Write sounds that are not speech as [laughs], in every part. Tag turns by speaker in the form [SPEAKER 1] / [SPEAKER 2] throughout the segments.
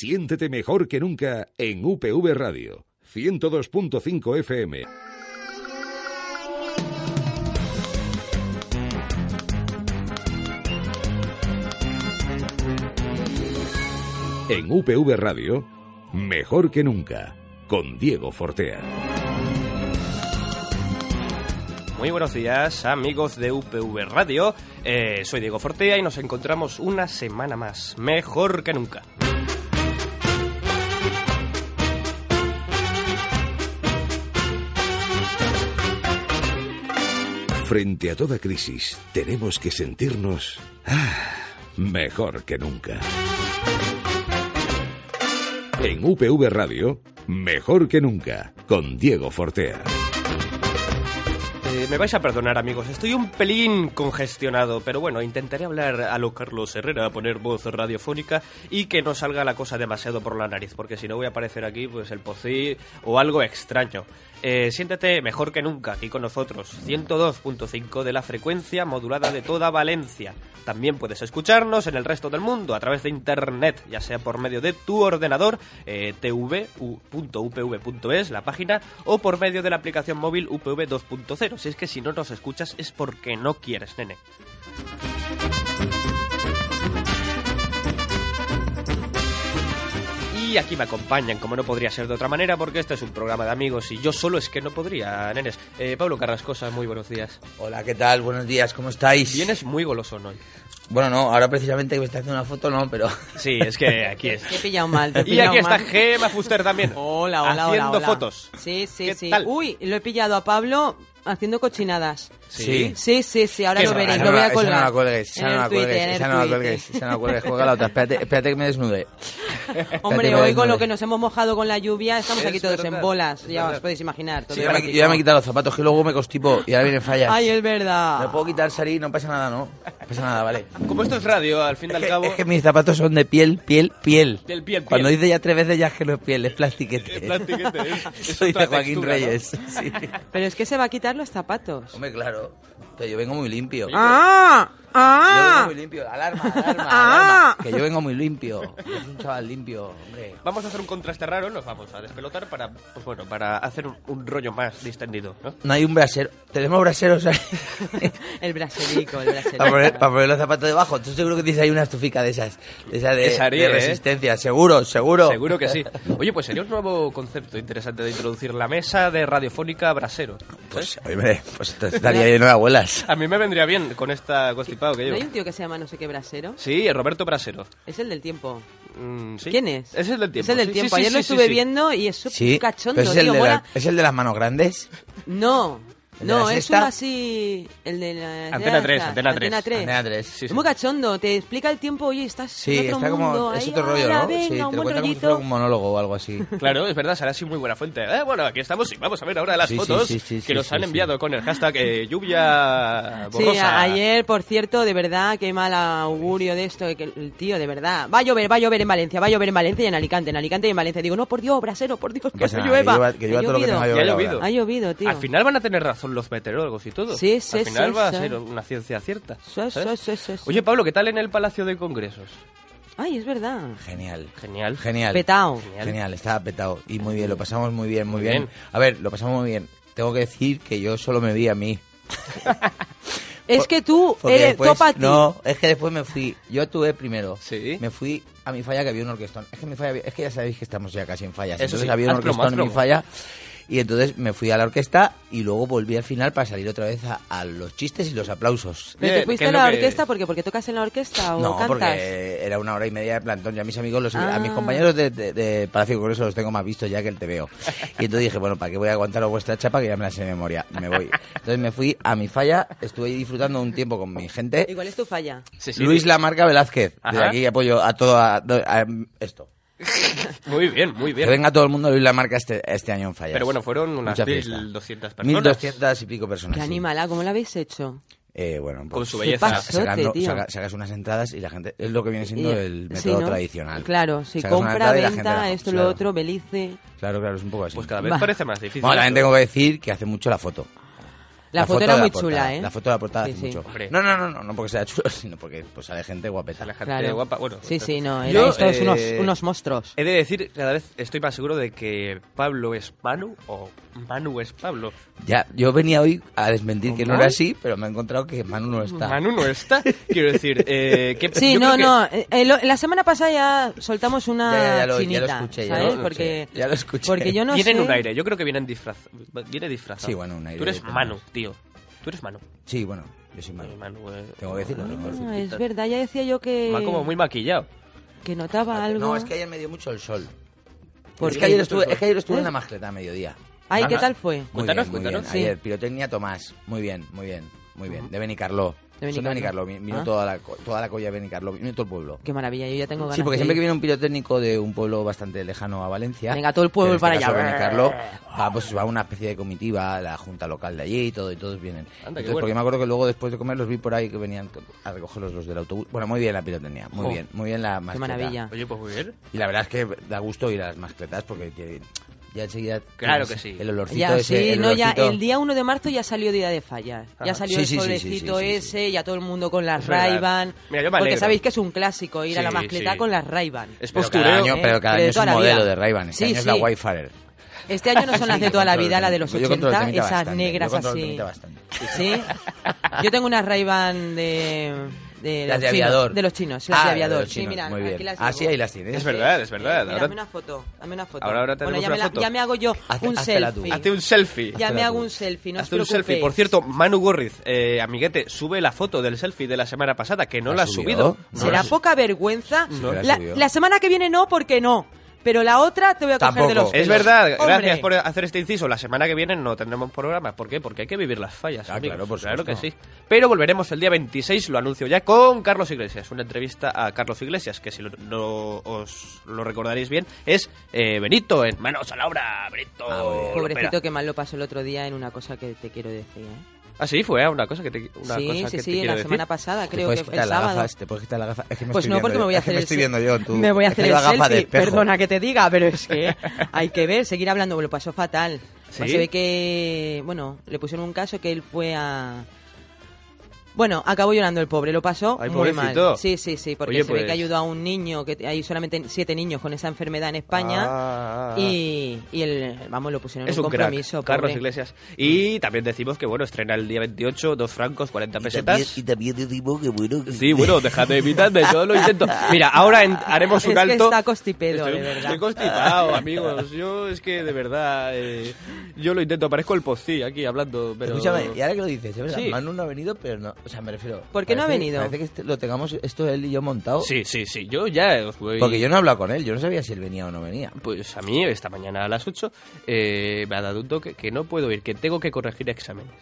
[SPEAKER 1] Siéntete mejor que nunca en UPV Radio, 102.5 FM. En UPV Radio, mejor que nunca, con Diego Fortea.
[SPEAKER 2] Muy buenos días, amigos de UPV Radio. Eh, soy Diego Fortea y nos encontramos una semana más, mejor que nunca.
[SPEAKER 1] Frente a toda crisis, tenemos que sentirnos ah, mejor que nunca. En UPV Radio, mejor que nunca, con Diego Fortea.
[SPEAKER 2] Eh, me vais a perdonar, amigos, estoy un pelín congestionado, pero bueno, intentaré hablar a lo Carlos Herrera, poner voz radiofónica y que no salga la cosa demasiado por la nariz, porque si no voy a aparecer aquí, pues el pocí o algo extraño. Eh, siéntete mejor que nunca aquí con nosotros, 102.5 de la frecuencia modulada de toda Valencia. También puedes escucharnos en el resto del mundo a través de internet, ya sea por medio de tu ordenador, eh, tv.upv.es, la página, o por medio de la aplicación móvil UPV 2.0. Si es que si no nos escuchas es porque no quieres, nene. Y aquí me acompañan, como no podría ser de otra manera, porque este es un programa de amigos y yo solo es que no podría, nenes. Eh, Pablo Carrascosa, muy buenos días.
[SPEAKER 3] Hola, ¿qué tal? Buenos días, ¿cómo estáis?
[SPEAKER 2] Vienes muy goloso hoy.
[SPEAKER 3] Bueno, no, ahora precisamente que me está haciendo una foto, no, pero.
[SPEAKER 2] Sí, es que aquí es.
[SPEAKER 4] [laughs] Te he pillado mal, te
[SPEAKER 2] [laughs]
[SPEAKER 4] he
[SPEAKER 2] Y
[SPEAKER 4] pillado
[SPEAKER 2] aquí está
[SPEAKER 4] mal.
[SPEAKER 2] Gema Fuster también.
[SPEAKER 4] Hola, hola, hola,
[SPEAKER 2] Haciendo
[SPEAKER 4] hola.
[SPEAKER 2] fotos.
[SPEAKER 4] Sí, sí,
[SPEAKER 2] ¿Qué
[SPEAKER 4] sí.
[SPEAKER 2] tal?
[SPEAKER 4] Uy, lo he pillado a Pablo haciendo cochinadas.
[SPEAKER 3] Sí.
[SPEAKER 4] Sí, sí, sí, ahora
[SPEAKER 2] Qué
[SPEAKER 4] lo
[SPEAKER 2] raro.
[SPEAKER 4] veréis,
[SPEAKER 3] Esa
[SPEAKER 4] lo voy
[SPEAKER 3] no
[SPEAKER 4] a
[SPEAKER 3] la-
[SPEAKER 4] colgar.
[SPEAKER 3] Esa no la cuelgues, esa
[SPEAKER 4] En
[SPEAKER 3] no
[SPEAKER 4] el
[SPEAKER 3] la
[SPEAKER 4] Twitter,
[SPEAKER 3] cuelgues,
[SPEAKER 4] en el
[SPEAKER 3] esa no la
[SPEAKER 4] Twitter.
[SPEAKER 3] cuelgues, [laughs] esa no la cuelgues, juega la otra. Espérate, espérate que me desnude.
[SPEAKER 4] Hombre,
[SPEAKER 3] me
[SPEAKER 4] hoy
[SPEAKER 3] desnude.
[SPEAKER 4] con lo que nos hemos mojado con la lluvia, estamos
[SPEAKER 2] Es
[SPEAKER 4] aquí todos
[SPEAKER 2] verdad,
[SPEAKER 4] en bolas, ya
[SPEAKER 2] verdad.
[SPEAKER 4] os podéis imaginar. todo
[SPEAKER 3] Sí, ya me,
[SPEAKER 4] erótico.
[SPEAKER 3] yo ya me he quitado los zapatos, que luego me constipo y ahora vienen fallas.
[SPEAKER 4] Ay, es
[SPEAKER 3] Me
[SPEAKER 4] verdad.
[SPEAKER 3] lo puedo quitar, salir, no pasa nada, ¿no? No pasa nada, vale.
[SPEAKER 2] Como esto es radio, al fin y
[SPEAKER 3] Es
[SPEAKER 2] al
[SPEAKER 3] que,
[SPEAKER 2] cabo.
[SPEAKER 3] es que mis zapatos son de piel, piel, piel.
[SPEAKER 2] Del piel,
[SPEAKER 3] Cuando
[SPEAKER 2] piel.
[SPEAKER 3] dice ya tres veces ya es que no es piel, es plastiquete.
[SPEAKER 2] Es
[SPEAKER 3] [laughs]
[SPEAKER 2] plastiquete,
[SPEAKER 4] [laughs]
[SPEAKER 2] es- es
[SPEAKER 3] Soy
[SPEAKER 2] otra
[SPEAKER 3] de Joaquín
[SPEAKER 2] textura, ¿no?
[SPEAKER 3] Reyes. sí.
[SPEAKER 4] Pero es que se va a quitar los zapatos.
[SPEAKER 3] Hombre, claro. Pero yo vengo muy limpio.
[SPEAKER 4] ¡Ah!
[SPEAKER 3] Yo vengo
[SPEAKER 4] ¡Ah!
[SPEAKER 3] muy limpio.
[SPEAKER 4] [laughs]
[SPEAKER 3] Alarma, alarma,
[SPEAKER 4] Ah.
[SPEAKER 3] alarma. Que yo vengo muy limpio. Es un chaval limpio, hombre.
[SPEAKER 2] Vamos a hacer un contraste raro, nos vamos a despelotar para, pues bueno, para hacer un, un rollo más distendido, ¿no?
[SPEAKER 3] No hay un brasero. Tenemos braseros [laughs] ahí.
[SPEAKER 4] El
[SPEAKER 3] [laughs]
[SPEAKER 4] braserico, el
[SPEAKER 3] para, poner,
[SPEAKER 4] braserico.
[SPEAKER 3] para poner los zapatos debajo. Tú seguro que tienes ahí una estufica de esas. De esas de,
[SPEAKER 2] Es Ariel,
[SPEAKER 3] de
[SPEAKER 2] ¿eh?
[SPEAKER 3] resistencia. Seguro, seguro.
[SPEAKER 2] Seguro que sí. Oye, pues sería un nuevo concepto interesante de introducir la mesa de radiofónica brasero.
[SPEAKER 3] Pues, hombre, pues esto estaría lleno de abuelas.
[SPEAKER 2] A mí me vendría bien con esta constipado que
[SPEAKER 4] ¿No hay
[SPEAKER 2] llevo.
[SPEAKER 4] un tío que se llama no sé qué brasero?
[SPEAKER 2] Sí, Roberto Brasero.
[SPEAKER 4] Es el del tiempo.
[SPEAKER 2] Mm, sí.
[SPEAKER 4] ¿Quién es?
[SPEAKER 2] Ese es el del tiempo.
[SPEAKER 4] Es el del
[SPEAKER 2] sí,
[SPEAKER 4] tiempo.
[SPEAKER 2] sí, sí,
[SPEAKER 4] Ayer lo
[SPEAKER 2] sí, sí,
[SPEAKER 4] estuve
[SPEAKER 2] sí.
[SPEAKER 4] viendo y es súper
[SPEAKER 3] Sí.
[SPEAKER 4] cachondo,
[SPEAKER 3] pero es, el
[SPEAKER 4] tío.
[SPEAKER 3] de
[SPEAKER 4] mola.
[SPEAKER 3] la- es el de las manos grandes.
[SPEAKER 4] No,
[SPEAKER 3] ¿El de la
[SPEAKER 4] no, es
[SPEAKER 3] sexta?
[SPEAKER 4] uno así. El de la.
[SPEAKER 2] Antena
[SPEAKER 4] ya
[SPEAKER 2] tres,
[SPEAKER 4] está,
[SPEAKER 2] Antena
[SPEAKER 4] Antena
[SPEAKER 2] tres.
[SPEAKER 4] 3.
[SPEAKER 3] Antena tres, sí,
[SPEAKER 4] Es muy cachondo, te explica el tiempo, oye, estás.
[SPEAKER 3] Sí,
[SPEAKER 4] en otro
[SPEAKER 3] está como.
[SPEAKER 4] mundo,
[SPEAKER 3] es
[SPEAKER 4] ahí, ah,
[SPEAKER 3] otro rollo,
[SPEAKER 4] ahora,
[SPEAKER 3] ¿no?
[SPEAKER 4] venga,
[SPEAKER 3] sí, te
[SPEAKER 4] un
[SPEAKER 3] lo
[SPEAKER 4] buen
[SPEAKER 3] cuenta como si
[SPEAKER 4] rollito.
[SPEAKER 3] fuera un monólogo o algo
[SPEAKER 4] [laughs]
[SPEAKER 3] así.
[SPEAKER 2] Claro, es verdad, será así muy buena fuente. Eh, bueno, aquí estamos y vamos a ver ahora las
[SPEAKER 3] Sí, sí,
[SPEAKER 2] fotos
[SPEAKER 3] sí, sí,
[SPEAKER 2] que
[SPEAKER 3] sí,
[SPEAKER 2] nos
[SPEAKER 3] sí,
[SPEAKER 2] han
[SPEAKER 3] sí.
[SPEAKER 2] enviado con el hashtag eh, lluvia
[SPEAKER 4] Sí,
[SPEAKER 2] borrosa.
[SPEAKER 4] a- ayer, por cierto, de verdad, qué mal augurio de esto, que el tío, de verdad, va a llover, va a llover en Valencia, va a llover en Valencia y en Alicante, en Alicante y en Valencia. Digo, no, por Dios, brasero, por Dios,
[SPEAKER 3] No
[SPEAKER 4] que
[SPEAKER 3] pasa
[SPEAKER 4] no
[SPEAKER 3] nada,
[SPEAKER 4] llueva.
[SPEAKER 3] llueva- que llueva todo lo que tenga que
[SPEAKER 2] llovido.
[SPEAKER 3] llover
[SPEAKER 2] Ya ha
[SPEAKER 3] ahora.
[SPEAKER 2] llovido.
[SPEAKER 4] Ha llovido, tío.
[SPEAKER 2] Al final van a tener razón los meteorólogos y todo.
[SPEAKER 4] Sí, sí,
[SPEAKER 2] Al final
[SPEAKER 4] sí,
[SPEAKER 2] va
[SPEAKER 4] sí.
[SPEAKER 2] a ser una ciencia cierta.
[SPEAKER 4] Sí,
[SPEAKER 2] ¿sabes?
[SPEAKER 4] sí, sí, sí, sí.
[SPEAKER 2] Oye, Pablo, ¿qué tal en el Palacio de Congresos?
[SPEAKER 4] Ay, es verdad.
[SPEAKER 3] Genial.
[SPEAKER 2] Genial.
[SPEAKER 3] Genial.
[SPEAKER 4] Petao.
[SPEAKER 3] Genial. estaba petado. Y muy bien, lo pasamos muy bien,
[SPEAKER 2] Muy
[SPEAKER 3] muy, bien.
[SPEAKER 2] bien.
[SPEAKER 3] A ver, lo pasamos muy bien. Tengo que decir que yo solo me vi a mí.
[SPEAKER 4] Es que tú
[SPEAKER 3] Porque
[SPEAKER 4] eres
[SPEAKER 3] después-
[SPEAKER 4] topa a ti.
[SPEAKER 3] No, es que después me fui. Yo actué primero.
[SPEAKER 2] Sí.
[SPEAKER 3] Me fui a mi falla que había un orquestón. Es que, mi falla había- es que ya sabéis que estamos ya casi en fallas.
[SPEAKER 2] Eso
[SPEAKER 3] entonces
[SPEAKER 2] sí,
[SPEAKER 3] había un
[SPEAKER 2] haz promo,
[SPEAKER 3] orquestón
[SPEAKER 2] haz
[SPEAKER 3] en mi
[SPEAKER 2] promo.
[SPEAKER 3] falla. Y entonces me fui a la orquesta y luego volví al final para salir otra vez a, a los chistes y los aplausos.
[SPEAKER 4] ¿Pero
[SPEAKER 2] Bien,
[SPEAKER 4] te fuiste
[SPEAKER 2] que
[SPEAKER 4] a
[SPEAKER 2] es lo
[SPEAKER 4] la
[SPEAKER 2] que-
[SPEAKER 4] orquesta porque porque tocas en la orquesta o
[SPEAKER 3] No,
[SPEAKER 4] cantas?
[SPEAKER 3] porque era una hora y media de plantón. Yo a mis amigos, los- a mis
[SPEAKER 4] Ah.
[SPEAKER 3] compañeros de, de- de Palacio de Congreso los tengo más vistos ya que el TVO. Y entonces dije, bueno, ¿para qué voy a aguantaros vuestra chapa que ya me la sé de memoria? Me voy. Entonces me fui a mi falla, estuve disfrutando un tiempo con mi gente.
[SPEAKER 4] Igual es tu falla.
[SPEAKER 2] Sí, sí.
[SPEAKER 3] Luis Lamarca Velázquez. De
[SPEAKER 2] Ajá.
[SPEAKER 3] aquí apoyo a todo a- a esto.
[SPEAKER 2] Muy bien, muy
[SPEAKER 3] Que
[SPEAKER 2] bien.
[SPEAKER 3] venga todo el mundo a Luis Lamarca este, este año en fallas.
[SPEAKER 2] Pero bueno, fueron unas
[SPEAKER 3] Mucha fiesta.
[SPEAKER 2] 1.200 personas.
[SPEAKER 3] 1.200 y pico personas.
[SPEAKER 4] Qué
[SPEAKER 3] sí.
[SPEAKER 4] animala, ¿cómo lo habéis hecho?
[SPEAKER 3] Eh, bueno, pues,
[SPEAKER 2] Con su belleza. Qué
[SPEAKER 4] pasote,
[SPEAKER 3] sacando-
[SPEAKER 4] tío.
[SPEAKER 3] saca- sacas unas entradas y la gente. Es lo que viene siendo
[SPEAKER 4] Y-
[SPEAKER 3] el
[SPEAKER 4] Eh, sí,
[SPEAKER 3] método
[SPEAKER 4] ¿no?
[SPEAKER 3] tradicional.
[SPEAKER 4] Claro, si
[SPEAKER 3] Sacas una
[SPEAKER 4] compra,
[SPEAKER 3] entrada y la gente
[SPEAKER 4] venta,
[SPEAKER 3] la-
[SPEAKER 4] esto,
[SPEAKER 3] claro.
[SPEAKER 4] lo otro, Belice.
[SPEAKER 3] Claro, claro, es un poco así.
[SPEAKER 2] Pues cada vez
[SPEAKER 4] Va.
[SPEAKER 2] parece más difícil.
[SPEAKER 3] bueno, también
[SPEAKER 2] esto.
[SPEAKER 3] tengo que decir que hace mucho la foto.
[SPEAKER 4] La foto era
[SPEAKER 3] de
[SPEAKER 4] muy
[SPEAKER 3] la portada,
[SPEAKER 4] chula, ¿eh?
[SPEAKER 3] La foto de la portada
[SPEAKER 4] Sí,
[SPEAKER 3] hace
[SPEAKER 4] sí.
[SPEAKER 3] mucho.
[SPEAKER 2] Hombre.
[SPEAKER 3] No, no, no, no, no porque sea chulo, [laughs] sino porque pues sale gente guapeta.
[SPEAKER 2] La gente
[SPEAKER 4] Claro.
[SPEAKER 2] guapa. Bueno,
[SPEAKER 4] Sí,
[SPEAKER 2] eh,
[SPEAKER 4] sí, no. Era,
[SPEAKER 2] yo,
[SPEAKER 4] estos
[SPEAKER 2] eh,
[SPEAKER 4] unos, unos monstruos.
[SPEAKER 2] He de decir, cada vez estoy más seguro de que Pablo es Manu o Manu es Pablo.
[SPEAKER 3] Ya, yo venía hoy a desmentir que no
[SPEAKER 2] ¿Manu?
[SPEAKER 3] era así, pero me he encontrado que Manu no está.
[SPEAKER 2] Manu no está. Quiero decir, eh, que [laughs]
[SPEAKER 4] Sí,
[SPEAKER 2] yo
[SPEAKER 4] no,
[SPEAKER 2] creo que-
[SPEAKER 4] no. eh, eh, lo- la semana pasada ya soltamos una
[SPEAKER 3] Ya, ya, ya lo- ya lo
[SPEAKER 4] chinita,
[SPEAKER 3] escuché, ya
[SPEAKER 4] ¿sabes?
[SPEAKER 3] lo
[SPEAKER 4] porque,
[SPEAKER 3] escuché, ya lo escuché.
[SPEAKER 4] Porque yo no
[SPEAKER 2] vienen
[SPEAKER 4] sé...
[SPEAKER 2] un aire, yo creo que vienen disfraz, viene disfrazado.
[SPEAKER 3] Sí, bueno, un aire
[SPEAKER 2] Tú eres
[SPEAKER 3] de-
[SPEAKER 2] Manu, tío. Tú eres Manu.
[SPEAKER 3] Sí, bueno, yo soy Manu.
[SPEAKER 2] Ay, Manu, eh.
[SPEAKER 3] Tengo que decirlo, ¿no?
[SPEAKER 2] Manu,
[SPEAKER 4] Ah, es
[SPEAKER 2] pinta-
[SPEAKER 4] verdad, ya decía yo que...
[SPEAKER 2] Va como muy maquillado.
[SPEAKER 4] Que notaba algo.
[SPEAKER 3] No, es que ayer me dio mucho el sol.
[SPEAKER 4] ¿Por
[SPEAKER 3] Es
[SPEAKER 4] qué?
[SPEAKER 3] que ayer estuve,
[SPEAKER 2] sol?
[SPEAKER 3] es que ayer estuve en la Majleta a mediodía.
[SPEAKER 4] Ay, ¿qué
[SPEAKER 3] Ajá.
[SPEAKER 4] tal fue?
[SPEAKER 3] Muy
[SPEAKER 2] Cuéntanos,
[SPEAKER 3] bien, muy
[SPEAKER 2] cuéntanos.
[SPEAKER 3] bien.
[SPEAKER 4] Sí.
[SPEAKER 3] Ayer, pirotecnia Tomás. Muy bien, muy bien, muy bien. De Benicarló.
[SPEAKER 4] De
[SPEAKER 3] Son de Benicarló.
[SPEAKER 4] Benicarló.
[SPEAKER 3] vi- Vino
[SPEAKER 4] Ah.
[SPEAKER 3] toda, la, co- toda la colla de Benicarló. Vino todo el pueblo.
[SPEAKER 4] Qué maravilla, yo ya tengo ganas
[SPEAKER 3] Sí, porque
[SPEAKER 4] de
[SPEAKER 3] siempre
[SPEAKER 4] ir.
[SPEAKER 3] que viene un pirotécnico de un pueblo bastante lejano a Valencia.
[SPEAKER 4] Venga, todo el pueblo
[SPEAKER 3] que en este
[SPEAKER 4] para
[SPEAKER 3] caso
[SPEAKER 4] allá.
[SPEAKER 3] Benicarló, va, pues va una especie de comitiva, la junta local de allí y todo, y todos vienen.
[SPEAKER 2] qué
[SPEAKER 3] Entonces,
[SPEAKER 2] bueno.
[SPEAKER 3] porque me acuerdo que luego después de comer los vi por ahí que venían a recogerlos los del autobús. Bueno, muy bien la pirotecnia, muy
[SPEAKER 2] Jo.
[SPEAKER 3] bien, muy bien la mascleta.
[SPEAKER 4] maravilla.
[SPEAKER 2] Oye, pues muy bien.
[SPEAKER 3] Y la verdad es que da gusto ir a las mascletas porque te- ya enseguida.
[SPEAKER 2] Claro
[SPEAKER 3] tienes
[SPEAKER 2] que sí.
[SPEAKER 3] El olorcito
[SPEAKER 4] Ya,
[SPEAKER 3] ese.
[SPEAKER 4] sí,
[SPEAKER 3] el
[SPEAKER 4] no, ya
[SPEAKER 3] olorcito-
[SPEAKER 4] el día 1 de marzo ya salió Día de Fallas.
[SPEAKER 2] Ajá.
[SPEAKER 4] Ya salió
[SPEAKER 3] Sí,
[SPEAKER 4] el
[SPEAKER 3] sí, sí, sí,
[SPEAKER 4] solecito
[SPEAKER 3] sí, sí, sí.
[SPEAKER 4] ese y a todo el mundo con las
[SPEAKER 2] Es verdad.
[SPEAKER 4] Ray-Ban.
[SPEAKER 2] Mira, yo me
[SPEAKER 4] Porque
[SPEAKER 2] alegro.
[SPEAKER 4] sabéis que es un clásico ir a la
[SPEAKER 2] Sí,
[SPEAKER 4] mascleta
[SPEAKER 2] sí.
[SPEAKER 4] con las Ray-Ban.
[SPEAKER 2] Es
[SPEAKER 3] Pero cada
[SPEAKER 2] postureo.
[SPEAKER 3] año,
[SPEAKER 4] ¿eh?
[SPEAKER 3] pero cada
[SPEAKER 4] Pero de
[SPEAKER 3] año es
[SPEAKER 4] toda
[SPEAKER 3] un
[SPEAKER 4] la
[SPEAKER 3] modelo
[SPEAKER 4] vida.
[SPEAKER 3] de Ray-Ban. Este
[SPEAKER 4] Sí,
[SPEAKER 3] año es la
[SPEAKER 4] sí.
[SPEAKER 3] Wi-Fi. [laughs]
[SPEAKER 4] Este año no son las de toda la vida, la de los
[SPEAKER 3] Yo controlo el
[SPEAKER 4] 80,
[SPEAKER 3] temita
[SPEAKER 4] esas
[SPEAKER 3] bastante,
[SPEAKER 4] negras
[SPEAKER 3] yo controlo el
[SPEAKER 4] así.
[SPEAKER 3] temita bastante.
[SPEAKER 4] ¿Sí? Yo tengo unas Ray-Ban de... de
[SPEAKER 3] Las
[SPEAKER 4] los
[SPEAKER 3] de
[SPEAKER 4] chinos,
[SPEAKER 3] aviador.
[SPEAKER 4] de los chinos, las
[SPEAKER 3] Ah,
[SPEAKER 4] de
[SPEAKER 3] de
[SPEAKER 4] aviador.
[SPEAKER 3] los
[SPEAKER 4] sí,
[SPEAKER 3] chinos,
[SPEAKER 4] mira,
[SPEAKER 3] muy
[SPEAKER 4] aquí
[SPEAKER 3] bien.
[SPEAKER 4] las
[SPEAKER 3] Ah, sí,
[SPEAKER 4] llevo.
[SPEAKER 3] ahí las tienes.
[SPEAKER 2] Es verdad, es
[SPEAKER 4] Mira,
[SPEAKER 2] verdad.
[SPEAKER 4] dame
[SPEAKER 2] Ahora
[SPEAKER 4] una foto, dame una foto.
[SPEAKER 2] Ahora- ahora
[SPEAKER 4] bueno,
[SPEAKER 2] tenemos
[SPEAKER 4] ya,
[SPEAKER 2] una
[SPEAKER 4] me la-
[SPEAKER 2] foto.
[SPEAKER 4] ya me hago yo
[SPEAKER 3] Hazte-
[SPEAKER 4] un
[SPEAKER 3] háztela tú.
[SPEAKER 4] selfie.
[SPEAKER 2] Hazte un selfie.
[SPEAKER 4] Ya me
[SPEAKER 3] Hazte
[SPEAKER 4] hago
[SPEAKER 3] tú.
[SPEAKER 4] un selfie, no os
[SPEAKER 2] Hazte un
[SPEAKER 4] preocupéis.
[SPEAKER 2] selfie. Por cierto, Manu Gorriz, eh, amiguete, sube la foto del selfie de la semana pasada, que no
[SPEAKER 3] ¿La
[SPEAKER 2] la has
[SPEAKER 3] subió?
[SPEAKER 2] subido. No la
[SPEAKER 4] será
[SPEAKER 2] has-
[SPEAKER 4] poca vergüenza.
[SPEAKER 3] No.
[SPEAKER 4] La-
[SPEAKER 3] la
[SPEAKER 4] la,
[SPEAKER 3] subió.
[SPEAKER 4] semana que viene no, porque no. Pero la otra te voy a
[SPEAKER 3] Tampoco.
[SPEAKER 4] coger de los
[SPEAKER 2] Es
[SPEAKER 4] pelos.
[SPEAKER 2] verdad,
[SPEAKER 4] Hombre,
[SPEAKER 2] gracias por hacer este inciso. La semana que viene no tendremos programa. ¿Por qué? Porque hay que vivir las fallas.
[SPEAKER 3] Ah,
[SPEAKER 2] amigos.
[SPEAKER 3] claro, por
[SPEAKER 2] que sí.
[SPEAKER 3] supuesto.
[SPEAKER 2] Pero volveremos el día 26, lo anuncio ya, con Carlos Iglesias. Una entrevista a Carlos Iglesias, que si lo, no os lo recordaréis bien, es eh, Benito, en Manos a la Obra, Benito.
[SPEAKER 3] Ah, muy bien.
[SPEAKER 2] Lopera.
[SPEAKER 4] Pobrecito que mal lo pasó el otro día en una cosa que te quiero decir. ¿eh?
[SPEAKER 2] Ah, sí, fue ah, una cosa que te, una
[SPEAKER 4] sí,
[SPEAKER 2] cosa
[SPEAKER 4] sí,
[SPEAKER 2] que
[SPEAKER 4] sí,
[SPEAKER 2] te
[SPEAKER 4] la
[SPEAKER 2] quiero
[SPEAKER 4] semana
[SPEAKER 2] decir.
[SPEAKER 4] pasada,
[SPEAKER 3] ¿Te
[SPEAKER 4] creo que
[SPEAKER 3] puedes
[SPEAKER 4] fue el
[SPEAKER 3] quitar las
[SPEAKER 4] sábado.
[SPEAKER 3] gafas? ¿Te puedes quitar las gafas? Es que me
[SPEAKER 4] Pues
[SPEAKER 3] estoy
[SPEAKER 4] no,
[SPEAKER 3] viendo
[SPEAKER 4] porque
[SPEAKER 3] yo,
[SPEAKER 4] me voy a
[SPEAKER 3] es que
[SPEAKER 4] hacer
[SPEAKER 3] me
[SPEAKER 4] el
[SPEAKER 3] estoy
[SPEAKER 4] se-
[SPEAKER 3] viendo yo, tú.
[SPEAKER 4] Me voy a
[SPEAKER 3] Es que
[SPEAKER 4] hacer el
[SPEAKER 3] la gafa de
[SPEAKER 4] selfie.
[SPEAKER 3] espejo.
[SPEAKER 4] Perdona que te diga, pero es que [laughs] hay que ver, seguir hablando, me lo pasó fatal.
[SPEAKER 2] ¿Sí?
[SPEAKER 4] Además, Se ve que, bueno, le pusieron un caso que él fue a... Bueno, acabó llorando el pobre, lo pasó
[SPEAKER 2] Ay,
[SPEAKER 4] muy
[SPEAKER 2] pobrecito.
[SPEAKER 4] mal. Sí, sí, sí, porque
[SPEAKER 2] Oye,
[SPEAKER 4] se
[SPEAKER 2] pues.
[SPEAKER 4] ve que ayudó a un niño, que hay solamente siete niños con esa enfermedad en España.
[SPEAKER 2] Ah, ah, ah.
[SPEAKER 4] Y, y el, vamos, lo pusieron
[SPEAKER 2] Es
[SPEAKER 4] en
[SPEAKER 2] un
[SPEAKER 4] un
[SPEAKER 2] crack,
[SPEAKER 4] compromiso.
[SPEAKER 2] Carlos
[SPEAKER 4] pobre.
[SPEAKER 2] Iglesias. Y también decimos que, bueno, estrena el día 28, dos francos, 40 pesetas.
[SPEAKER 3] Y también decimos que bueno... que-
[SPEAKER 2] Sí, bueno, déjame invitarme, yo lo intento. Mira, ahora en- haremos un
[SPEAKER 4] Es que
[SPEAKER 2] alto.
[SPEAKER 4] está constipado,
[SPEAKER 2] estoy,
[SPEAKER 4] de verdad.
[SPEAKER 2] Estoy constipado, amigos. Yo es que de verdad, eh, yo lo intento. Parezco el pocí aquí hablando, pero.
[SPEAKER 3] Escúchame, y ahora que lo dices, es verdad,
[SPEAKER 2] Sí.
[SPEAKER 3] Manu no ha venido, pero no... O sea, me refiero...
[SPEAKER 4] ¿Por qué no ha
[SPEAKER 3] parece-
[SPEAKER 4] venido?
[SPEAKER 3] Parece que este- lo tengamos esto él y yo montado.
[SPEAKER 2] Sí, sí, sí. Yo ya os voy.
[SPEAKER 3] Porque yo no he hablado con él, yo no sabía si él venía o no venía.
[SPEAKER 2] Pues a mí esta mañana a las 8 eh, me ha dado un toque que no puedo ir, que tengo que corregir exámenes.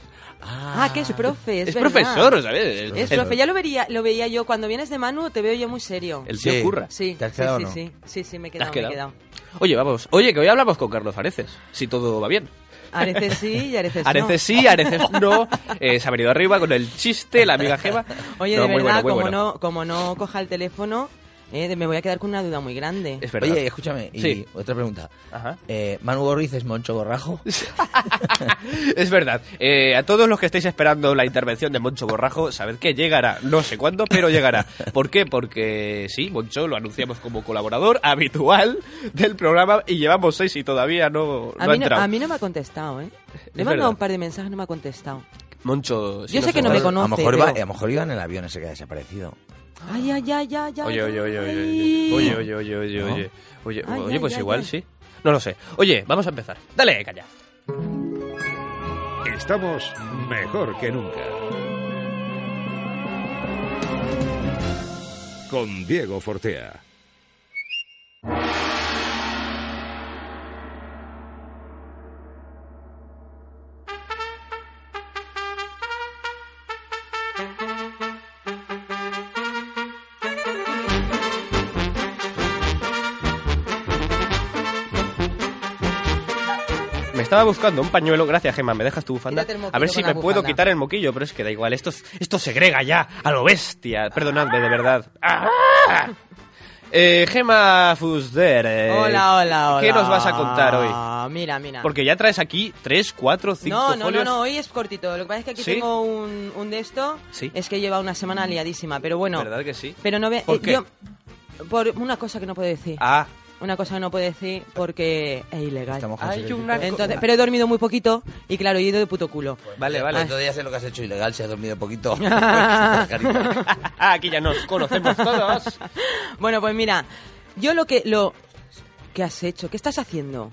[SPEAKER 4] Ah, que es profe, es,
[SPEAKER 2] es
[SPEAKER 4] verdad.
[SPEAKER 2] profesor, ¿sabes? El-
[SPEAKER 4] Es
[SPEAKER 2] el-
[SPEAKER 4] profe, ya lo vería, lo veía yo. Cuando vienes de Manu te veo yo muy serio.
[SPEAKER 2] El tío
[SPEAKER 3] Sí.
[SPEAKER 2] curra.
[SPEAKER 4] Sí,
[SPEAKER 3] ¿Te has
[SPEAKER 4] sí,
[SPEAKER 3] quedado
[SPEAKER 4] sí,
[SPEAKER 3] o no?
[SPEAKER 4] sí, sí, sí, me he
[SPEAKER 2] ¿Te has
[SPEAKER 4] quedado, me he quedado.
[SPEAKER 2] Oye, vamos. Oye, que hoy hablamos con Carlos Areces, si todo va bien.
[SPEAKER 4] Areces sí
[SPEAKER 2] [laughs]
[SPEAKER 4] y Areces no.
[SPEAKER 2] Areces sí, Areces no. Eh, se ha venido arriba con el chiste, la amiga Gema.
[SPEAKER 4] Oye,
[SPEAKER 2] No,
[SPEAKER 4] de
[SPEAKER 2] muy bueno,
[SPEAKER 4] verdad,
[SPEAKER 2] muy
[SPEAKER 4] como,
[SPEAKER 2] bueno.
[SPEAKER 4] no, como no coja el teléfono, eh, de- me voy a quedar con una duda muy grande.
[SPEAKER 2] Es verdad.
[SPEAKER 3] Oye, escúchame, y
[SPEAKER 2] Sí.
[SPEAKER 3] otra pregunta.
[SPEAKER 2] Ajá.
[SPEAKER 3] Eh, ¿Manu Gorriz es Moncho
[SPEAKER 4] [laughs]
[SPEAKER 3] Borrajo?
[SPEAKER 2] es verdad. Eh, a todos los que estáis esperando la intervención de Moncho Borrajo, sabed que llegará. No sé cuándo, pero llegará. ¿Por qué? Porque sí, Moncho lo anunciamos como colaborador habitual del programa y llevamos seis y todavía no, no
[SPEAKER 4] a,
[SPEAKER 2] ha
[SPEAKER 4] mí no,
[SPEAKER 2] entrado.
[SPEAKER 4] a mí no me ha contestado, ¿eh? Le he
[SPEAKER 2] Es
[SPEAKER 4] mandado
[SPEAKER 2] verdad.
[SPEAKER 4] un par de mensajes, no me ha contestado.
[SPEAKER 2] Moncho, si
[SPEAKER 4] Yo sé que no me
[SPEAKER 2] estás-
[SPEAKER 4] conoce,
[SPEAKER 3] A lo mejor, iba,
[SPEAKER 4] pero-
[SPEAKER 3] a lo mejor iba en el avión ese que ha desaparecido.
[SPEAKER 4] Ay, ay, ay, ay, ay.
[SPEAKER 2] Oye, oye, oye, oye,
[SPEAKER 4] ay.
[SPEAKER 2] oye, oye, oye, oye,
[SPEAKER 3] ¿No?
[SPEAKER 2] oye, oye,
[SPEAKER 4] Ay,
[SPEAKER 2] oye,
[SPEAKER 4] ay,
[SPEAKER 2] pues
[SPEAKER 4] ay,
[SPEAKER 2] igual
[SPEAKER 4] ay.
[SPEAKER 2] sí. No lo sé. Oye, vamos a empezar. Dale, calla.
[SPEAKER 1] Estamos mejor que nunca. Con Diego Fortea.
[SPEAKER 2] Me estaba buscando un pañuelo. Gracias, Gemma. ¿Me dejas tu bufanda?
[SPEAKER 4] Quítate el moquillo
[SPEAKER 2] A ver si
[SPEAKER 4] con
[SPEAKER 2] me
[SPEAKER 4] la
[SPEAKER 2] puedo
[SPEAKER 4] bufanda.
[SPEAKER 2] quitar el moquillo, pero es que da igual. Esto, es- esto segrega ya a lo bestia. Perdonadme, de verdad. ¡Ah! Eh, Gema Fusder. eh,
[SPEAKER 4] Hola, hola, hola.
[SPEAKER 2] ¿Qué nos Eh, vas a contar hoy?
[SPEAKER 4] No, mira, mira.
[SPEAKER 2] Porque ya traes aquí tres, cuatro, cinco
[SPEAKER 4] no, no, no,
[SPEAKER 2] folios.
[SPEAKER 4] no, hoy es cortito. Lo que pasa es que aquí
[SPEAKER 2] ¿Sí?
[SPEAKER 4] tengo un, un de esto.
[SPEAKER 2] Sí. Mm.
[SPEAKER 4] Es que lleva una semana liadísima, pero bueno.
[SPEAKER 2] ¿Verdad que sí?
[SPEAKER 4] Pero no ve.
[SPEAKER 2] ¿Por
[SPEAKER 4] eh,
[SPEAKER 2] qué?
[SPEAKER 4] yo- por una cosa que no puedo decir.
[SPEAKER 2] Ah,
[SPEAKER 4] Una cosa que no puedo decir porque es ilegal.
[SPEAKER 3] Estamos con
[SPEAKER 2] hay
[SPEAKER 3] secretito.
[SPEAKER 2] una... co-
[SPEAKER 4] Entonces, pero he dormido muy poquito y claro, he ido de puto culo.
[SPEAKER 2] Vale,
[SPEAKER 3] Vale,
[SPEAKER 2] vale.
[SPEAKER 3] vale. Todavía sé lo que has hecho ilegal, si has dormido
[SPEAKER 4] [laughs]
[SPEAKER 3] poquito. [laughs] Pues, carita.
[SPEAKER 2] aquí ya nos conocemos todos.
[SPEAKER 4] Bueno, pues mira, yo lo que lo ¿qué has hecho? ¿Qué estás haciendo?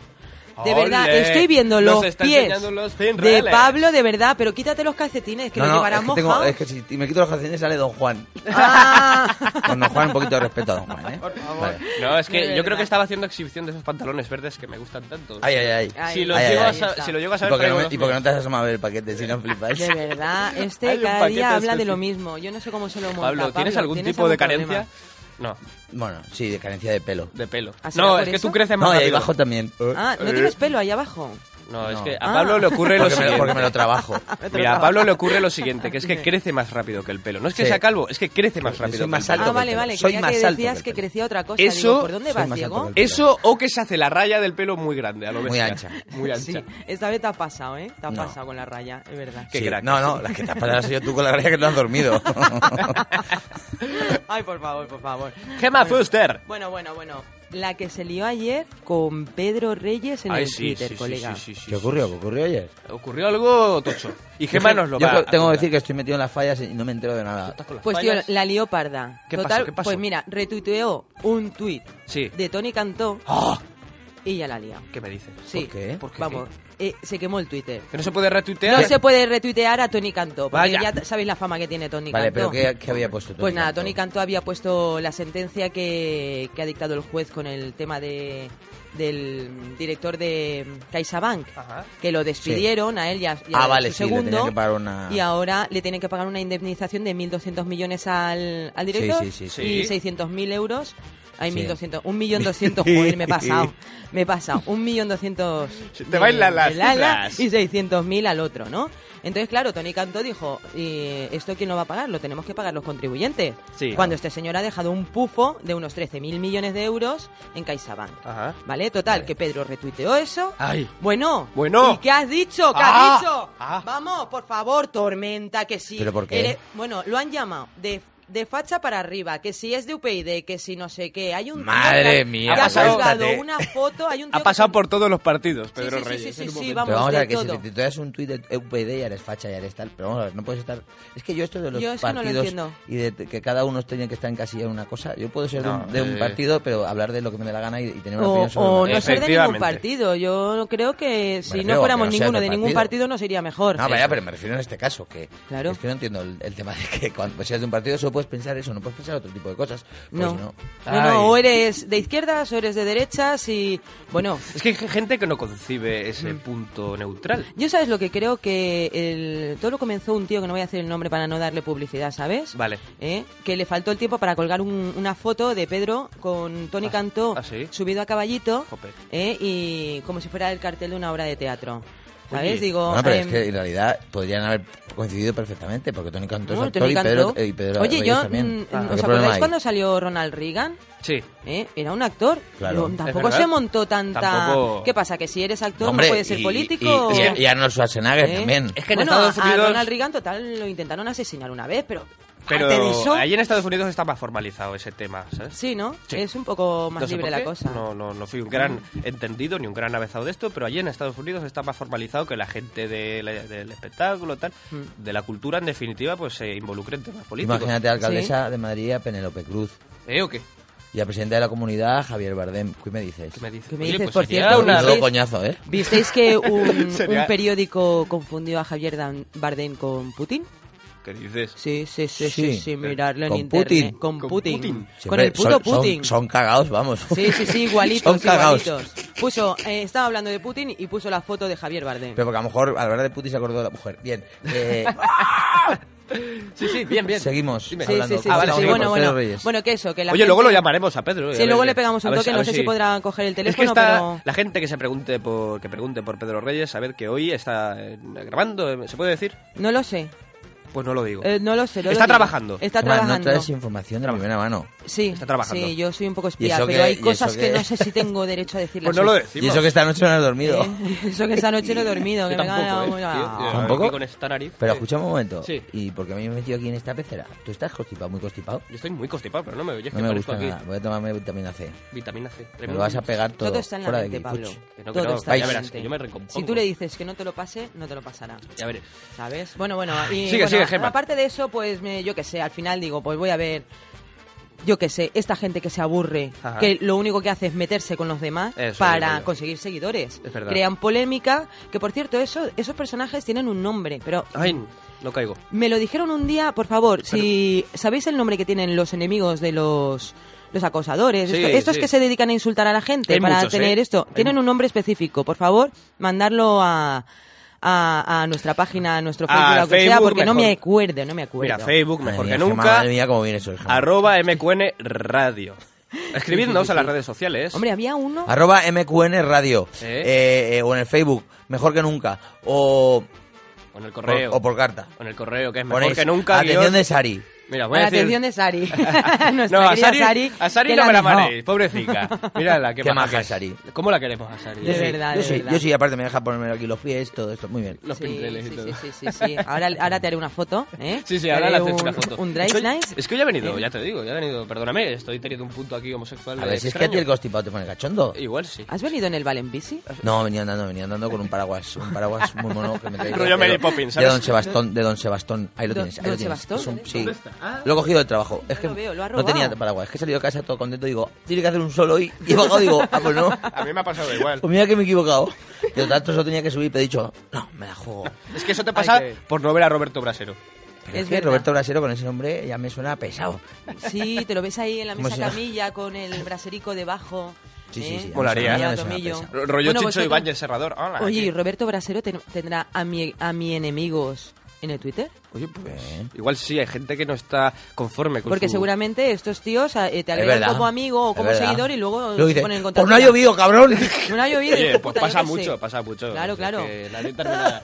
[SPEAKER 4] De
[SPEAKER 2] ¡Ole!
[SPEAKER 4] verdad, estoy viendo
[SPEAKER 2] Nos
[SPEAKER 4] los
[SPEAKER 2] está
[SPEAKER 4] pies
[SPEAKER 2] enseñando los
[SPEAKER 4] de
[SPEAKER 2] pinreles.
[SPEAKER 4] Pablo, de verdad, pero quítate los calcetines que
[SPEAKER 3] no,
[SPEAKER 4] lo
[SPEAKER 3] no,
[SPEAKER 4] llevarás
[SPEAKER 3] es que, tengo-
[SPEAKER 4] mojado.
[SPEAKER 3] es que si me quito los calcetines sale Don Juan.
[SPEAKER 4] Ah.
[SPEAKER 3] [laughs] Con Don Juan, un poquito de respeto a Don Juan, ¿eh? Vale.
[SPEAKER 2] No, es
[SPEAKER 4] De
[SPEAKER 2] que yo
[SPEAKER 4] verdad.
[SPEAKER 2] creo que estaba haciendo exhibición de esos pantalones verdes que me gustan tanto.
[SPEAKER 3] Ay, ay, ay.
[SPEAKER 4] Ay,
[SPEAKER 2] si, lo
[SPEAKER 3] ay,
[SPEAKER 2] llego
[SPEAKER 3] ay,
[SPEAKER 2] a
[SPEAKER 3] ahí
[SPEAKER 2] sa-
[SPEAKER 4] está.
[SPEAKER 2] si lo llego a
[SPEAKER 3] Y
[SPEAKER 2] saber,
[SPEAKER 3] porque, no, me-
[SPEAKER 2] traigo
[SPEAKER 3] y porque no
[SPEAKER 2] los
[SPEAKER 3] te has asomado a ver el paquete, si no
[SPEAKER 4] [laughs]
[SPEAKER 3] flipas.
[SPEAKER 4] De verdad,
[SPEAKER 2] [laughs] Hay
[SPEAKER 4] este
[SPEAKER 2] un
[SPEAKER 4] cada
[SPEAKER 2] paquete
[SPEAKER 4] día habla de
[SPEAKER 2] especial.
[SPEAKER 4] lo mismo. Yo no sé cómo se lo
[SPEAKER 2] míos.
[SPEAKER 4] monta.
[SPEAKER 2] Pablo, ¿tienes algún tipo de carencia?
[SPEAKER 4] problema?
[SPEAKER 2] No,
[SPEAKER 3] Bueno, sí, de carencia de pelo.
[SPEAKER 2] de pelo.
[SPEAKER 4] ¿Ah, será
[SPEAKER 2] No,
[SPEAKER 4] por
[SPEAKER 2] es que
[SPEAKER 4] eso?
[SPEAKER 2] tú creces más
[SPEAKER 3] No, y ahí
[SPEAKER 2] rápido.
[SPEAKER 3] bajo también.
[SPEAKER 4] Ah,
[SPEAKER 3] Eh,
[SPEAKER 4] ¿no tienes pelo ahí abajo?
[SPEAKER 2] No, es
[SPEAKER 3] No.
[SPEAKER 2] que a
[SPEAKER 4] Ah.
[SPEAKER 2] Pablo le
[SPEAKER 3] [laughs]
[SPEAKER 2] ocurre lo
[SPEAKER 3] Porque me,
[SPEAKER 2] siguiente.
[SPEAKER 3] porque me lo
[SPEAKER 4] [laughs]
[SPEAKER 3] trabajo.
[SPEAKER 2] Mira, a Pablo le ocurre lo siguiente, que es que crece más rápido que el pelo. No es que
[SPEAKER 3] Sí.
[SPEAKER 2] sea calvo, es que crece más rápido.
[SPEAKER 3] Soy más
[SPEAKER 2] que el
[SPEAKER 3] alto.
[SPEAKER 2] pelo.
[SPEAKER 4] Ah,
[SPEAKER 3] que el
[SPEAKER 4] vale,
[SPEAKER 3] pelo.
[SPEAKER 4] vale.
[SPEAKER 3] Soy
[SPEAKER 4] Creía
[SPEAKER 3] más
[SPEAKER 4] que
[SPEAKER 3] alto que
[SPEAKER 4] decías
[SPEAKER 3] el
[SPEAKER 4] que
[SPEAKER 3] pelo.
[SPEAKER 4] crecía otra cosa.
[SPEAKER 2] Eso-
[SPEAKER 4] Digo, ¿por dónde
[SPEAKER 3] Soy
[SPEAKER 4] vas,
[SPEAKER 3] más alto
[SPEAKER 4] Diego?
[SPEAKER 3] que el
[SPEAKER 2] Eso o que se hace la raya del pelo muy grande, a lo
[SPEAKER 3] Muy
[SPEAKER 2] bestia.
[SPEAKER 3] ancha.
[SPEAKER 2] Muy ancha.
[SPEAKER 4] [laughs] Sí, esta vez te ha pasado, ¿eh? Te ha
[SPEAKER 3] No.
[SPEAKER 4] pasado con la raya, es verdad.
[SPEAKER 2] Qué
[SPEAKER 3] Sí,
[SPEAKER 2] crack.
[SPEAKER 3] No, no, las que te has pasado has sido tú con la gracia que no has
[SPEAKER 4] [laughs]
[SPEAKER 3] dormido.
[SPEAKER 4] Ay, por favor, por favor.
[SPEAKER 2] Gemma Fuster.
[SPEAKER 4] Bueno, bueno, bueno. La que se lió ayer con Pedro Reyes en
[SPEAKER 2] Ay,
[SPEAKER 4] el
[SPEAKER 2] sí,
[SPEAKER 4] Twitter,
[SPEAKER 2] sí, sí,
[SPEAKER 4] colega.
[SPEAKER 2] sí, sí, sí,
[SPEAKER 3] ¿Qué
[SPEAKER 2] sí.
[SPEAKER 3] ocurrió? ¿Qué ocurrió ayer?
[SPEAKER 2] Ocurrió algo tocho. Y Gemma nos lo
[SPEAKER 3] Yo
[SPEAKER 2] va
[SPEAKER 3] creo-
[SPEAKER 2] a
[SPEAKER 3] tengo que
[SPEAKER 2] contar.
[SPEAKER 3] decir que estoy metido en las fallas y no me entero de nada.
[SPEAKER 2] ¿Estás con las
[SPEAKER 4] Pues tío,
[SPEAKER 2] fallas?
[SPEAKER 4] la lió parda.
[SPEAKER 2] ¿Qué pasó?
[SPEAKER 4] Total,
[SPEAKER 2] ¿Qué pasó?
[SPEAKER 4] Pues mira, retuiteó un tuit
[SPEAKER 2] Sí.
[SPEAKER 4] de Tony Cantó
[SPEAKER 2] ¡Ah!
[SPEAKER 4] y ya la lía.
[SPEAKER 2] ¿Qué me dices?
[SPEAKER 4] Sí.
[SPEAKER 3] qué?
[SPEAKER 2] ¿Por qué?
[SPEAKER 4] Vamos, eh, se quemó el Twitter.
[SPEAKER 2] ¿Que no se puede retuitear?
[SPEAKER 4] No se puede retuitear a Tony Cantó, porque
[SPEAKER 2] Vaya.
[SPEAKER 4] ya sabéis la fama que tiene Tony
[SPEAKER 3] Vale,
[SPEAKER 4] Cantó.
[SPEAKER 3] pero ¿qué, qué había puesto
[SPEAKER 4] Pues nada, Tony
[SPEAKER 3] Cantó? Ah,
[SPEAKER 4] Cantó había puesto la sentencia que, que ha dictado el juez con el tema de, del director de CaixaBank,
[SPEAKER 2] Ajá.
[SPEAKER 4] que lo despidieron a él ya,
[SPEAKER 3] Ah, vale, sí, le
[SPEAKER 4] segundo,
[SPEAKER 3] tenían que pagar una-
[SPEAKER 4] y ahora le tienen que pagar una indemnización de 1.200 millones al, al director
[SPEAKER 3] Sí, sí, sí,
[SPEAKER 4] y
[SPEAKER 2] sí.
[SPEAKER 4] 600.000 euros. Hay
[SPEAKER 3] Sí.
[SPEAKER 4] 1.200,
[SPEAKER 2] [laughs]
[SPEAKER 4] 1.200.000, joder, me he pasado, me he pasado, 1.200.000
[SPEAKER 2] Se te
[SPEAKER 4] de-
[SPEAKER 2] bailan las
[SPEAKER 4] de Lala
[SPEAKER 2] cifras.
[SPEAKER 4] y 600.000 al otro, ¿no? Entonces, claro, Tony Cantó dijo, "Eh, ¿esto quién lo va a pagar? Lo tenemos que pagar los contribuyentes.
[SPEAKER 2] Sí.
[SPEAKER 4] Cuando este señor ha dejado un pufo de unos 13.000 millones de euros en CaixaBank.
[SPEAKER 2] Ajá.
[SPEAKER 4] ¿Vale? Total, que Pedro retuiteó eso.
[SPEAKER 2] Ay.
[SPEAKER 4] Bueno.
[SPEAKER 2] Bueno.
[SPEAKER 4] ¿Y qué has dicho? ¿Qué
[SPEAKER 2] Ah.
[SPEAKER 4] has dicho?
[SPEAKER 2] Ah.
[SPEAKER 4] Vamos, por favor, tormenta, que sí.
[SPEAKER 3] ¿Pero por qué?
[SPEAKER 4] Bueno, lo han llamado de, de facha para arriba, que si es de UPyD, que si no sé qué. Hay un...
[SPEAKER 3] Madre
[SPEAKER 4] que ha-
[SPEAKER 3] mía,
[SPEAKER 4] que ha
[SPEAKER 2] pasado-
[SPEAKER 4] colgado
[SPEAKER 3] Cuéntate.
[SPEAKER 4] una foto, hay un tío
[SPEAKER 2] Ha
[SPEAKER 4] que-
[SPEAKER 2] pasado por todos los partidos,
[SPEAKER 4] Sí,
[SPEAKER 2] Pedro
[SPEAKER 4] sí, sí,
[SPEAKER 2] Reyes. ¿eh?
[SPEAKER 4] sí,
[SPEAKER 2] en un
[SPEAKER 4] sí,
[SPEAKER 2] momento.
[SPEAKER 4] vamos,
[SPEAKER 3] Pero vamos a ver,
[SPEAKER 4] de
[SPEAKER 3] que si
[SPEAKER 4] todo.
[SPEAKER 3] te titulas un tuit de UPD ya eres facha, ya eres tal. Pero vamos a ver, no puedes estar... Es que yo esto de los
[SPEAKER 4] Yo es que no lo
[SPEAKER 3] partidos
[SPEAKER 4] entiendo.
[SPEAKER 3] y de que cada uno tenía que estar en casilla en una cosa. Yo puedo ser de
[SPEAKER 2] No,
[SPEAKER 3] un, de un
[SPEAKER 2] eh.
[SPEAKER 3] partido, pero hablar de lo que me dé la gana y, y tener una
[SPEAKER 4] O,
[SPEAKER 3] opinión sobre...
[SPEAKER 4] o
[SPEAKER 3] una
[SPEAKER 4] no
[SPEAKER 3] cosa.
[SPEAKER 4] ser de ningún
[SPEAKER 2] Efectivamente.
[SPEAKER 4] partido. Yo creo que si
[SPEAKER 3] refiero a
[SPEAKER 4] no fuéramos
[SPEAKER 3] que no seas
[SPEAKER 4] ninguno
[SPEAKER 3] de
[SPEAKER 4] de ningún
[SPEAKER 3] partido.
[SPEAKER 4] partido no sería mejor.
[SPEAKER 3] No, vaya, pero me refiero en este caso, que
[SPEAKER 4] Claro.
[SPEAKER 3] es que no entiendo el, el tema de que cuando seas de un partido solo puedes pensar eso, no puedes pensar otro tipo de cosas. Porque
[SPEAKER 4] No.
[SPEAKER 3] si no,
[SPEAKER 4] No, no,
[SPEAKER 3] Ay.
[SPEAKER 4] o eres de izquierdas o eres de derechas y bueno,
[SPEAKER 2] Es que hay gente que no concibe ese
[SPEAKER 4] Mm.
[SPEAKER 2] punto neutral.
[SPEAKER 4] yo sabes lo que creo que el- todo lo comenzó un tío que no voy a decir el nombre para no darle publicidad, ¿sabes?
[SPEAKER 2] Vale.
[SPEAKER 4] ¿Eh? Que le faltó el tiempo para colgar un- una foto de Pedro con Tony
[SPEAKER 2] Ah,
[SPEAKER 4] Cantó
[SPEAKER 2] ah, ¿sí?
[SPEAKER 4] subido a caballito
[SPEAKER 2] Jope.
[SPEAKER 4] ¿eh? y como si fuera el cartel de una obra de teatro. ¿Sabes?
[SPEAKER 2] Oye.
[SPEAKER 4] Digo,
[SPEAKER 3] Bueno, Ah, pero es
[SPEAKER 4] em,
[SPEAKER 3] que en realidad podrían haber coincidido perfectamente, porque Tony Cantó
[SPEAKER 4] no,
[SPEAKER 3] es actor
[SPEAKER 4] Tony
[SPEAKER 3] y Pedro, eh,
[SPEAKER 4] Cantó.
[SPEAKER 3] y Pedro
[SPEAKER 4] Oye,
[SPEAKER 3] Reyes
[SPEAKER 4] yo,
[SPEAKER 3] también.
[SPEAKER 2] Ah,
[SPEAKER 4] mm,
[SPEAKER 3] ¿Qué
[SPEAKER 4] ¿os
[SPEAKER 3] problema
[SPEAKER 4] acordáis
[SPEAKER 3] hay?
[SPEAKER 4] cuando salió Ronald Reagan?
[SPEAKER 2] Sí.
[SPEAKER 4] ¿eh? Era un actor.
[SPEAKER 3] Claro.
[SPEAKER 4] No,
[SPEAKER 2] Es
[SPEAKER 4] tampoco
[SPEAKER 2] verdad.
[SPEAKER 4] se montó tanta.
[SPEAKER 2] Tampoco-
[SPEAKER 4] ¿Qué pasa? ¿Que si eres actor
[SPEAKER 3] Hombre,
[SPEAKER 4] no puedes ser
[SPEAKER 3] y-
[SPEAKER 4] político?
[SPEAKER 3] Y, y-
[SPEAKER 4] ¿Eh?
[SPEAKER 3] y Arnold Schwarzenegger también.
[SPEAKER 2] Es que en
[SPEAKER 4] Bueno,
[SPEAKER 2] Estados
[SPEAKER 4] a-
[SPEAKER 2] Unidos-
[SPEAKER 4] A Ronald Reagan, total, lo intentaron asesinar una vez, pero.
[SPEAKER 2] Pero
[SPEAKER 4] aparte de eso.
[SPEAKER 2] ahí en Estados Unidos está más formalizado ese tema, ¿sabes?
[SPEAKER 4] Sí, ¿no?
[SPEAKER 2] Sí.
[SPEAKER 4] Es un poco más
[SPEAKER 2] No sé
[SPEAKER 4] libre
[SPEAKER 2] por
[SPEAKER 4] la
[SPEAKER 2] qué,
[SPEAKER 4] cosa.
[SPEAKER 2] No, no, no fui un gran entendido ni un gran avezado de esto, pero allí en Estados Unidos está más formalizado que la gente de la- del espectáculo, tal,
[SPEAKER 4] Mm.
[SPEAKER 2] de la cultura en definitiva, pues se involucre en temas políticos.
[SPEAKER 3] Imagínate a la alcaldesa de Madrid, a Penélope Cruz,
[SPEAKER 2] ¿Eh o qué?
[SPEAKER 3] y al presidente de la comunidad, Javier Bardem. ¿Qué me dices?
[SPEAKER 2] ¿Qué me dices?
[SPEAKER 4] ¿Qué me
[SPEAKER 2] Oye,
[SPEAKER 4] dices,
[SPEAKER 2] pues
[SPEAKER 4] por
[SPEAKER 2] sería
[SPEAKER 4] cierto?
[SPEAKER 2] una-
[SPEAKER 3] Menudo
[SPEAKER 4] ¿Dices?
[SPEAKER 3] coñazo, ¿eh?
[SPEAKER 2] [laughs]
[SPEAKER 4] ¿Visteis que un,
[SPEAKER 2] Sería-
[SPEAKER 4] un periódico confundió a Javier Dan- Bardem con Putin?
[SPEAKER 2] ¿Qué dices?
[SPEAKER 4] Sí, sí, sí,
[SPEAKER 3] Sí.
[SPEAKER 4] sí, sí, mirarlo en
[SPEAKER 3] Con
[SPEAKER 4] internet.
[SPEAKER 3] Putin.
[SPEAKER 4] Con
[SPEAKER 2] Con
[SPEAKER 4] Putin.
[SPEAKER 2] Putin.
[SPEAKER 4] Con
[SPEAKER 3] Siempre
[SPEAKER 4] el puto
[SPEAKER 3] son- son-
[SPEAKER 4] Putin.
[SPEAKER 3] Son, cagados, vamos.
[SPEAKER 4] Sí, sí,
[SPEAKER 2] [laughs]
[SPEAKER 4] sí, igualitos,
[SPEAKER 3] Son cagados.
[SPEAKER 4] igualitos. Puso, eh, estaba hablando de Putin y puso la foto de Javier Bardem.
[SPEAKER 3] [laughs] Pero porque a lo mejor al hablar de Putin se acordó de la mujer. Bien. eh,
[SPEAKER 4] [laughs]
[SPEAKER 2] Sí, sí, bien, bien.
[SPEAKER 3] Seguimos
[SPEAKER 2] Dime.
[SPEAKER 4] Sí,
[SPEAKER 3] hablando.
[SPEAKER 4] sí, sí,
[SPEAKER 2] Ah, vale,
[SPEAKER 4] sí,
[SPEAKER 2] sí,
[SPEAKER 4] bueno,
[SPEAKER 3] Pedro
[SPEAKER 4] bueno,
[SPEAKER 3] Reyes.
[SPEAKER 4] bueno, que eso, que la
[SPEAKER 2] Oye, luego lo
[SPEAKER 4] gente-
[SPEAKER 2] llamaremos a Pedro. eh,
[SPEAKER 4] Sí,
[SPEAKER 2] a
[SPEAKER 4] luego
[SPEAKER 2] ver
[SPEAKER 4] le
[SPEAKER 2] qué-
[SPEAKER 4] pegamos un
[SPEAKER 2] a ver
[SPEAKER 4] toque,
[SPEAKER 2] a
[SPEAKER 4] no
[SPEAKER 2] ver
[SPEAKER 4] sé si podrá coger el
[SPEAKER 2] Es que
[SPEAKER 4] teléfono,
[SPEAKER 2] está
[SPEAKER 4] pero...
[SPEAKER 2] la gente que se pregunte por que pregunte por Pedro Reyes, a ver que hoy está eh, grabando, eh, ¿se puede decir?
[SPEAKER 4] No lo sé.
[SPEAKER 2] Pues no lo digo.
[SPEAKER 4] Eh, no lo sé. no lo
[SPEAKER 2] Está
[SPEAKER 4] digo.
[SPEAKER 2] trabajando.
[SPEAKER 4] Está
[SPEAKER 3] Además,
[SPEAKER 4] trabajando.
[SPEAKER 3] No traes información de primera mano.
[SPEAKER 4] Sí,
[SPEAKER 2] Está trabajando.
[SPEAKER 4] sí, yo soy un poco espía,
[SPEAKER 3] eso
[SPEAKER 4] pero
[SPEAKER 3] que-
[SPEAKER 4] hay
[SPEAKER 3] y
[SPEAKER 4] cosas
[SPEAKER 3] eso
[SPEAKER 4] que...
[SPEAKER 3] que-
[SPEAKER 4] no sé si tengo derecho a decirles.
[SPEAKER 2] pues no lo
[SPEAKER 3] Y
[SPEAKER 2] decimos.
[SPEAKER 3] eso que esta noche no has dormido.
[SPEAKER 4] Eh, [laughs] Eso que esta noche no he dormido, que
[SPEAKER 2] Yo
[SPEAKER 4] me
[SPEAKER 2] tampoco,
[SPEAKER 4] cago en
[SPEAKER 2] ¿eh?
[SPEAKER 4] la-
[SPEAKER 2] Tío, tío,
[SPEAKER 3] ¿Tampoco?
[SPEAKER 2] aquí Con esta nariz. eh,
[SPEAKER 3] Pero
[SPEAKER 2] sí.
[SPEAKER 3] escuchame un momento.
[SPEAKER 2] Sí.
[SPEAKER 3] ¿Y por qué me he metido aquí en esta pecera? ¿Tú estás constipado, muy constipado?
[SPEAKER 2] Yo estoy muy constipado, pero no me oyes
[SPEAKER 3] No
[SPEAKER 2] que
[SPEAKER 3] me
[SPEAKER 2] parezco
[SPEAKER 3] gusta
[SPEAKER 2] aquí.
[SPEAKER 3] nada. Voy a tomarme vitamina C.
[SPEAKER 2] Vitamina C.
[SPEAKER 3] Me lo vas a pegar todo.
[SPEAKER 4] Todo está en la
[SPEAKER 3] fuera de
[SPEAKER 4] mente,
[SPEAKER 3] aquí.
[SPEAKER 4] Pablo.
[SPEAKER 3] Uch.
[SPEAKER 2] Que no, que
[SPEAKER 4] Todo
[SPEAKER 2] no,
[SPEAKER 4] está en
[SPEAKER 3] ya
[SPEAKER 4] la
[SPEAKER 3] verás,
[SPEAKER 4] mente.
[SPEAKER 2] que yo me recompongo.
[SPEAKER 4] Si tú le dices que no te lo pase, no te lo pasará.
[SPEAKER 2] Ya veré.
[SPEAKER 4] ¿Sabes? Bueno, bueno, y
[SPEAKER 2] Sigue,
[SPEAKER 4] bueno,
[SPEAKER 2] sigue, Gemma.
[SPEAKER 4] aparte de eso, pues me- yo qué sé, al final digo, pues voy a ver, yo qué sé, esta gente que se aburre,
[SPEAKER 2] Ajá.
[SPEAKER 4] que lo único que hace es meterse con los demás
[SPEAKER 2] Eso digo
[SPEAKER 4] para
[SPEAKER 2] yo.
[SPEAKER 4] conseguir seguidores.
[SPEAKER 2] Es verdad.
[SPEAKER 4] Crean polémica, que por cierto, eso, esos personajes tienen un nombre, pero
[SPEAKER 2] Ay, no caigo.
[SPEAKER 4] me lo dijeron un día, por favor, si sabéis el nombre que tienen los enemigos de los los acosadores,
[SPEAKER 2] Sí,
[SPEAKER 4] esto- estos
[SPEAKER 2] sí.
[SPEAKER 4] que se dedican a insultar a la gente
[SPEAKER 2] Hay
[SPEAKER 4] para
[SPEAKER 2] muchos,
[SPEAKER 4] tener
[SPEAKER 2] ¿eh?
[SPEAKER 4] esto,
[SPEAKER 2] Hay
[SPEAKER 4] tienen
[SPEAKER 2] mu-
[SPEAKER 4] un nombre específico, por favor, mandarlo a, a, a nuestra página, a nuestro
[SPEAKER 2] A
[SPEAKER 4] Facebook, a lo que sea,
[SPEAKER 2] Ah, Facebook
[SPEAKER 4] porque no
[SPEAKER 2] mejor.
[SPEAKER 4] me acuerdo, no me acuerdo.
[SPEAKER 2] Mira, Facebook, mejor
[SPEAKER 3] Madre
[SPEAKER 2] que
[SPEAKER 3] mía, Gemma,
[SPEAKER 2] nunca.
[SPEAKER 3] Madre mía, cómo viene eso. Gemma.
[SPEAKER 2] Arroba MQN Radio. Escribidnos a las redes sociales.
[SPEAKER 4] Hombre, había uno,
[SPEAKER 3] Arroba MQN Radio.
[SPEAKER 2] ¿Eh?
[SPEAKER 3] Eh, eh, o en el Facebook, mejor que nunca. O,
[SPEAKER 2] o en el
[SPEAKER 3] o-
[SPEAKER 2] correo.
[SPEAKER 3] o por carta.
[SPEAKER 2] Con el correo, que es mejor
[SPEAKER 3] Ponéis,
[SPEAKER 2] que nunca.
[SPEAKER 3] Atención
[SPEAKER 2] guión-
[SPEAKER 3] de Sari.
[SPEAKER 2] Mira, voy
[SPEAKER 4] a
[SPEAKER 2] a
[SPEAKER 4] la
[SPEAKER 2] decir...
[SPEAKER 4] atención
[SPEAKER 2] [laughs]
[SPEAKER 4] de Sari. [laughs]
[SPEAKER 2] No,
[SPEAKER 4] nuestra
[SPEAKER 2] a
[SPEAKER 4] querida
[SPEAKER 2] Sari,
[SPEAKER 4] Sari.
[SPEAKER 2] a Sari
[SPEAKER 4] que
[SPEAKER 2] no me la
[SPEAKER 4] dejó.
[SPEAKER 2] manéis, pobrecita.
[SPEAKER 4] [laughs]
[SPEAKER 2] Mírala, qué,
[SPEAKER 3] Qué maja
[SPEAKER 2] maja es.
[SPEAKER 3] Sari.
[SPEAKER 2] ¿Cómo la queremos a Sari?
[SPEAKER 4] De
[SPEAKER 2] Sí.
[SPEAKER 4] verdad,
[SPEAKER 3] yo
[SPEAKER 4] de
[SPEAKER 3] sí,
[SPEAKER 4] verdad.
[SPEAKER 3] yo sí, aparte me deja ponerme aquí los pies, todo esto. Muy bien.
[SPEAKER 2] Los
[SPEAKER 4] Sí,
[SPEAKER 2] pinceles
[SPEAKER 4] sí,
[SPEAKER 2] y todo.
[SPEAKER 4] sí, sí, sí, sí. Ahora, ahora te haré una foto, ¿eh?
[SPEAKER 2] [laughs] Sí, sí,
[SPEAKER 4] Te
[SPEAKER 2] ahora le
[SPEAKER 4] haré
[SPEAKER 2] haces
[SPEAKER 4] un-
[SPEAKER 2] una foto.
[SPEAKER 4] Un drive
[SPEAKER 2] es que,
[SPEAKER 4] nice. Eh.
[SPEAKER 2] Es que hoy ha venido, ya te digo, ya ha venido. Perdóname, estoy teniendo un punto aquí homosexual.
[SPEAKER 3] A
[SPEAKER 2] eh,
[SPEAKER 3] ver si es que a ti el
[SPEAKER 2] extraño.
[SPEAKER 3] constipado te pone cachondo.
[SPEAKER 2] Igual sí.
[SPEAKER 4] ¿Has venido en el Valen Bici?
[SPEAKER 3] No, venía andando, venía andando con un paraguas, un paraguas muy mono que me traía.
[SPEAKER 2] Rollo Mary
[SPEAKER 3] de,
[SPEAKER 2] Poppins,
[SPEAKER 3] de
[SPEAKER 2] ¿sabes?
[SPEAKER 3] Don Sebastián, de Don Sebastián. Ahí lo
[SPEAKER 4] Don-
[SPEAKER 3] tienes, ahí
[SPEAKER 4] Don
[SPEAKER 3] lo tienes.
[SPEAKER 4] Sebastián,
[SPEAKER 3] Es un-
[SPEAKER 4] ¿dónde
[SPEAKER 3] sí.
[SPEAKER 4] está?
[SPEAKER 2] Ah.
[SPEAKER 3] Lo he cogido del trabajo. Es
[SPEAKER 4] No
[SPEAKER 3] que
[SPEAKER 4] lo veo, lo ha
[SPEAKER 3] no tenía
[SPEAKER 4] robado.
[SPEAKER 3] paraguas, es que he salido de casa todo contento digo, tiene que hacer un solo hoy. Y he bajado digo, ah, pues no.
[SPEAKER 2] A mí me ha pasado [laughs] igual.
[SPEAKER 3] Pues mira que me he equivocado. Y lo tanto solo tenía que subir, pero he dicho, no, me la juego.
[SPEAKER 2] Es que eso te pasa
[SPEAKER 4] Ay, que-
[SPEAKER 2] por no ver a Roberto Brasero.
[SPEAKER 3] Pero
[SPEAKER 4] Es
[SPEAKER 3] es que
[SPEAKER 4] verdad.
[SPEAKER 3] Roberto Brasero con ese nombre ya me suena pesado.
[SPEAKER 4] Sí, te lo ves ahí en la
[SPEAKER 3] ¿Cómo
[SPEAKER 4] mesa
[SPEAKER 3] se llama?
[SPEAKER 4] camilla con el braserico debajo.
[SPEAKER 3] Sí, sí,
[SPEAKER 4] ¿eh?
[SPEAKER 3] sí, ya
[SPEAKER 2] Molaría.
[SPEAKER 4] Tomillo,
[SPEAKER 3] me suena,
[SPEAKER 4] tomillo.
[SPEAKER 3] me suena.
[SPEAKER 2] Ro- Rollo
[SPEAKER 4] Bueno,
[SPEAKER 2] Chicho
[SPEAKER 4] vosotros-
[SPEAKER 2] Ibáñez Serrador. Hola,
[SPEAKER 4] Oye,
[SPEAKER 2] aquí.
[SPEAKER 4] ¿y Roberto Brasero ten- tendrá a mi, a mi enemigos en el Twitter?
[SPEAKER 2] Oye, pues, igual sí, hay gente que no está conforme con
[SPEAKER 4] Porque
[SPEAKER 2] su-
[SPEAKER 4] seguramente estos tíos a- eh, te
[SPEAKER 3] Es
[SPEAKER 4] agregan
[SPEAKER 3] verdad,
[SPEAKER 4] como amigo o
[SPEAKER 3] es
[SPEAKER 4] como
[SPEAKER 3] verdad.
[SPEAKER 4] seguidor y luego
[SPEAKER 3] Luego
[SPEAKER 4] se
[SPEAKER 3] dice,
[SPEAKER 4] ponen en
[SPEAKER 3] pues
[SPEAKER 4] contacto.
[SPEAKER 3] no ha llovido, cabrón.
[SPEAKER 4] [laughs] No ha llovido.
[SPEAKER 2] Oye,
[SPEAKER 4] hijo
[SPEAKER 2] pues
[SPEAKER 4] puta, yo
[SPEAKER 2] pasa
[SPEAKER 4] qué sé.
[SPEAKER 2] mucho, pasa mucho.
[SPEAKER 4] Claro,
[SPEAKER 2] Es
[SPEAKER 4] claro.
[SPEAKER 2] que
[SPEAKER 4] [laughs]
[SPEAKER 2] nadie termina-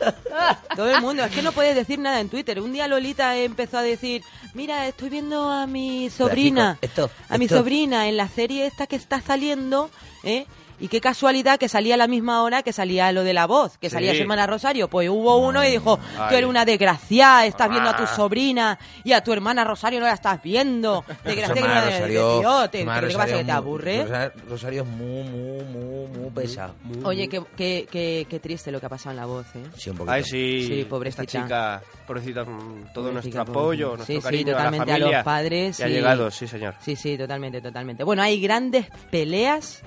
[SPEAKER 4] Todo el mundo. Es que no puedes decir nada en Twitter. Un día Lolita empezó a decir, mira, estoy viendo a mi sobrina.
[SPEAKER 3] Pero, chicos, esto-
[SPEAKER 4] a mi
[SPEAKER 3] esto-
[SPEAKER 4] sobrina en la serie esta que está saliendo, ¿eh? Y qué casualidad que salía a la misma hora que salía lo de la voz, que
[SPEAKER 2] Sí.
[SPEAKER 4] salía Semana Rosario. Pues hubo uno y dijo, tú
[SPEAKER 2] Ay.
[SPEAKER 4] eres una desgraciada, estás viendo a tu
[SPEAKER 2] Ah.
[SPEAKER 4] sobrina y a tu hermana Rosario no la estás
[SPEAKER 2] [laughs]
[SPEAKER 4] viendo. Desgraciada que no la tío, te-
[SPEAKER 3] Hermana
[SPEAKER 4] ¿qué pasa,
[SPEAKER 3] Rosario
[SPEAKER 4] que te
[SPEAKER 3] es muy-
[SPEAKER 4] aburre?
[SPEAKER 3] Rosa- Rosario es muy, muy, muy, muy pesado.
[SPEAKER 4] Oye, qué, qué, qué, qué triste lo que ha pasado en la voz, ¿eh?
[SPEAKER 3] Sí, un poquito.
[SPEAKER 2] Ay, sí.
[SPEAKER 4] Sí, pobrecita.
[SPEAKER 2] Esta chica, pobrecita, mm, todo
[SPEAKER 4] Pobrecita,
[SPEAKER 2] nuestro
[SPEAKER 4] pobrecita.
[SPEAKER 2] apoyo, nuestro
[SPEAKER 4] Sí, sí,
[SPEAKER 2] cariño
[SPEAKER 4] totalmente,
[SPEAKER 2] a
[SPEAKER 4] a
[SPEAKER 2] la
[SPEAKER 4] los
[SPEAKER 2] familia.
[SPEAKER 4] padres,
[SPEAKER 2] Y ha
[SPEAKER 4] sí.
[SPEAKER 2] llegado, sí, señor.
[SPEAKER 4] Sí, sí, totalmente, totalmente. Bueno, hay grandes peleas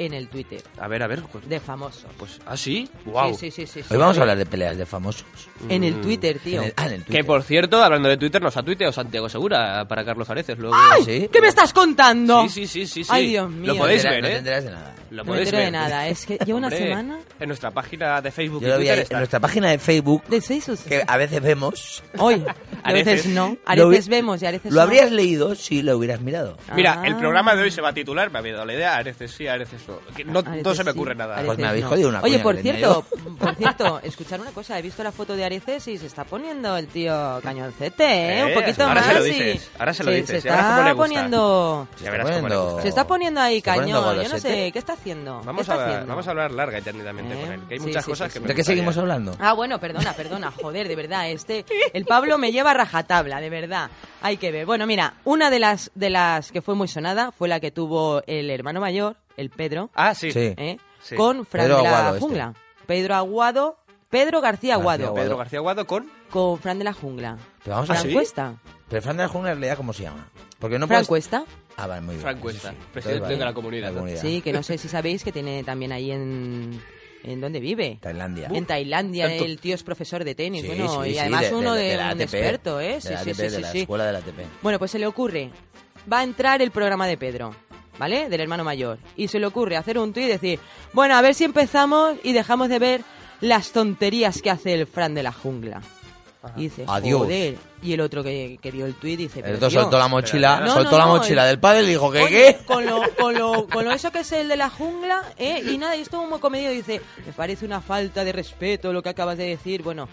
[SPEAKER 4] en el Twitter
[SPEAKER 2] A ver, a ver. Pues,
[SPEAKER 4] de famosos.
[SPEAKER 2] pues- ah, sí. Wow.
[SPEAKER 4] Sí, sí, sí, sí, sí.
[SPEAKER 3] Hoy vamos a hablar de peleas de famosos.
[SPEAKER 4] En
[SPEAKER 2] Mm.
[SPEAKER 4] el Twitter, tío.
[SPEAKER 3] En el- ah, en el
[SPEAKER 2] Que
[SPEAKER 3] Twitter.
[SPEAKER 2] por cierto, hablando de Twitter, nos ha tuiteado Santiago Segura para Carlos Areces. Luego...
[SPEAKER 4] ¡Ay!
[SPEAKER 3] Ah, ¿Sí?
[SPEAKER 4] ¿Qué me estás contando?
[SPEAKER 2] Sí, sí, sí, sí, sí.
[SPEAKER 4] Ay, Dios
[SPEAKER 2] Lo
[SPEAKER 4] mío.
[SPEAKER 3] No te
[SPEAKER 2] podéis
[SPEAKER 3] enteras-
[SPEAKER 2] ver,
[SPEAKER 3] No
[SPEAKER 2] ¿eh?
[SPEAKER 3] te enteras de nada.
[SPEAKER 2] Lo
[SPEAKER 4] No me
[SPEAKER 2] podéis
[SPEAKER 4] entero
[SPEAKER 2] ver.
[SPEAKER 4] de nada. Es que lleva una
[SPEAKER 2] Hombre,
[SPEAKER 4] semana
[SPEAKER 2] En nuestra página de Facebook.
[SPEAKER 3] Yo lo
[SPEAKER 2] y
[SPEAKER 3] vi
[SPEAKER 2] Twitter
[SPEAKER 3] ahí
[SPEAKER 2] está.
[SPEAKER 3] en nuestra página de Facebook,
[SPEAKER 4] de seis sus-
[SPEAKER 3] que a veces vemos.
[SPEAKER 2] [laughs]
[SPEAKER 4] Hoy. A
[SPEAKER 2] Areces.
[SPEAKER 4] veces no. A
[SPEAKER 3] Lo
[SPEAKER 4] veces
[SPEAKER 3] vi-
[SPEAKER 4] vemos y a veces
[SPEAKER 3] Lo
[SPEAKER 4] no.
[SPEAKER 3] habrías leído si lo hubieras mirado.
[SPEAKER 2] Mira,
[SPEAKER 4] Ah.
[SPEAKER 2] el programa de hoy se va a titular, me ha dado la idea, Areces sí, Areces no. Que no,
[SPEAKER 4] Ah, Areces
[SPEAKER 2] no se me
[SPEAKER 4] sí,
[SPEAKER 2] ocurre nada.
[SPEAKER 4] Areces
[SPEAKER 3] Pues me habéis
[SPEAKER 4] no.
[SPEAKER 3] jodido una
[SPEAKER 4] Oye,
[SPEAKER 3] coña
[SPEAKER 4] por
[SPEAKER 3] que tenía
[SPEAKER 4] cierto,
[SPEAKER 2] [laughs]
[SPEAKER 4] por cierto, escuchar una cosa. He visto la foto de Areces y se está poniendo el tío cañoncete, ¿eh? Un
[SPEAKER 2] Eh,
[SPEAKER 4] poquito
[SPEAKER 2] ahora
[SPEAKER 4] más.
[SPEAKER 2] se lo
[SPEAKER 4] y-
[SPEAKER 2] dices, ahora se lo dices, y
[SPEAKER 4] Se
[SPEAKER 2] ahora cómo le
[SPEAKER 4] está
[SPEAKER 2] gusta.
[SPEAKER 4] poniendo...
[SPEAKER 2] Ya verás cómo le
[SPEAKER 3] poniendo-
[SPEAKER 2] gusta.
[SPEAKER 4] Se está poniendo ahí
[SPEAKER 3] está poniendo
[SPEAKER 4] cañón. Yo no
[SPEAKER 3] golosete.
[SPEAKER 4] sé, ¿qué está haciendo? ¿Qué
[SPEAKER 2] Vamos
[SPEAKER 4] está
[SPEAKER 2] a,
[SPEAKER 4] haciendo?
[SPEAKER 2] vamos a hablar larga y tendidamente
[SPEAKER 4] Eh,
[SPEAKER 2] con él. Que hay
[SPEAKER 4] sí,
[SPEAKER 2] muchas
[SPEAKER 4] sí,
[SPEAKER 2] cosas
[SPEAKER 4] sí,
[SPEAKER 2] que
[SPEAKER 4] sí.
[SPEAKER 2] me
[SPEAKER 3] ¿De qué seguimos
[SPEAKER 2] gustaría.
[SPEAKER 3] hablando?
[SPEAKER 4] Ah, bueno, perdona, perdona, joder, de verdad, este, el Pablo me lleva a rajatabla, de verdad, hay que ver. Bueno, mira, una de las, de las que fue muy sonada fue la que tuvo el hermano mayor, el Pedro,
[SPEAKER 2] Ah, sí.
[SPEAKER 3] Sí.
[SPEAKER 4] ¿eh?
[SPEAKER 2] sí.
[SPEAKER 4] con Fran
[SPEAKER 3] Pedro
[SPEAKER 4] de la
[SPEAKER 3] Aguado, este.
[SPEAKER 4] Jungla. Pedro Aguado, Pedro García Aguado,
[SPEAKER 3] García
[SPEAKER 2] Pedro García Guado con...
[SPEAKER 4] con Fran de la Jungla.
[SPEAKER 3] Pero
[SPEAKER 2] ¿Ah,
[SPEAKER 3] vamos a
[SPEAKER 4] Fran
[SPEAKER 3] ver.
[SPEAKER 4] Cuesta,
[SPEAKER 3] Pero Fran de la Jungla en realidad, ¿cómo se llama? Porque no
[SPEAKER 4] Fran
[SPEAKER 3] puedes...
[SPEAKER 4] Cuesta,
[SPEAKER 3] Ah, vale, muy bien.
[SPEAKER 2] Fran
[SPEAKER 3] eso
[SPEAKER 2] Cuesta,
[SPEAKER 3] Entonces,
[SPEAKER 2] presidente de la comunidad.
[SPEAKER 4] sí, que no sé si sabéis que tiene también ahí en, en dónde vive.
[SPEAKER 3] Tailandia.
[SPEAKER 4] En Tailandia,
[SPEAKER 2] Tanto-
[SPEAKER 4] el tío es profesor de tenis,
[SPEAKER 3] Sí,
[SPEAKER 4] bueno,
[SPEAKER 3] sí,
[SPEAKER 4] y
[SPEAKER 3] sí,
[SPEAKER 4] además
[SPEAKER 3] de-
[SPEAKER 4] uno de,
[SPEAKER 3] la
[SPEAKER 4] un
[SPEAKER 3] ATP,
[SPEAKER 4] experto, ¿eh? Sí,
[SPEAKER 3] de la
[SPEAKER 4] sí,
[SPEAKER 3] ATP,
[SPEAKER 4] sí, sí,
[SPEAKER 3] de la
[SPEAKER 4] sí.
[SPEAKER 3] escuela de la ATP.
[SPEAKER 4] Bueno, pues se le ocurre, va a entrar el programa de Pedro, ¿vale? Del hermano mayor. Y se le ocurre hacer un tuit y decir, bueno, a ver si empezamos y dejamos de ver las tonterías que hace el Fran de la jungla. Y dice,
[SPEAKER 3] Adiós.
[SPEAKER 4] joder. Y el otro que, que dio el tuit dice,
[SPEAKER 3] El
[SPEAKER 4] pero
[SPEAKER 3] otro
[SPEAKER 4] tío,
[SPEAKER 3] soltó la
[SPEAKER 2] pero,
[SPEAKER 3] mochila,
[SPEAKER 4] no,
[SPEAKER 3] soltó
[SPEAKER 4] no,
[SPEAKER 3] la
[SPEAKER 4] no,
[SPEAKER 3] mochila
[SPEAKER 4] el-
[SPEAKER 3] del padre y dijo que
[SPEAKER 4] Oye,
[SPEAKER 3] qué.
[SPEAKER 4] Con lo, con, lo, con lo eso que es el de la jungla, ¿eh? y nada, y estuvo muy comedido. Dice, me parece una falta de respeto lo que acabas de decir. Bueno,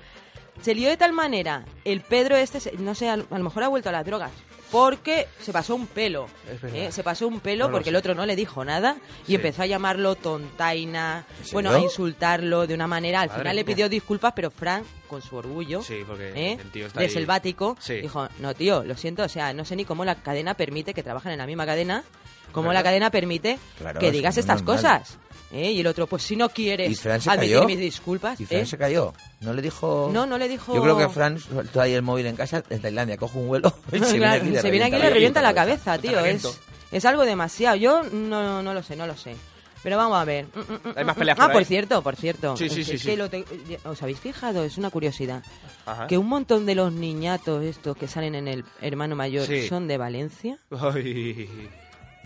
[SPEAKER 4] Se lió de tal manera, el Pedro este, se- no sé, al- a lo mejor ha vuelto a las drogas. Porque se pasó un pelo.
[SPEAKER 2] Es verdad.
[SPEAKER 4] ¿eh? Se pasó un pelo
[SPEAKER 2] No lo
[SPEAKER 4] porque el
[SPEAKER 2] sé.
[SPEAKER 4] otro no le dijo nada y
[SPEAKER 2] Sí.
[SPEAKER 4] empezó a llamarlo tontaina,
[SPEAKER 3] ¿En
[SPEAKER 4] bueno, a
[SPEAKER 3] serio?
[SPEAKER 4] insultarlo de una manera. Al
[SPEAKER 2] Madre
[SPEAKER 4] final le
[SPEAKER 2] mía.
[SPEAKER 4] pidió disculpas, pero Frank, con su orgullo
[SPEAKER 2] Sí, porque
[SPEAKER 4] ¿eh?
[SPEAKER 2] el tío está
[SPEAKER 4] de
[SPEAKER 2] ahí.
[SPEAKER 4] selvático,
[SPEAKER 2] Sí.
[SPEAKER 4] dijo, no tío, lo siento, o sea, no sé ni cómo la cadena permite que trabajen en la misma cadena, cómo
[SPEAKER 2] Claro.
[SPEAKER 4] la cadena permite
[SPEAKER 3] Claro,
[SPEAKER 4] que
[SPEAKER 3] es
[SPEAKER 4] digas
[SPEAKER 3] muy
[SPEAKER 4] estas
[SPEAKER 3] normal.
[SPEAKER 4] cosas. ¿eh? Y el otro, pues si no quieres
[SPEAKER 3] ¿Y Fran se
[SPEAKER 4] admitir
[SPEAKER 3] cayó?
[SPEAKER 4] mis disculpas,
[SPEAKER 3] Y Fran
[SPEAKER 4] ¿eh? [laughs]
[SPEAKER 3] se cayó. No le dijo.
[SPEAKER 4] No, no le dijo-
[SPEAKER 3] Yo creo que Fran soltó ahí el móvil en casa, en Tailandia, cojo un vuelo. [laughs] y
[SPEAKER 4] No,
[SPEAKER 3] se viene
[SPEAKER 4] claro,
[SPEAKER 3] aquí y le
[SPEAKER 4] se viene aquí y le revienta la cabeza, tío. Es, es algo demasiado. Yo no, no lo sé, no lo sé. Pero vamos a ver. Mm, mm, mm,
[SPEAKER 2] Hay más
[SPEAKER 4] mm,
[SPEAKER 2] peleas
[SPEAKER 4] Ah,
[SPEAKER 2] por
[SPEAKER 4] por
[SPEAKER 2] ahí.
[SPEAKER 4] cierto, por cierto.
[SPEAKER 2] Sí, sí,
[SPEAKER 4] Es-
[SPEAKER 2] sí,
[SPEAKER 4] es
[SPEAKER 2] sí.
[SPEAKER 4] que lo te- ¿Os habéis fijado? Es una curiosidad.
[SPEAKER 2] Ajá.
[SPEAKER 4] Que un montón de los niñatos estos que salen en el hermano mayor
[SPEAKER 2] Sí.
[SPEAKER 4] son de Valencia.
[SPEAKER 2] Ay.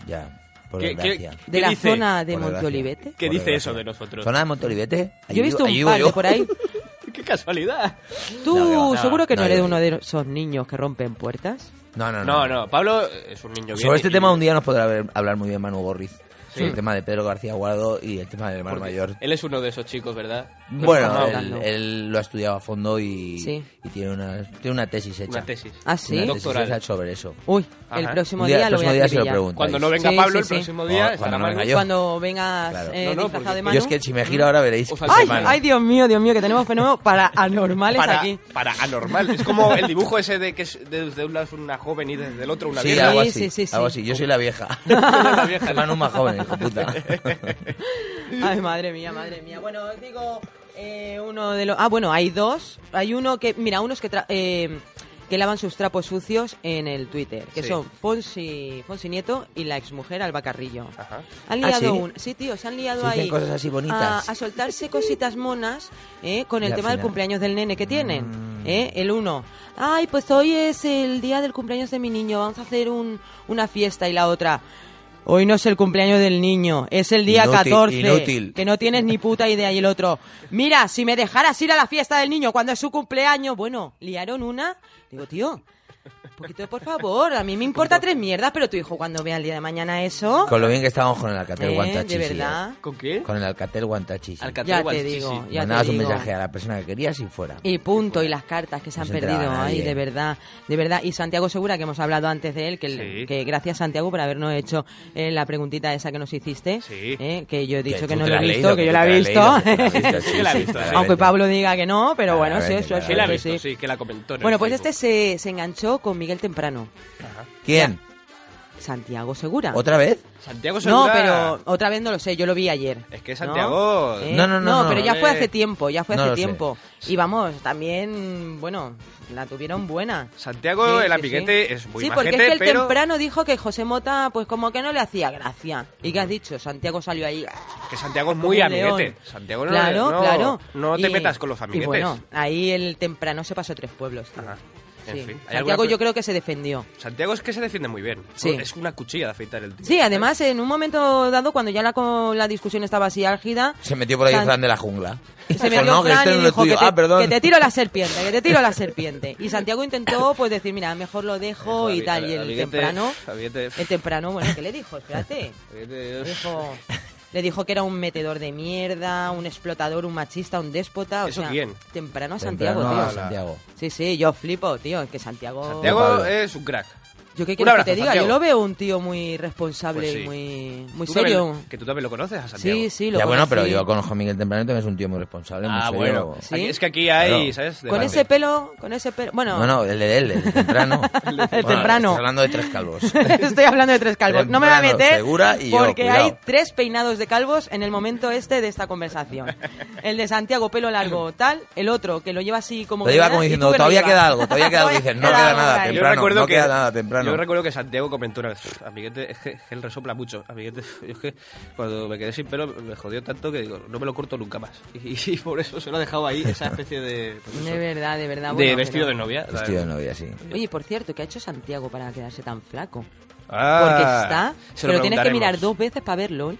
[SPEAKER 3] Ya, por
[SPEAKER 2] ¿Qué- qué-
[SPEAKER 3] desgracia.
[SPEAKER 2] qué
[SPEAKER 4] De la
[SPEAKER 2] dice?
[SPEAKER 4] zona de
[SPEAKER 3] Por desgracia.
[SPEAKER 4] Monteolivete.
[SPEAKER 2] ¿Qué dice
[SPEAKER 3] Por desgracia.
[SPEAKER 2] eso de nosotros?
[SPEAKER 3] ¿Zona de Monteolivete? Allí
[SPEAKER 4] Yo he visto
[SPEAKER 3] vivo- allí
[SPEAKER 4] un
[SPEAKER 3] vivo
[SPEAKER 4] par de
[SPEAKER 3] yo.
[SPEAKER 4] por
[SPEAKER 3] [laughs]
[SPEAKER 4] ahí.
[SPEAKER 2] ¡Qué casualidad!
[SPEAKER 4] Tú
[SPEAKER 3] No, no, no,
[SPEAKER 4] seguro que no,
[SPEAKER 3] no,
[SPEAKER 4] eres
[SPEAKER 3] yo-
[SPEAKER 4] uno de esos niños que rompen puertas.
[SPEAKER 3] No, no,
[SPEAKER 2] No,
[SPEAKER 3] no.
[SPEAKER 2] no, Pablo es un niño bien.
[SPEAKER 3] Sobre este
[SPEAKER 2] y-
[SPEAKER 3] tema un día nos podrá ver- hablar muy bien Manu Gorriz. Sobre el tema de Pedro García Guardo y el tema del hermano
[SPEAKER 2] porque
[SPEAKER 3] mayor.
[SPEAKER 2] Él es uno de esos chicos, ¿verdad?
[SPEAKER 3] Bueno,
[SPEAKER 4] estamos
[SPEAKER 3] él,
[SPEAKER 4] hablando.
[SPEAKER 3] él lo ha estudiado a fondo y,
[SPEAKER 4] Sí.
[SPEAKER 3] y tiene, una, tiene una tesis hecha.
[SPEAKER 2] Una tesis.
[SPEAKER 4] Ah, sí.
[SPEAKER 3] Una tesis
[SPEAKER 2] Doctoral.
[SPEAKER 3] hecha sobre eso.
[SPEAKER 4] Uy,
[SPEAKER 2] Ajá.
[SPEAKER 4] el próximo
[SPEAKER 3] Un día-
[SPEAKER 4] día,
[SPEAKER 3] el
[SPEAKER 4] lo voy
[SPEAKER 3] próximo
[SPEAKER 4] a
[SPEAKER 3] día se lo
[SPEAKER 4] acribillar.
[SPEAKER 3] pregunto.
[SPEAKER 2] Cuando no venga
[SPEAKER 4] Sí,
[SPEAKER 2] Pablo
[SPEAKER 4] sí,
[SPEAKER 2] el
[SPEAKER 4] sí.
[SPEAKER 2] próximo día,
[SPEAKER 3] O
[SPEAKER 2] estará
[SPEAKER 3] cuando no
[SPEAKER 2] Manu.
[SPEAKER 3] venga yo.
[SPEAKER 4] Cuando vengas
[SPEAKER 3] Claro.
[SPEAKER 4] eh,
[SPEAKER 2] No, no,
[SPEAKER 4] disfrazado
[SPEAKER 2] porque-
[SPEAKER 4] de
[SPEAKER 2] Yo
[SPEAKER 4] Manu.
[SPEAKER 3] Yo es que si me giro ahora veréis.
[SPEAKER 2] Os
[SPEAKER 3] que
[SPEAKER 4] ¡Ay!
[SPEAKER 3] es Manu.
[SPEAKER 4] ¡Ay, Dios mío, Dios mío! Que tenemos fenómenos
[SPEAKER 2] [laughs]
[SPEAKER 4] para anormales
[SPEAKER 2] para,
[SPEAKER 4] aquí.
[SPEAKER 2] para anormal. Es como el dibujo ese de que es desde un lado es una joven y desde el otro una
[SPEAKER 3] Sí,
[SPEAKER 2] vieja.
[SPEAKER 3] algo
[SPEAKER 4] Sí,
[SPEAKER 3] así.
[SPEAKER 4] sí, sí, sí.
[SPEAKER 3] algo así. Yo soy la
[SPEAKER 4] [laughs]
[SPEAKER 3] vieja.
[SPEAKER 2] La vieja.
[SPEAKER 3] [laughs] Manu más joven, hijo puta.
[SPEAKER 2] [laughs]
[SPEAKER 4] Ay, madre mía, madre mía. Bueno, os digo, eh, uno de los... Ah, bueno, hay dos. Hay uno que... Mira, unos que, tra- eh, que lavan sus trapos sucios en el Twitter, que
[SPEAKER 2] Sí.
[SPEAKER 4] son Fonsi, Fonsi Nieto y la exmujer Alba Carrillo.
[SPEAKER 2] Ajá.
[SPEAKER 4] Han
[SPEAKER 3] Ah,
[SPEAKER 4] liado
[SPEAKER 3] ¿sí?
[SPEAKER 4] un... Sí, tío, se han liado
[SPEAKER 3] Se dicen
[SPEAKER 4] ahí...
[SPEAKER 3] cosas así bonitas.
[SPEAKER 4] A, a soltarse cositas monas eh, con el
[SPEAKER 3] Y al
[SPEAKER 4] tema del
[SPEAKER 3] final- Mm.
[SPEAKER 4] cumpleaños del nene que tienen. eh, el uno. Ay, pues hoy es el día del cumpleaños de mi niño, vamos a hacer un, una fiesta. Y la otra... Hoy no es el cumpleaños del niño, es el día
[SPEAKER 3] Inútil,
[SPEAKER 4] 14.
[SPEAKER 3] inútil.
[SPEAKER 4] Que no tienes ni puta idea. Y el otro, mira, si me dejaras ir a la fiesta del niño cuando es su cumpleaños. Bueno, liaron una. Digo, tío, un poquito de por favor. A mí me importa tres mierdas, pero tu hijo cuando vea el día de mañana eso.
[SPEAKER 3] Con lo bien que estábamos con el Alcatel
[SPEAKER 4] eh,
[SPEAKER 3] Guantachi.
[SPEAKER 4] de verdad.
[SPEAKER 2] ¿Con qué?
[SPEAKER 3] Con el Alcatel Guantachi. sí.
[SPEAKER 2] Alcatel
[SPEAKER 4] Ya te
[SPEAKER 2] Guanchi,
[SPEAKER 4] digo,
[SPEAKER 2] sí.
[SPEAKER 4] ya
[SPEAKER 3] Mandabas
[SPEAKER 4] te
[SPEAKER 3] un
[SPEAKER 4] digo.
[SPEAKER 3] mensaje a la persona que querías y fuera.
[SPEAKER 4] Y punto, y las cartas que se
[SPEAKER 3] No
[SPEAKER 4] han
[SPEAKER 3] se enteraba
[SPEAKER 4] perdido. Ay,
[SPEAKER 3] nadie.
[SPEAKER 4] de verdad, de verdad. Y Santiago Segura, que hemos hablado antes de él, que, el-
[SPEAKER 2] Sí.
[SPEAKER 4] que gracias Santiago por habernos hecho eh, la preguntita esa que nos hiciste.
[SPEAKER 2] Sí.
[SPEAKER 4] eh, que yo he dicho que,
[SPEAKER 3] tú
[SPEAKER 4] no
[SPEAKER 3] te
[SPEAKER 4] lo
[SPEAKER 3] la
[SPEAKER 4] he
[SPEAKER 3] has
[SPEAKER 4] visto,
[SPEAKER 3] leído,
[SPEAKER 4] que
[SPEAKER 3] que tú
[SPEAKER 4] yo la
[SPEAKER 3] te
[SPEAKER 4] he
[SPEAKER 3] la
[SPEAKER 4] visto.
[SPEAKER 3] has
[SPEAKER 4] [laughs]
[SPEAKER 3] leído,
[SPEAKER 2] [laughs]
[SPEAKER 3] que tú la
[SPEAKER 2] visto,
[SPEAKER 3] has
[SPEAKER 2] sí, sí,
[SPEAKER 3] claramente.
[SPEAKER 4] Aunque Pablo diga que no, pero bueno, sí,
[SPEAKER 2] Sí, la
[SPEAKER 3] Claramente,
[SPEAKER 4] eso,
[SPEAKER 2] ha
[SPEAKER 4] eso,
[SPEAKER 3] claramente.
[SPEAKER 2] visto,
[SPEAKER 4] sí.
[SPEAKER 2] sí, que la comentó. en el
[SPEAKER 4] Bueno, pues este
[SPEAKER 2] Facebook.
[SPEAKER 4] se, se enganchó con Miguel Temprano.
[SPEAKER 3] ¿Quién?
[SPEAKER 4] Santiago Segura.
[SPEAKER 3] ¿Otra vez?
[SPEAKER 2] Santiago
[SPEAKER 4] no,
[SPEAKER 2] Segura.
[SPEAKER 4] pero otra vez no lo sé, yo lo vi ayer.
[SPEAKER 2] Es que
[SPEAKER 4] ¿no?
[SPEAKER 2] Santiago.
[SPEAKER 4] ¿Eh?
[SPEAKER 3] No, no, no, no.
[SPEAKER 4] pero ya fue
[SPEAKER 2] Eh,
[SPEAKER 4] hace tiempo, ya fue
[SPEAKER 3] no
[SPEAKER 4] hace
[SPEAKER 3] lo sé.
[SPEAKER 4] tiempo. Y vamos, también, bueno, la tuvieron buena.
[SPEAKER 2] Santiago,
[SPEAKER 4] Sí,
[SPEAKER 2] el
[SPEAKER 4] sí,
[SPEAKER 2] amiguete,
[SPEAKER 4] sí.
[SPEAKER 2] es muy
[SPEAKER 4] Sí,
[SPEAKER 2] majete,
[SPEAKER 4] porque es que el
[SPEAKER 2] pero...
[SPEAKER 4] temprano dijo que José Mota, pues como que no le hacía gracia. ¿Y qué has dicho? Santiago salió ahí. ah,
[SPEAKER 2] Que Santiago es muy
[SPEAKER 4] como un
[SPEAKER 2] amiguete.
[SPEAKER 4] león.
[SPEAKER 2] Santiago no,
[SPEAKER 4] claro,
[SPEAKER 2] no-
[SPEAKER 4] claro.
[SPEAKER 2] no te
[SPEAKER 4] Y-
[SPEAKER 2] metas con los amiguetes.
[SPEAKER 4] Y bueno, ahí el temprano se pasó tres pueblos. tío.
[SPEAKER 2] Ajá. En
[SPEAKER 4] Sí.
[SPEAKER 2] fin. ¿Hay
[SPEAKER 4] Santiago
[SPEAKER 2] alguna-
[SPEAKER 4] yo creo que se defendió.
[SPEAKER 2] Santiago es que se defiende muy bien.
[SPEAKER 4] Sí.
[SPEAKER 2] Es una cuchilla de afeitar el tío.
[SPEAKER 4] Sí, además, en un momento dado, cuando ya la, co- la discusión estaba así álgida,
[SPEAKER 3] Se metió por ahí
[SPEAKER 4] San-
[SPEAKER 3] el Fran de la jungla.
[SPEAKER 4] se
[SPEAKER 2] Pues
[SPEAKER 3] Dijo,
[SPEAKER 4] metió
[SPEAKER 3] [laughs] no, que
[SPEAKER 4] Fran
[SPEAKER 3] este
[SPEAKER 4] y
[SPEAKER 3] no es
[SPEAKER 4] dijo que
[SPEAKER 3] tuyo.
[SPEAKER 4] te,
[SPEAKER 3] Ah, perdón.
[SPEAKER 4] que te tiro la serpiente, que te tiro la serpiente. Y Santiago intentó, pues, decir, mira, mejor lo dejo y
[SPEAKER 2] Ami-
[SPEAKER 4] tal. Y el
[SPEAKER 2] amiguete-
[SPEAKER 4] temprano,
[SPEAKER 2] amiguete-
[SPEAKER 4] el temprano, bueno, ¿qué le dijo? Espérate.
[SPEAKER 2] amiguete-
[SPEAKER 4] Dijo- le dijo que era un metedor de mierda, un explotador, un machista, un déspota. O
[SPEAKER 2] ¿Eso
[SPEAKER 4] sea,
[SPEAKER 2] quién?
[SPEAKER 4] Temprano a Santiago,
[SPEAKER 3] Temprano a
[SPEAKER 4] tío.
[SPEAKER 3] Santiago.
[SPEAKER 4] Sí, sí, yo flipo, tío. Es que Santiago.
[SPEAKER 2] Santiago
[SPEAKER 3] Pablo.
[SPEAKER 2] es un crack.
[SPEAKER 4] Yo qué
[SPEAKER 2] Un
[SPEAKER 4] quieres que
[SPEAKER 2] abrazo,
[SPEAKER 4] te diga,
[SPEAKER 2] Santiago.
[SPEAKER 4] yo lo veo un tío muy responsable
[SPEAKER 2] Pues sí.
[SPEAKER 4] y muy, muy
[SPEAKER 2] Tú
[SPEAKER 4] serio.
[SPEAKER 2] también- que tú también lo conoces a Santiago.
[SPEAKER 4] Sí, sí, lo
[SPEAKER 3] Ya bueno, pero
[SPEAKER 4] conocí.
[SPEAKER 3] yo conozco a Miguel Temprano, también es un tío muy responsable, muy
[SPEAKER 2] Ah,
[SPEAKER 3] serio.
[SPEAKER 2] bueno.
[SPEAKER 4] Sí.
[SPEAKER 2] Aquí- Es que aquí hay,
[SPEAKER 3] Claro.
[SPEAKER 2] ¿sabes?
[SPEAKER 4] Con
[SPEAKER 2] Debate.
[SPEAKER 4] ese pelo, con ese pelo. Bueno,
[SPEAKER 3] No, no, el de él, el de
[SPEAKER 4] [laughs]
[SPEAKER 3] temprano. Bueno,
[SPEAKER 4] temprano.
[SPEAKER 3] estás hablando de tres
[SPEAKER 4] [laughs]
[SPEAKER 3] calvos.
[SPEAKER 4] Estoy hablando de tres calvos. No me va a
[SPEAKER 3] Temprano,
[SPEAKER 4] meter
[SPEAKER 3] Segura y yo,
[SPEAKER 4] porque
[SPEAKER 3] cuidado.
[SPEAKER 4] hay tres peinados de calvos en el momento este de esta conversación. El de Santiago, pelo largo, tal. El otro, que lo lleva así como...
[SPEAKER 3] Lo
[SPEAKER 4] que
[SPEAKER 3] lleva
[SPEAKER 4] nada,
[SPEAKER 3] como
[SPEAKER 4] y tú
[SPEAKER 3] diciendo,
[SPEAKER 4] que no
[SPEAKER 3] todavía
[SPEAKER 4] llevas.
[SPEAKER 3] queda algo, todavía queda algo. Y dices, no queda
[SPEAKER 4] algo por
[SPEAKER 3] nada,
[SPEAKER 4] ahí.
[SPEAKER 2] Yo
[SPEAKER 3] temprano,
[SPEAKER 2] recuerdo
[SPEAKER 3] no
[SPEAKER 2] que,
[SPEAKER 3] queda nada, temprano.
[SPEAKER 2] Yo recuerdo que Santiago comentó una vez, amiguete, es que, es que él resopla mucho, amiguete, yo es que cuando me quedé sin pelo me jodió tanto que digo, no me lo corto nunca más. Y, y por eso se lo ha dejado ahí esa especie de... pues eso,
[SPEAKER 4] De verdad, de verdad.
[SPEAKER 2] de
[SPEAKER 4] bueno,
[SPEAKER 2] vestido de
[SPEAKER 4] pero-
[SPEAKER 2] novia.
[SPEAKER 3] Vestido de novia, sí.
[SPEAKER 4] Oye, por cierto, ¿qué ha hecho Santiago para quedarse tan flaco? Porque
[SPEAKER 2] Ah,
[SPEAKER 4] está...
[SPEAKER 2] se
[SPEAKER 4] Pero tienes que mirar
[SPEAKER 2] preguntaremos.
[SPEAKER 4] dos veces para verlo. ¿eh?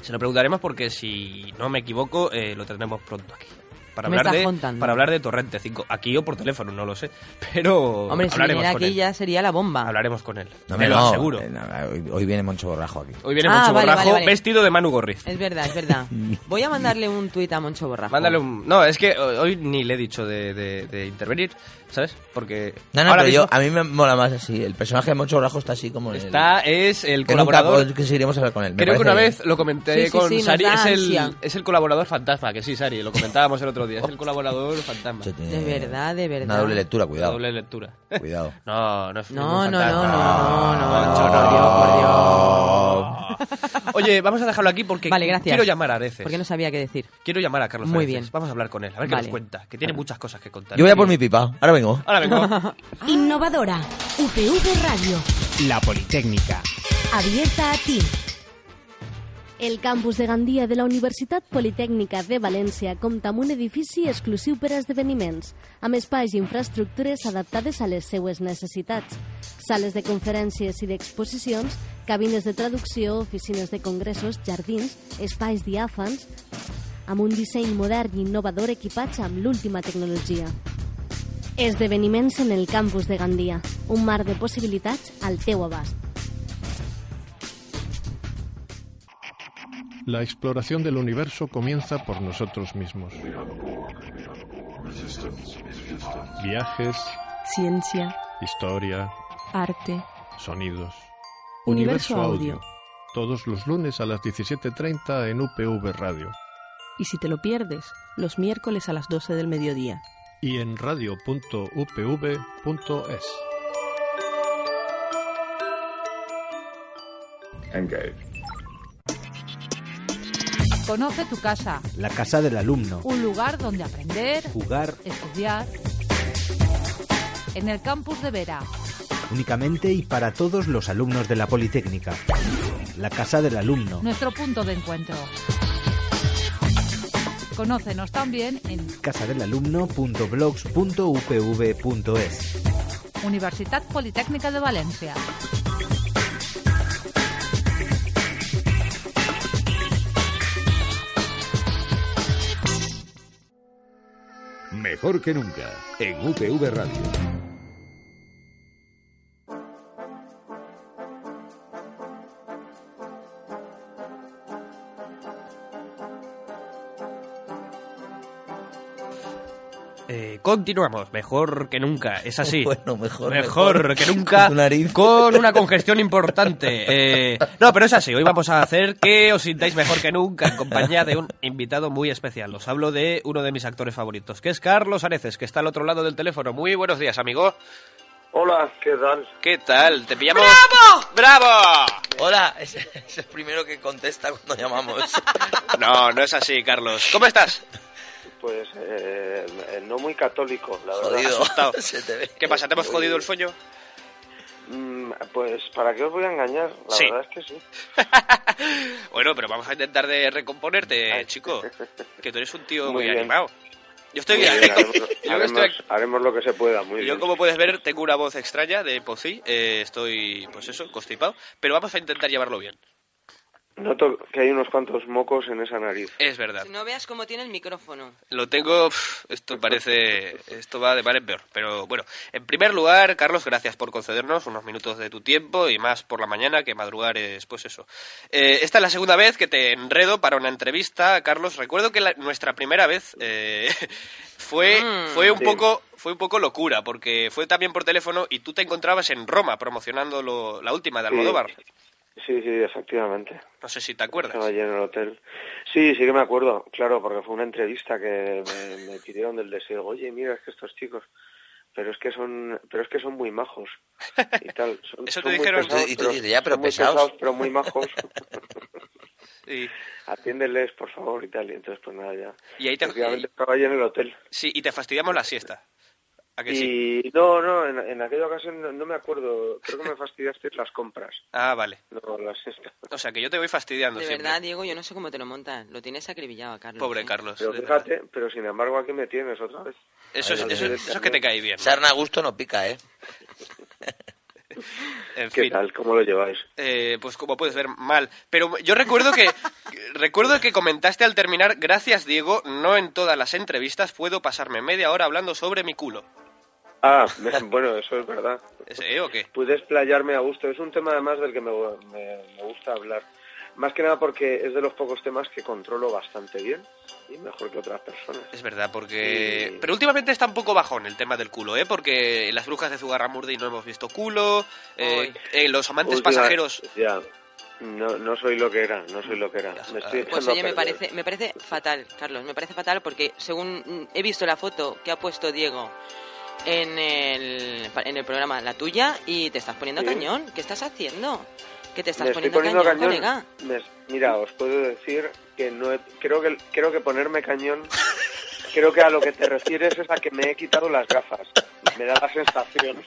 [SPEAKER 2] Se lo preguntaremos porque si no me equivoco eh, lo tendremos pronto aquí. para
[SPEAKER 4] Me
[SPEAKER 2] hablar
[SPEAKER 4] estás
[SPEAKER 2] de
[SPEAKER 4] contando.
[SPEAKER 2] para hablar de Torrente 5, aquí o por teléfono, no lo sé, pero
[SPEAKER 4] Hombre, si
[SPEAKER 2] hablaremos
[SPEAKER 4] viniera
[SPEAKER 2] con
[SPEAKER 4] aquí
[SPEAKER 2] él.
[SPEAKER 4] ya sería la bomba.
[SPEAKER 2] Hablaremos con él.
[SPEAKER 3] No,
[SPEAKER 2] Te
[SPEAKER 3] me
[SPEAKER 2] lo
[SPEAKER 3] no,
[SPEAKER 2] aseguro.
[SPEAKER 3] eh, no, hoy, hoy viene Moncho Borrajo aquí.
[SPEAKER 2] Hoy viene
[SPEAKER 4] Ah,
[SPEAKER 2] Moncho
[SPEAKER 4] vale,
[SPEAKER 2] Borrajo
[SPEAKER 4] vale, vale.
[SPEAKER 2] vestido de Manu Gorriz.
[SPEAKER 4] Es verdad,
[SPEAKER 3] [laughs]
[SPEAKER 4] es verdad. Voy a mandarle un tuit a Moncho Borrajo.
[SPEAKER 2] Mándale un... No, es que hoy ni le he dicho de, de- de intervenir, ¿sabes? Porque
[SPEAKER 3] No, no,
[SPEAKER 2] ahora
[SPEAKER 3] pero
[SPEAKER 2] mismo
[SPEAKER 3] yo, a mí me mola más así. El personaje de Moncho Borrajo está así como en el-
[SPEAKER 2] está, es el
[SPEAKER 3] que nunca
[SPEAKER 2] colaborador...
[SPEAKER 3] pod- que seguiremos a hablar con él. me
[SPEAKER 2] Creo que
[SPEAKER 3] parece
[SPEAKER 2] una
[SPEAKER 3] bien.
[SPEAKER 2] vez lo comenté
[SPEAKER 4] Sí, sí,
[SPEAKER 2] con
[SPEAKER 4] sí, nos
[SPEAKER 2] Sari,
[SPEAKER 4] da
[SPEAKER 2] es el,
[SPEAKER 4] ansia.
[SPEAKER 2] es el colaborador fantasma, que sí, Sari, lo comentábamos el otro día, es el colaborador fantasma.
[SPEAKER 3] Moncho tiene
[SPEAKER 4] De verdad, de verdad.
[SPEAKER 3] Una doble lectura, cuidado.
[SPEAKER 2] Doble lectura.
[SPEAKER 3] Cuidado.
[SPEAKER 2] No, no es
[SPEAKER 4] No,
[SPEAKER 2] ningún
[SPEAKER 4] no, no, no,
[SPEAKER 2] fantasma.
[SPEAKER 4] no,
[SPEAKER 3] Ah,
[SPEAKER 4] no,
[SPEAKER 2] Moncho,
[SPEAKER 4] no, por Dios, por Dios.
[SPEAKER 2] Oye, vamos a dejarlo aquí porque
[SPEAKER 4] Vale, gracias.
[SPEAKER 2] quiero llamar a Areces.
[SPEAKER 4] Porque no sabía qué decir.
[SPEAKER 2] Quiero llamar a Carlos
[SPEAKER 4] Muy
[SPEAKER 2] Areces.
[SPEAKER 4] bien.
[SPEAKER 2] Vamos a hablar con él, a ver qué
[SPEAKER 4] Vale.
[SPEAKER 2] nos cuenta, que tiene muchas cosas que contar.
[SPEAKER 3] Yo voy a por mi pipa. Ahora vengo.
[SPEAKER 2] Ahora vengo.
[SPEAKER 5] Ah. Innovadora. UPV Radio.
[SPEAKER 6] La Politécnica.
[SPEAKER 5] Abierta a ti. El campus de Gandia de la Universitat Politécnica de València compta amb un edifici exclusiu per a esdeveniments, amb espais i infraestructures adaptades a les seues necessitats, sales de conferències i d'exposicions, cabines de traducció, oficines de congressos, jardins, espais diàfans, amb un disseny modern i innovador equipats amb l'última tecnologia. Esdeveniments en el campus de Gandia, un mar de possibilitats al teu abast.
[SPEAKER 7] La exploración del universo comienza por nosotros mismos. Viajes,
[SPEAKER 8] Ciencia,
[SPEAKER 7] historia,
[SPEAKER 8] arte.
[SPEAKER 7] sonidos.
[SPEAKER 8] Universo Audio.
[SPEAKER 7] Todos los lunes a las 17.30 en UPV Radio
[SPEAKER 8] Y si te lo pierdes, los miércoles a las 12 del mediodía.
[SPEAKER 7] y en radio.upv.es.
[SPEAKER 9] Conoce tu casa,
[SPEAKER 6] La casa del alumno.
[SPEAKER 9] un lugar donde aprender,
[SPEAKER 6] Jugar
[SPEAKER 9] estudiar. En el campus de Vera,
[SPEAKER 6] únicamente y para todos los alumnos de la Politécnica. La casa del alumno.
[SPEAKER 9] nuestro punto de encuentro. Conócenos también en
[SPEAKER 6] casadelalumno.blogs.upv.es.
[SPEAKER 9] Universidad Politécnica de Valencia.
[SPEAKER 1] Mejor que nunca en UPV Radio.
[SPEAKER 2] Eh, continuamos, mejor que nunca, es así.
[SPEAKER 3] [laughs] Bueno, mejor,
[SPEAKER 2] Ah, Mejor,
[SPEAKER 3] mejor.
[SPEAKER 2] que nunca.
[SPEAKER 3] Con tu nariz.
[SPEAKER 2] Con una congestión importante. Eh, no, pero es así, hoy vamos a hacer que os sintáis mejor que nunca en compañía de un invitado muy especial. Os hablo de uno de mis actores favoritos, que es Carlos Areces, que está al otro lado del teléfono. Muy buenos días, amigo.
[SPEAKER 10] Hola, ¿qué tal?
[SPEAKER 2] ¿Qué tal? ¿Te pillamos? ¡Bravo! ¡Bravo!
[SPEAKER 3] Hola, es, es el primero que contesta cuando
[SPEAKER 2] [laughs]
[SPEAKER 3] llamamos.
[SPEAKER 2] No, no es así, Carlos. ¿Cómo estás?
[SPEAKER 10] Pues eh, eh, no muy católico, la verdad.
[SPEAKER 3] Jodido.
[SPEAKER 2] asustado.
[SPEAKER 3] [laughs] Se te ve.
[SPEAKER 2] ¿Qué pasa? ¿Te hemos jodido el sueño?
[SPEAKER 10] Mm, pues para qué os voy a engañar, la
[SPEAKER 2] Sí.
[SPEAKER 10] verdad es que sí.
[SPEAKER 2] Bueno, pero vamos a intentar de recomponerte, Eh,
[SPEAKER 10] [laughs]
[SPEAKER 2] chico. Que tú eres un tío muy,
[SPEAKER 10] Muy bien.
[SPEAKER 2] animado. Yo estoy
[SPEAKER 10] Muy
[SPEAKER 2] bien.
[SPEAKER 10] bien, haremos,
[SPEAKER 2] [laughs] Yo
[SPEAKER 10] haremos-
[SPEAKER 2] estoy aquí.
[SPEAKER 10] haremos lo que se pueda, muy
[SPEAKER 2] Yo,
[SPEAKER 10] bien.
[SPEAKER 2] como puedes ver, tengo una voz extraña de pocí. eh, estoy, pues eso, constipado. Pero vamos a intentar llevarlo bien.
[SPEAKER 10] Noto que hay unos cuantos mocos en esa nariz.
[SPEAKER 2] Es verdad.
[SPEAKER 4] No veas cómo tiene el micrófono.
[SPEAKER 2] Lo tengo. pf, Esto parece. Esto va de mal en peor. Pero bueno, en primer lugar, Carlos, gracias por concedernos unos minutos de tu tiempo y más por la mañana que madrugar es, pues eso. Eh, esta es la segunda vez que te enredo para una entrevista, Carlos. Recuerdo que la- nuestra primera vez eh, [laughs] fue,
[SPEAKER 4] Mm.
[SPEAKER 2] fue un
[SPEAKER 10] Sí.
[SPEAKER 2] poco. Fue un poco locura, porque fue también por teléfono y tú te encontrabas en Roma promocionando lo- la última de
[SPEAKER 10] Sí.
[SPEAKER 2] Almodóvar.
[SPEAKER 10] Sí, sí, efectivamente.
[SPEAKER 2] No sé si te acuerdas.
[SPEAKER 10] Estaba allí en el hotel. Sí, sí que me acuerdo, claro, porque fue una entrevista que me, me pidieron del deseo. Oye, mira, es que estos chicos, pero es que son, pero es que son muy majos y
[SPEAKER 2] [laughs]
[SPEAKER 10] tal. Son,
[SPEAKER 2] Eso te
[SPEAKER 10] son muy
[SPEAKER 2] dijeron.
[SPEAKER 10] pesados,
[SPEAKER 3] Y tú dices, ya, pero
[SPEAKER 10] son muy
[SPEAKER 3] pesados.
[SPEAKER 10] pero muy majos.
[SPEAKER 2] Y,
[SPEAKER 10] Atiéndeles, por favor, y tal. Y entonces, pues nada, ya.
[SPEAKER 2] y ahí te,
[SPEAKER 10] Efectivamente, estaba allí en el hotel.
[SPEAKER 2] sí, y te fastidiamos la siesta. ¿A que
[SPEAKER 10] y
[SPEAKER 2] sí?
[SPEAKER 10] no, no, en, en aquella ocasión no, no me acuerdo. Creo que me fastidiaste las compras.
[SPEAKER 2] Ah, vale.
[SPEAKER 10] No, las estas.
[SPEAKER 2] O sea, que yo te voy fastidiando
[SPEAKER 4] De
[SPEAKER 2] siempre.
[SPEAKER 4] verdad, Diego, yo no sé cómo te lo montas. Lo tienes acribillado a Carlos.
[SPEAKER 2] Pobre
[SPEAKER 4] ¿eh?
[SPEAKER 2] Carlos.
[SPEAKER 10] Pero
[SPEAKER 2] de verdad.
[SPEAKER 10] fíjate, pero sin embargo aquí me tienes otra vez.
[SPEAKER 2] Eso es,
[SPEAKER 10] Ay,
[SPEAKER 2] eso,
[SPEAKER 10] no,
[SPEAKER 2] es- eso es que te cae bien. ¿no?
[SPEAKER 3] Sarna a gusto no pica, ¿eh?
[SPEAKER 2] En
[SPEAKER 10] ¿Qué
[SPEAKER 2] fin.
[SPEAKER 10] tal? ¿Cómo lo lleváis?
[SPEAKER 2] Eh, pues como puedes ver, mal. Pero yo recuerdo que [laughs] recuerdo que comentaste al terminar, gracias Diego, no en todas las entrevistas puedo pasarme media hora hablando sobre mi culo.
[SPEAKER 10] Ah, me- [laughs] bueno, eso es verdad.
[SPEAKER 2] ¿Es, eh, o qué?
[SPEAKER 10] Pude explayarme a gusto. Es un tema además del que me, gu- me- me gusta hablar. Más que nada porque es de los pocos temas que controlo bastante bien y mejor que otras personas.
[SPEAKER 2] Es verdad, porque...
[SPEAKER 10] Sí.
[SPEAKER 2] Pero últimamente está un poco bajón el tema del culo, ¿eh? Porque en las brujas de Zugarramurdi no hemos visto culo, eh, en los amantes
[SPEAKER 10] Última-
[SPEAKER 2] pasajeros...
[SPEAKER 10] Ya. No, no soy lo que era, no soy lo que era.
[SPEAKER 2] eh,
[SPEAKER 10] Me estoy
[SPEAKER 4] Pues
[SPEAKER 10] echando a
[SPEAKER 4] oye, me
[SPEAKER 10] perder.
[SPEAKER 4] parece, me parece fatal, Carlos, me parece fatal porque según mm, he visto la foto que ha puesto Diego en el, en el programa, la tuya, y te estás poniendo
[SPEAKER 10] Sí.
[SPEAKER 4] cañón. ¿Qué estás haciendo? Que te estás
[SPEAKER 10] Me estoy
[SPEAKER 4] poniendo, cañón,
[SPEAKER 10] [laughs]
[SPEAKER 4] colega.
[SPEAKER 10] Me- mira, os puedo decir que no he- creo que creo que
[SPEAKER 2] [laughs]
[SPEAKER 10] ponerme cañón creo que a lo que te refieres es a que me he quitado las gafas. Me da la sensación.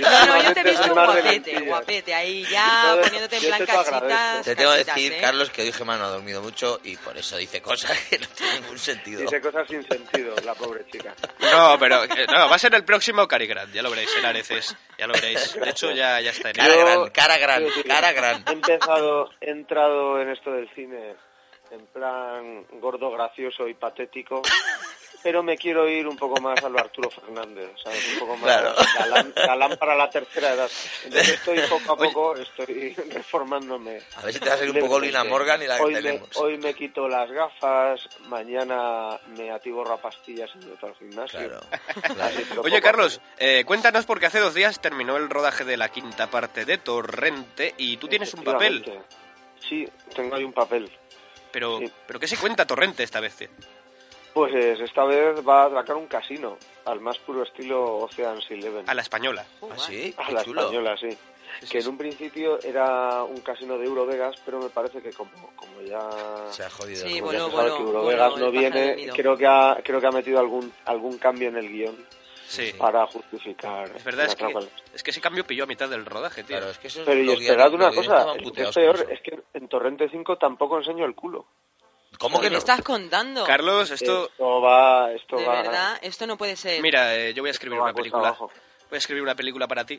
[SPEAKER 4] No, no, yo te he
[SPEAKER 10] Normalmente soy
[SPEAKER 4] visto
[SPEAKER 10] más de
[SPEAKER 4] guapete,
[SPEAKER 10] lentillas.
[SPEAKER 4] guapete, ahí ya
[SPEAKER 10] Entonces,
[SPEAKER 4] poniéndote en
[SPEAKER 10] yo
[SPEAKER 4] plan
[SPEAKER 10] te lo agradezco.
[SPEAKER 4] casitas.
[SPEAKER 3] Te tengo que
[SPEAKER 4] casitas,
[SPEAKER 3] decir,
[SPEAKER 4] ¿eh?
[SPEAKER 3] Carlos, que hoy Gemma no ha dormido mucho y por eso dice cosas que no tienen ningún sentido.
[SPEAKER 10] Dice cosas sin sentido, la pobre chica.
[SPEAKER 2] No, pero eh, no, va a ser el próximo Carigrand, ya lo veréis, en Areces, ya lo veréis. De hecho, ya, ya está en
[SPEAKER 3] Cara
[SPEAKER 10] Yo-
[SPEAKER 3] gran, cara gran,
[SPEAKER 10] yo-
[SPEAKER 3] cara gran.
[SPEAKER 10] He empezado, he entrado en esto del cine en plan gordo, gracioso y patético, pero me quiero ir un poco más a lo Arturo Fernández, ¿sabes? Un poco más
[SPEAKER 3] Claro.
[SPEAKER 10] galán, galán para la tercera edad.
[SPEAKER 2] [laughs]
[SPEAKER 10] Entonces estoy poco a poco, estoy [laughs] reformándome.
[SPEAKER 3] A ver si te va a salir un poco Lina Morgan y la que
[SPEAKER 10] hoy me,
[SPEAKER 3] tenemos.
[SPEAKER 10] hoy me quito las gafas, mañana me atiborro a pastillas y me meto al gimnasio.
[SPEAKER 3] Claro,
[SPEAKER 10] Así,
[SPEAKER 3] claro.
[SPEAKER 10] pero poco a
[SPEAKER 2] Oye, Carlos, eh, cuéntanos porque hace dos días terminó el rodaje de la quinta parte de Torrente y tú tienes un papel.
[SPEAKER 10] Efectivamente. Sí, tengo ahí un papel.
[SPEAKER 2] Pero,
[SPEAKER 10] Sí.
[SPEAKER 2] pero ¿qué se cuenta Torrente esta vez? eh, tío?
[SPEAKER 10] Pues es, esta vez va a atracar un casino, al más puro estilo Ocean's Eleven.
[SPEAKER 2] A la española.
[SPEAKER 4] Uh,
[SPEAKER 3] ¿Ah, sí?
[SPEAKER 10] A
[SPEAKER 3] Qué
[SPEAKER 10] la
[SPEAKER 3] chulo.
[SPEAKER 10] española, sí. Que en un principio era un casino de Eurovegas, pero me parece que como, como ya...
[SPEAKER 3] Se ha jodido.
[SPEAKER 4] Sí,
[SPEAKER 3] el
[SPEAKER 10] como ya
[SPEAKER 4] voló,
[SPEAKER 10] se sabe
[SPEAKER 4] voló,
[SPEAKER 10] que Eurovegas
[SPEAKER 4] voló
[SPEAKER 10] no
[SPEAKER 4] el pájaro
[SPEAKER 10] viene,
[SPEAKER 4] dormido.
[SPEAKER 10] creo que, ha, creo que ha metido algún, algún cambio en el guión
[SPEAKER 2] Sí.
[SPEAKER 10] para justificar...
[SPEAKER 2] Es verdad,
[SPEAKER 10] la
[SPEAKER 2] es que,
[SPEAKER 10] atrapa.
[SPEAKER 2] es que ese cambio pilló a mitad del rodaje, tío.
[SPEAKER 3] Claro, es que eso es
[SPEAKER 10] Pero y
[SPEAKER 3] lo
[SPEAKER 10] esperad
[SPEAKER 3] que-
[SPEAKER 10] una
[SPEAKER 3] lo que yo
[SPEAKER 10] cosa,
[SPEAKER 3] estaba
[SPEAKER 10] es que es
[SPEAKER 3] puteados
[SPEAKER 10] peor,
[SPEAKER 3] con eso.
[SPEAKER 10] es que en Torrente 5 tampoco enseño el culo.
[SPEAKER 3] ¿Cómo
[SPEAKER 4] ¿Qué
[SPEAKER 3] que
[SPEAKER 4] me
[SPEAKER 3] no?
[SPEAKER 4] estás contando?
[SPEAKER 2] Carlos, esto...
[SPEAKER 10] Eh, va... Esto
[SPEAKER 4] de
[SPEAKER 10] va
[SPEAKER 4] verdad, esto no puede ser.
[SPEAKER 2] Mira, eh, yo voy a
[SPEAKER 10] esto
[SPEAKER 2] escribir
[SPEAKER 10] va
[SPEAKER 2] una
[SPEAKER 10] cuesta
[SPEAKER 2] película.
[SPEAKER 10] pues abajo.
[SPEAKER 2] Voy a escribir una película para ti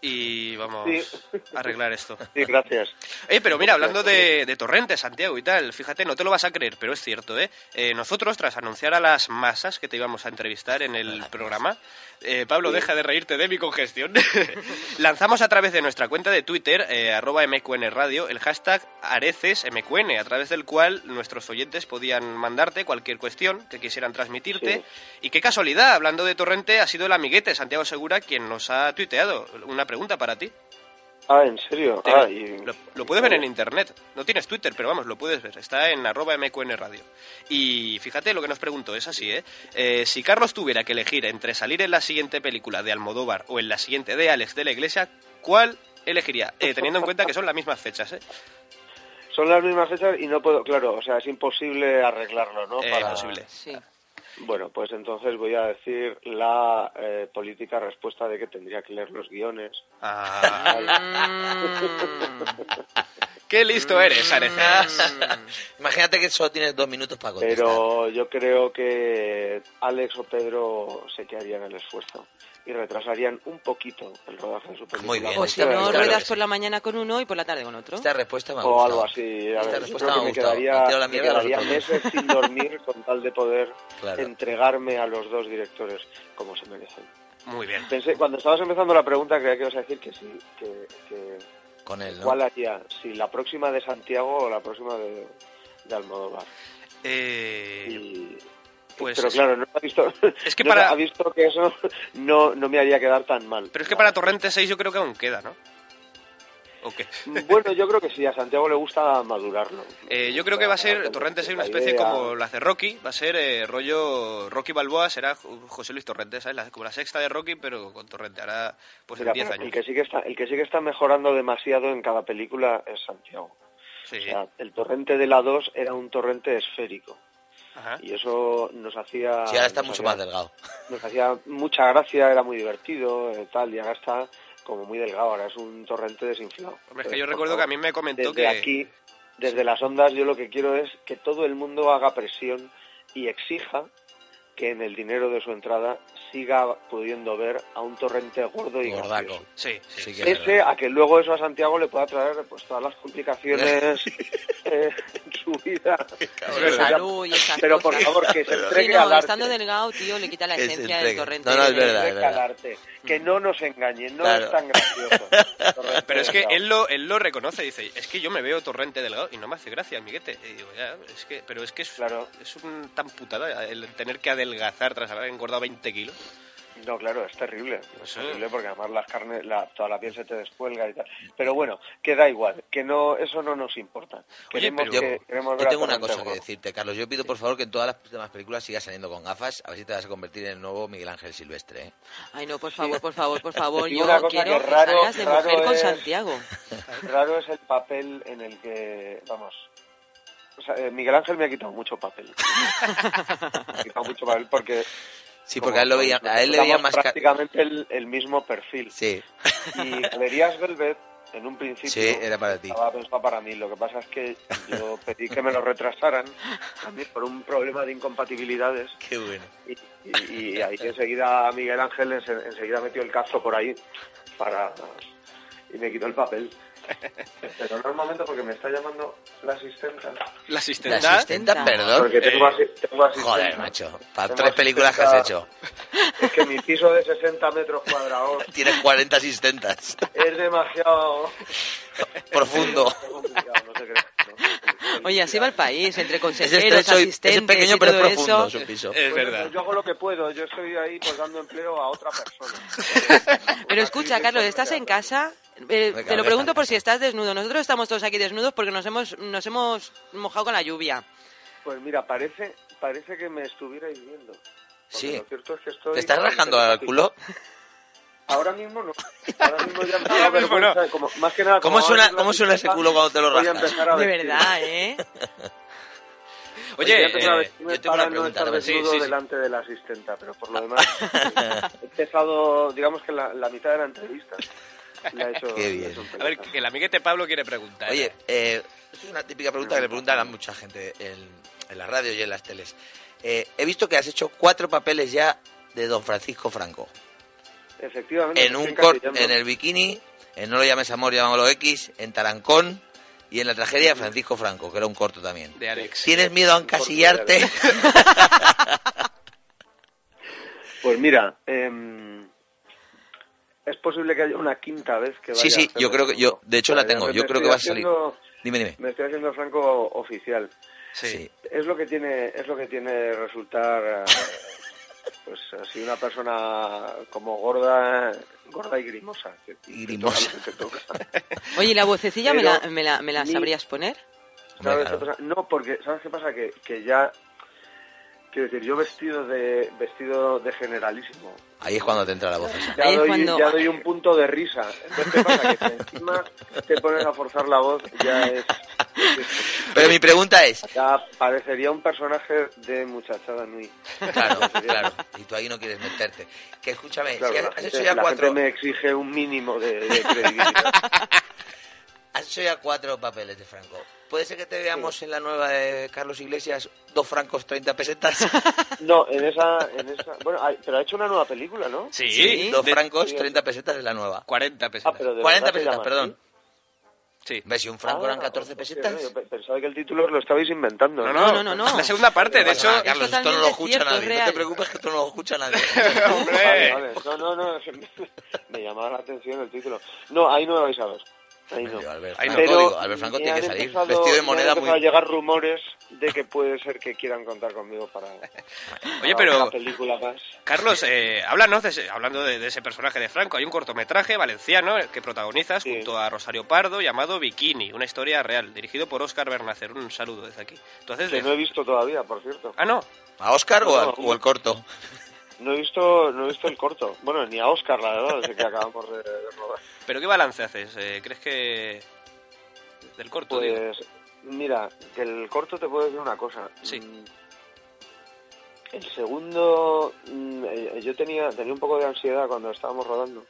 [SPEAKER 2] y vamos
[SPEAKER 10] Sí.
[SPEAKER 2] a arreglar
[SPEAKER 10] [laughs]
[SPEAKER 2] esto.
[SPEAKER 10] Sí, gracias.
[SPEAKER 2] Eh, pero mira, hablando de, de torrentes, Santiago y tal, fíjate, no te lo vas a creer, pero es cierto, ¿eh? Eh, nosotros, tras anunciar a las masas que te íbamos a entrevistar en el programa, eh, Pablo, deja de reírte de mi congestión, [laughs] lanzamos a través de nuestra cuenta de Twitter, eh, arroba MQN Radio, el hashtag ArecesMQN, a través del cual nuestros oyentes podían mandarte cualquier cuestión que quisieran transmitirte.
[SPEAKER 10] Sí.
[SPEAKER 2] Y qué casualidad, hablando de torrente, ha sido el amiguete Santiago Segura quien nos ha tuiteado una pregunta para ti.
[SPEAKER 10] Ah, ¿en serio?
[SPEAKER 2] Te-
[SPEAKER 10] Ah, y-
[SPEAKER 2] lo, lo puedes ver en internet. No tienes Twitter, pero vamos, lo puedes ver. Está en arroba MQN Radio. Y fíjate lo que nos preguntó, es así, ¿eh? Eh, Si Carlos tuviera que elegir entre salir en la siguiente película de Almodóvar o en la siguiente de Alex de la Iglesia, ¿cuál elegiría? Eh, teniendo en cuenta que son las mismas fechas, ¿eh?
[SPEAKER 10] Son las mismas fechas y no puedo, claro, o sea, es imposible arreglarlo, ¿no?
[SPEAKER 2] Eh,
[SPEAKER 10] Para-
[SPEAKER 2] imposible.
[SPEAKER 4] Sí.
[SPEAKER 10] Bueno, pues entonces voy a decir la eh, política respuesta de que tendría que leer los guiones.
[SPEAKER 2] Ah,
[SPEAKER 4] Mm.
[SPEAKER 2] ¡Qué listo eres, Areces!
[SPEAKER 3] Imagínate que solo tienes dos minutos para contestar.
[SPEAKER 10] Pero yo creo que Alex o Pedro se quedarían el esfuerzo y retrasarían un poquito el rodaje de su película.
[SPEAKER 3] Muy bien,
[SPEAKER 4] O
[SPEAKER 10] Porque
[SPEAKER 4] si
[SPEAKER 3] está bien,
[SPEAKER 4] no,
[SPEAKER 3] está bien.
[SPEAKER 4] ruedas por la mañana con uno y por la tarde con otro.
[SPEAKER 3] Esta respuesta me ha
[SPEAKER 10] O
[SPEAKER 3] gustado.
[SPEAKER 10] algo así. A
[SPEAKER 3] Esta
[SPEAKER 10] ver, yo
[SPEAKER 3] respuesta
[SPEAKER 10] creo
[SPEAKER 3] me
[SPEAKER 10] que
[SPEAKER 3] ha
[SPEAKER 10] me
[SPEAKER 3] gustado.
[SPEAKER 10] quedaría,
[SPEAKER 3] Me tiro la
[SPEAKER 10] me
[SPEAKER 3] mierda a los
[SPEAKER 10] quedaría
[SPEAKER 3] dos.
[SPEAKER 10] meses sin dormir con tal de poder
[SPEAKER 3] [laughs] Claro.
[SPEAKER 10] entregarme a los dos directores como se merecen.
[SPEAKER 2] Muy bien.
[SPEAKER 10] Pensé, cuando estabas empezando la pregunta creía que ibas a decir que sí, que, que-
[SPEAKER 3] Con él, ¿no?
[SPEAKER 10] cuál haría, si la próxima de Santiago o la próxima de, de Almodóvar.
[SPEAKER 2] Eh,
[SPEAKER 10] Y-
[SPEAKER 2] pues
[SPEAKER 10] pero
[SPEAKER 2] es-
[SPEAKER 10] claro, no ha visto,
[SPEAKER 2] Es que
[SPEAKER 10] no
[SPEAKER 2] para-
[SPEAKER 10] ha visto que eso no, no me haría quedar tan mal.
[SPEAKER 2] pero es que para Torrente 6 yo creo que aún queda, ¿no? ¿O qué?
[SPEAKER 10] Bueno, yo creo que sí, a Santiago le gusta madurarlo.
[SPEAKER 2] [laughs] Eh, yo creo que va a ser,
[SPEAKER 10] Bastante
[SPEAKER 2] Torrentes es una
[SPEAKER 10] la
[SPEAKER 2] especie
[SPEAKER 10] idea.
[SPEAKER 2] como las de Rocky, va a ser eh, rollo Rocky Balboa, será Ju- José Luis Torrentes, ¿sabes? La- como la sexta de Rocky, pero con Torrente, ahora pues
[SPEAKER 10] Mira,
[SPEAKER 2] en 10
[SPEAKER 10] pero
[SPEAKER 2] años.
[SPEAKER 10] El que, sí que está, el que sí que está mejorando demasiado en cada película es Santiago.
[SPEAKER 2] Sí.
[SPEAKER 10] O sea, el torrente de la 2 era un torrente esférico.
[SPEAKER 2] Ajá.
[SPEAKER 10] Y eso nos hacía...
[SPEAKER 3] Sí, ahora está
[SPEAKER 10] nos
[SPEAKER 3] mucho
[SPEAKER 10] hacía-
[SPEAKER 3] más delgado.
[SPEAKER 10] Nos hacía mucha gracia, era muy divertido, eh, tal, y ahora está como muy delgado, ahora es un torrente desinflado.
[SPEAKER 2] Hombre, es que
[SPEAKER 10] Entonces,
[SPEAKER 2] yo
[SPEAKER 10] por
[SPEAKER 2] recuerdo que a
[SPEAKER 10] favor,
[SPEAKER 2] mí me comentó
[SPEAKER 10] pues, desde
[SPEAKER 2] que...
[SPEAKER 10] aquí, desde las ondas, yo lo que quiero es que todo el mundo haga presión y exija que en el dinero de su entrada siga pudiendo ver a un torrente gordo y
[SPEAKER 3] Gordaco.
[SPEAKER 10] gracioso.
[SPEAKER 2] Sí, sí.
[SPEAKER 3] Sí que es
[SPEAKER 10] Ese
[SPEAKER 3] verdad.
[SPEAKER 10] a que luego eso a Santiago le pueda traer pues todas las complicaciones
[SPEAKER 2] [laughs]
[SPEAKER 10] eh, en su vida.
[SPEAKER 4] De salud y esas
[SPEAKER 10] Pero por
[SPEAKER 4] cosas.
[SPEAKER 10] favor, que se
[SPEAKER 3] Sí,
[SPEAKER 4] [laughs]
[SPEAKER 10] entregue
[SPEAKER 4] Sí, no,
[SPEAKER 10] al arte.
[SPEAKER 4] estando delgado, tío, le quita la
[SPEAKER 3] Que se
[SPEAKER 4] esencia del
[SPEAKER 3] entregue.
[SPEAKER 4] torrente.
[SPEAKER 3] No, no, es
[SPEAKER 4] de-
[SPEAKER 3] verdad. Mm.
[SPEAKER 10] Entrega al arte. Que no nos engañen, no
[SPEAKER 3] Claro.
[SPEAKER 10] es
[SPEAKER 3] [laughs]
[SPEAKER 10] tan gracioso. Torrente
[SPEAKER 2] Pero es que
[SPEAKER 10] Delgado.
[SPEAKER 2] él lo, él lo reconoce, dice, es que yo me veo torrente delgado y no me hace gracia, amiguete. Y digo, ya, es que, pero es que es,
[SPEAKER 10] Claro.
[SPEAKER 2] es un tan putada el tener que adelgazar tras haber engordado 20 kilos.
[SPEAKER 10] No, claro, es terrible. Es
[SPEAKER 2] Pues Sí.
[SPEAKER 10] terrible porque además las carnes, la- toda la piel se te descuelga y tal. Pero bueno, que da igual, que no, eso no nos importa.
[SPEAKER 2] Oye,
[SPEAKER 10] Queremos
[SPEAKER 2] pero
[SPEAKER 3] Yo,
[SPEAKER 10] que- queremos
[SPEAKER 3] yo
[SPEAKER 10] ver a
[SPEAKER 3] tengo una
[SPEAKER 10] Torrente
[SPEAKER 3] cosa que
[SPEAKER 10] gordo.
[SPEAKER 3] decirte, Carlos. Yo pido, por favor, que en todas las demás películas sigas saliendo con gafas. A ver si te vas a convertir en el nuevo Miguel Ángel Silvestre. ¿eh?
[SPEAKER 4] Ay, no, por favor, por favor,
[SPEAKER 10] [laughs]
[SPEAKER 4] por favor.
[SPEAKER 10] Y
[SPEAKER 4] Yo
[SPEAKER 10] una cosa
[SPEAKER 4] quiero
[SPEAKER 10] que
[SPEAKER 4] que,
[SPEAKER 10] raro-
[SPEAKER 4] salgas de
[SPEAKER 10] raro
[SPEAKER 4] mujer con
[SPEAKER 10] es-
[SPEAKER 4] Santiago.
[SPEAKER 10] Raro es el papel en el que, vamos, o sea, eh, Miguel Ángel me ha quitado
[SPEAKER 3] [laughs]
[SPEAKER 10] mucho papel. me ha quitado mucho papel porque...
[SPEAKER 3] Sí,
[SPEAKER 10] como-
[SPEAKER 3] porque a él, lo veía,
[SPEAKER 10] como
[SPEAKER 3] a él le veía
[SPEAKER 10] somos
[SPEAKER 3] más... ca-
[SPEAKER 10] prácticamente el, el mismo perfil.
[SPEAKER 3] Sí,
[SPEAKER 10] Y Galerías Velvet, en un principio...
[SPEAKER 3] sí, era para ti.
[SPEAKER 10] Estaba pensado para mí. Lo que pasa es que yo pedí que me lo retrasaran también por un problema de incompatibilidades
[SPEAKER 3] Qué bueno.
[SPEAKER 10] y, y- y ahí enseguida Miguel Ángel ense- enseguida metió el cazo por ahí para y me quitó el papel. Pero no es momento porque me está llamando la asistenta.
[SPEAKER 2] La
[SPEAKER 3] La
[SPEAKER 2] asistenta...
[SPEAKER 3] asistenta, perdón.
[SPEAKER 10] Ah, Porque tengo,
[SPEAKER 2] Eh,
[SPEAKER 10] asi- tengo asistenta.
[SPEAKER 3] ¿Ah? Joder, macho. Para
[SPEAKER 10] Tengo
[SPEAKER 3] tres películas que has hecho.
[SPEAKER 10] asistenta. Es que mi piso de 60 metros cuadrados
[SPEAKER 3] Tienes 40
[SPEAKER 10] [laughs]
[SPEAKER 3] asistentas.
[SPEAKER 10] es demasiado...
[SPEAKER 3] Profundo.
[SPEAKER 10] Eh, complicado, no te creas, no.
[SPEAKER 4] Oye, así va el país, entre
[SPEAKER 3] Es
[SPEAKER 4] consejeros,
[SPEAKER 3] estrecho y- es
[SPEAKER 4] asistentes
[SPEAKER 3] pequeño
[SPEAKER 4] y
[SPEAKER 3] pero es
[SPEAKER 4] todo
[SPEAKER 3] profundo
[SPEAKER 4] eso.
[SPEAKER 3] su piso.
[SPEAKER 2] Es
[SPEAKER 10] Bueno,
[SPEAKER 2] verdad.
[SPEAKER 10] Pues Yo hago lo que puedo, yo estoy ahí pues dando empleo a
[SPEAKER 3] [laughs]
[SPEAKER 10] otra persona. Pues
[SPEAKER 4] Pero escucha, Carlos, ¿estás en casa? Eh,
[SPEAKER 3] Venga,
[SPEAKER 4] te lo
[SPEAKER 3] déjame.
[SPEAKER 4] pregunto por si estás desnudo. Nosotros estamos todos aquí desnudos porque nos hemos, nos hemos mojado con la lluvia.
[SPEAKER 10] Pues mira, parece, parece que me estuvierais viendo. Porque
[SPEAKER 3] Sí.
[SPEAKER 10] Lo cierto es que estoy
[SPEAKER 3] ¿Te estás
[SPEAKER 10] bastante
[SPEAKER 3] rajando al
[SPEAKER 10] simpático.
[SPEAKER 3] culo?
[SPEAKER 10] Ahora mismo no. Ahora
[SPEAKER 3] [laughs]
[SPEAKER 10] mismo ya me da
[SPEAKER 2] Ahora mismo
[SPEAKER 10] vergüenza,
[SPEAKER 2] no.
[SPEAKER 10] como- más que nada,
[SPEAKER 3] ¿Cómo
[SPEAKER 10] como
[SPEAKER 3] suena-
[SPEAKER 10] ahora es la
[SPEAKER 3] cómo suena ese
[SPEAKER 10] fiesta,
[SPEAKER 3] culo cuando te lo
[SPEAKER 10] voy a
[SPEAKER 3] rajas?
[SPEAKER 10] empezar a
[SPEAKER 4] De
[SPEAKER 10] vestirme. [laughs]
[SPEAKER 4] verdad, ¿eh?
[SPEAKER 2] Oye,
[SPEAKER 10] voy a empezar a
[SPEAKER 2] eh,
[SPEAKER 10] vestirme
[SPEAKER 3] yo tengo una
[SPEAKER 10] para no
[SPEAKER 3] pregunta,
[SPEAKER 10] estar
[SPEAKER 3] Rebe, sí,
[SPEAKER 10] desnudo
[SPEAKER 2] sí, sí.
[SPEAKER 10] delante de la asistenta,
[SPEAKER 3] [laughs]
[SPEAKER 10] pero por lo demás he empezado, digamos que la, la mitad de la entrevista. La he hecho,
[SPEAKER 3] Qué
[SPEAKER 10] la he
[SPEAKER 3] bien.
[SPEAKER 10] hecho en
[SPEAKER 2] a ver,
[SPEAKER 10] pelota.
[SPEAKER 2] que el amiguete Pablo quiere preguntar.
[SPEAKER 3] Oye, eh, es una típica pregunta que le preguntan a mucha gente en, en la radio y en las teles. Eh, he visto que has hecho cuatro papeles ya de Don Francisco Franco.
[SPEAKER 10] Efectivamente.
[SPEAKER 3] En
[SPEAKER 10] me
[SPEAKER 3] un
[SPEAKER 10] estoy
[SPEAKER 3] cor-
[SPEAKER 10] encasillando.
[SPEAKER 3] en el bikini, en No lo llames amor, llamámoslo X, en Tarancón y en la tragedia de Francisco Franco, que era un corto también.
[SPEAKER 2] de Alex.
[SPEAKER 3] ¿Tienes miedo a encasillarte?
[SPEAKER 10] Pues mira, em, es posible que haya una quinta vez que vaya
[SPEAKER 3] Sí, sí,
[SPEAKER 10] a hacer
[SPEAKER 3] yo creo que- yo-
[SPEAKER 10] eso.
[SPEAKER 3] de hecho la
[SPEAKER 10] O sea,
[SPEAKER 3] tengo,
[SPEAKER 10] me-
[SPEAKER 3] yo
[SPEAKER 10] me
[SPEAKER 3] creo que
[SPEAKER 10] estoy
[SPEAKER 3] va a salir.
[SPEAKER 10] haciendo-
[SPEAKER 3] [laughs] Dime, dime.
[SPEAKER 10] Me estoy haciendo franco oficial.
[SPEAKER 2] Sí.
[SPEAKER 3] Sí.
[SPEAKER 10] Es lo que tiene, es lo que tiene resultar, eh, pues así una persona como gorda, gorda y grimosa. que- que
[SPEAKER 3] Y grimosa.
[SPEAKER 10] toca lo que te
[SPEAKER 3] [laughs]
[SPEAKER 10] toca.
[SPEAKER 4] Oye, ¿y la vocecilla me
[SPEAKER 10] Pero
[SPEAKER 4] la, me la- me la
[SPEAKER 10] ni-
[SPEAKER 4] sabrías poner?
[SPEAKER 3] Hombre,
[SPEAKER 10] ¿Sabes
[SPEAKER 3] claro.
[SPEAKER 10] qué pasa? No, porque ¿sabes qué pasa? Que, que ya quiero decir, yo vestido de vestido de generalísimo,
[SPEAKER 3] Ahí es cuando te entra la voz. esa.
[SPEAKER 10] ya
[SPEAKER 4] Ahí es
[SPEAKER 10] doy,
[SPEAKER 4] cuando-
[SPEAKER 10] ya doy un punto de risa. Entonces, ¿qué pasa? Que si encima te pones a forzar la voz, ya es.
[SPEAKER 3] Pero mi pregunta es,
[SPEAKER 10] Ya parecería un personaje de muchachada Nui.
[SPEAKER 3] [laughs] Claro, claro. Y tú ahí no quieres meterte. Que escúchame,
[SPEAKER 10] Claro,
[SPEAKER 3] si has,
[SPEAKER 10] la
[SPEAKER 3] has
[SPEAKER 10] gente,
[SPEAKER 3] hecho ya
[SPEAKER 10] la
[SPEAKER 3] cuatro,
[SPEAKER 10] gente me exige un mínimo de, de credibilidad.
[SPEAKER 3] has hecho ya Ah, cuatro papeles de Franco. ¿Puede ser que te veamos en la nueva de Carlos Iglesias, dos francos, 30 pesetas?
[SPEAKER 10] No, en esa, en esa. Bueno, hay- pero ha hecho una nueva película, ¿no?
[SPEAKER 2] Sí,
[SPEAKER 3] [laughs] dos
[SPEAKER 2] de
[SPEAKER 3] francos, 30 pesetas es la nueva.
[SPEAKER 2] 40 pesos.
[SPEAKER 10] Ah, pero de
[SPEAKER 3] 40
[SPEAKER 10] verdad se
[SPEAKER 3] pesetas,
[SPEAKER 10] llama
[SPEAKER 3] perdón.
[SPEAKER 2] Sí.
[SPEAKER 3] ¿Ves si un franco
[SPEAKER 10] Ah,
[SPEAKER 3] eran 14
[SPEAKER 10] hostia,
[SPEAKER 3] pesetas?
[SPEAKER 10] no, yo pe- pensaba que el título lo estabais inventando.
[SPEAKER 2] No,
[SPEAKER 10] ¿eh?
[SPEAKER 2] no,
[SPEAKER 4] No, no, no, no.
[SPEAKER 2] La segunda parte,
[SPEAKER 3] No
[SPEAKER 2] de
[SPEAKER 3] pasa
[SPEAKER 2] hecho...
[SPEAKER 3] nada, Carlos, esto no lo
[SPEAKER 4] totalmente
[SPEAKER 3] escucha
[SPEAKER 4] cierto,
[SPEAKER 3] nadie.
[SPEAKER 4] es
[SPEAKER 3] No te
[SPEAKER 4] real.
[SPEAKER 3] preocupes que esto no lo escucha nadie.
[SPEAKER 10] Vale,
[SPEAKER 2] ¡Hombre!
[SPEAKER 10] vale. No, no, no. [laughs] Me llamaba la atención el título. No, ahí no me vais a ver. Ahí no.
[SPEAKER 3] Tío, Albert
[SPEAKER 2] Ahí no,
[SPEAKER 3] Franco,
[SPEAKER 2] Pero
[SPEAKER 3] digo, Albert Franco
[SPEAKER 10] me
[SPEAKER 3] tiene que
[SPEAKER 10] han
[SPEAKER 3] salir
[SPEAKER 10] empezado-
[SPEAKER 3] vestido de
[SPEAKER 10] me han
[SPEAKER 3] moneda
[SPEAKER 10] empezado a
[SPEAKER 3] muy...
[SPEAKER 10] llegar rumores de que puede ser que quieran contar conmigo
[SPEAKER 3] [laughs]
[SPEAKER 10] para,
[SPEAKER 2] Oye,
[SPEAKER 10] para
[SPEAKER 2] pero...
[SPEAKER 10] una película más.
[SPEAKER 2] Carlos, eh, háblanos de ese- hablando de, de ese personaje de Franco. Hay un cortometraje valenciano que protagonizas
[SPEAKER 10] Sí.
[SPEAKER 2] junto a Rosario Pardo llamado Bikini, una historia real, dirigido por Óscar Bernacer. Un saludo desde aquí. Entonces,
[SPEAKER 10] Que
[SPEAKER 2] de-
[SPEAKER 10] no he visto todavía, por cierto.
[SPEAKER 2] Ah, no.
[SPEAKER 3] ¿A Oscar o, al-
[SPEAKER 10] No, no.
[SPEAKER 3] o el corto?
[SPEAKER 10] No he visto, no he visto el corto. Bueno, ni a Oscar, la verdad, desde que acabamos de, de
[SPEAKER 3] [laughs]
[SPEAKER 10] rodar.
[SPEAKER 2] ¿Pero qué balance haces? Eh, ¿Crees que... del corto? digo.
[SPEAKER 10] Pues, mira, que el corto te puedo decir una cosa.
[SPEAKER 2] Sí.
[SPEAKER 10] Mm, El segundo, mm, eh, yo tenía, tenía un poco de ansiedad cuando estábamos rodando.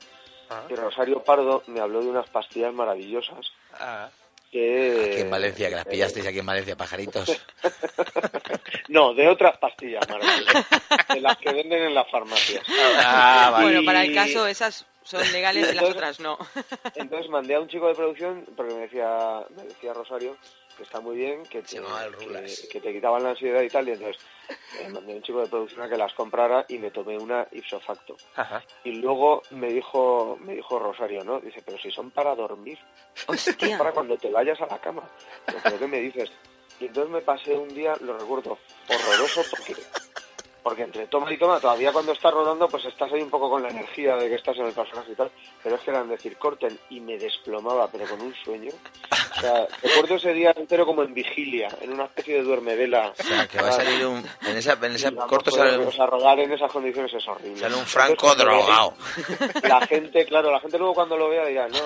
[SPEAKER 2] Ah,
[SPEAKER 10] Y Rosario Pardo me habló de unas pastillas maravillosas
[SPEAKER 2] ah.
[SPEAKER 10] que... eh,
[SPEAKER 3] Aquí en Valencia, que las pillasteis aquí en Valencia, pajaritos.
[SPEAKER 10] No, de otras pastillas maravillosas, de las que venden en las farmacias.
[SPEAKER 3] Ah, vale.
[SPEAKER 4] Bueno, para el
[SPEAKER 10] Y-
[SPEAKER 4] caso, esas son legales y las otras
[SPEAKER 10] [laughs]
[SPEAKER 4] no.
[SPEAKER 10] Entonces mandé a un chico de producción, porque me decía, me decía Rosario que está muy bien, que
[SPEAKER 3] Se
[SPEAKER 10] te,
[SPEAKER 3] llamaba el Rulas.
[SPEAKER 10] que, que te quitaban la ansiedad y tal, y entonces eh, mandé a un chico de producción a que las comprara y me tomé una ipso facto.
[SPEAKER 2] Ajá.
[SPEAKER 10] Y luego me dijo, me dijo Rosario, ¿no? Dice, pero si son para dormir,
[SPEAKER 4] Hostia.
[SPEAKER 10] para cuando te vayas a la cama. Yo, ¿Pero qué me dices? Y entonces me pasé un día, lo recuerdo, horroroso porque... Porque entre toma y toma, todavía cuando estás rodando, pues estás ahí un poco con la energía de que estás en el personaje y tal. Pero es que eran decir, corten, y me desplomaba, pero con un sueño. O sea, recuerdo ese día entero como en vigilia, en una especie de duermevela.
[SPEAKER 3] O sea, que va a salir un... En, esa, en ese
[SPEAKER 10] Y vamos,
[SPEAKER 3] corto
[SPEAKER 10] pues,
[SPEAKER 3] sale un,
[SPEAKER 10] o sea, rodar en esas condiciones es horrible.
[SPEAKER 3] sale un franco
[SPEAKER 10] Entonces, cuando
[SPEAKER 3] drogado.
[SPEAKER 10] la gente, claro, la gente luego cuando lo vea dirá, no,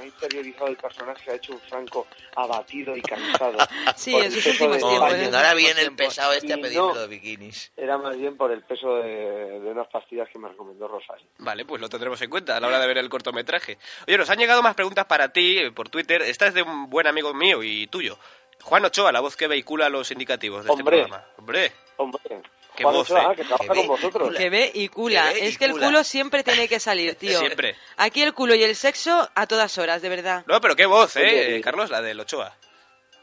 [SPEAKER 10] ha interiorizado el personaje, ha hecho un franco abatido y cansado.
[SPEAKER 4] [laughs] Sí,
[SPEAKER 10] Por
[SPEAKER 4] en sus
[SPEAKER 10] el peso
[SPEAKER 4] últimos
[SPEAKER 10] de-
[SPEAKER 4] tiempos,
[SPEAKER 3] Como
[SPEAKER 4] Hostia,
[SPEAKER 3] diciendo,
[SPEAKER 4] bueno,
[SPEAKER 3] ahora
[SPEAKER 4] por
[SPEAKER 3] viene el
[SPEAKER 4] tiempo.
[SPEAKER 3] pesado este a
[SPEAKER 10] Y
[SPEAKER 3] pedirme
[SPEAKER 10] no.
[SPEAKER 3] los bikinis.
[SPEAKER 10] Era más bien por el peso de, de unas pastillas que me recomendó Rosario.
[SPEAKER 2] Vale, pues lo tendremos en cuenta a la hora de ver el cortometraje. Oye, nos han llegado más preguntas para ti eh, por Twitter. Esta es de un buen amigo mío y tuyo. Juan Ochoa, la voz que vehicula los indicativos de
[SPEAKER 10] Hombre.
[SPEAKER 2] este programa. Hombre,
[SPEAKER 10] Hombre,
[SPEAKER 2] Qué
[SPEAKER 10] Juan
[SPEAKER 2] voz,
[SPEAKER 10] Ochoa,
[SPEAKER 2] ¿eh?
[SPEAKER 10] ah, que trabaja
[SPEAKER 3] Qué
[SPEAKER 10] con vosotros.
[SPEAKER 3] vehículo.
[SPEAKER 4] Que ve y cula.
[SPEAKER 3] Que ve y
[SPEAKER 4] es que el
[SPEAKER 3] cula.
[SPEAKER 4] culo siempre tiene que
[SPEAKER 10] [laughs]
[SPEAKER 4] salir, tío.
[SPEAKER 2] Siempre.
[SPEAKER 4] Aquí el culo y el sexo a todas horas, de verdad.
[SPEAKER 2] no, pero qué voz, ¿eh?
[SPEAKER 10] Oye,
[SPEAKER 2] eh,
[SPEAKER 10] y-
[SPEAKER 2] Carlos, la del Ochoa.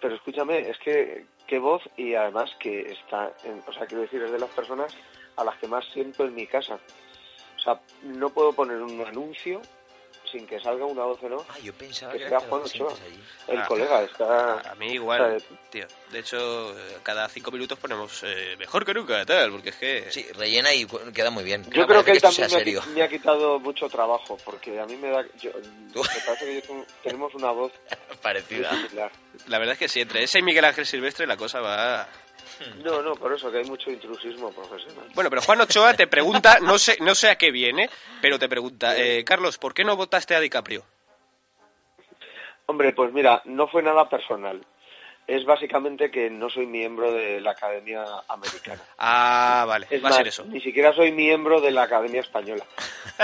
[SPEAKER 10] Pero escúchame, es que qué voz y además que está, en- o sea, quiero decir, es de las personas a las que más siento en mi casa. O sea, no puedo poner un anuncio sin que salga una voz en off.
[SPEAKER 3] Ah, yo pensaba
[SPEAKER 10] Que
[SPEAKER 3] que
[SPEAKER 10] sea
[SPEAKER 3] era Juan
[SPEAKER 10] Juan Ochoa.
[SPEAKER 3] allí.
[SPEAKER 10] El
[SPEAKER 2] Ah.
[SPEAKER 10] colega está...
[SPEAKER 2] A mí igual,
[SPEAKER 10] o sea,
[SPEAKER 2] tío. De hecho, eh, cada cinco minutos ponemos eh, mejor que nunca, tal, porque es que...
[SPEAKER 3] Sí, rellena y cu- queda muy bien.
[SPEAKER 10] Yo
[SPEAKER 3] Claro,
[SPEAKER 10] creo
[SPEAKER 3] parece
[SPEAKER 10] que él
[SPEAKER 3] esto
[SPEAKER 10] también
[SPEAKER 3] sea
[SPEAKER 10] me ha, qui-
[SPEAKER 3] serio.
[SPEAKER 10] me ha quitado mucho trabajo, porque a mí me da... yo- me parece que yo tengo- tenemos una voz
[SPEAKER 3] [laughs]
[SPEAKER 10] muy
[SPEAKER 3] Parecida.
[SPEAKER 10] similar.
[SPEAKER 2] La verdad es que sí, entre ese y Miguel Ángel Silvestre la cosa va...
[SPEAKER 10] No, no, por eso, que hay mucho intrusismo profesional.
[SPEAKER 2] Bueno, pero Juan Ochoa te pregunta, no sé, no sé a qué viene, pero te
[SPEAKER 10] [laughs]
[SPEAKER 2] pregunta, eh, Carlos, ¿por qué no votaste a DiCaprio?
[SPEAKER 10] Hombre, pues mira, no fue nada personal. Es básicamente que no soy miembro de la Academia Americana.
[SPEAKER 2] Ah, vale,
[SPEAKER 10] Es
[SPEAKER 2] va a
[SPEAKER 10] más,
[SPEAKER 2] ser eso.
[SPEAKER 10] Ni siquiera soy miembro de la Academia Española.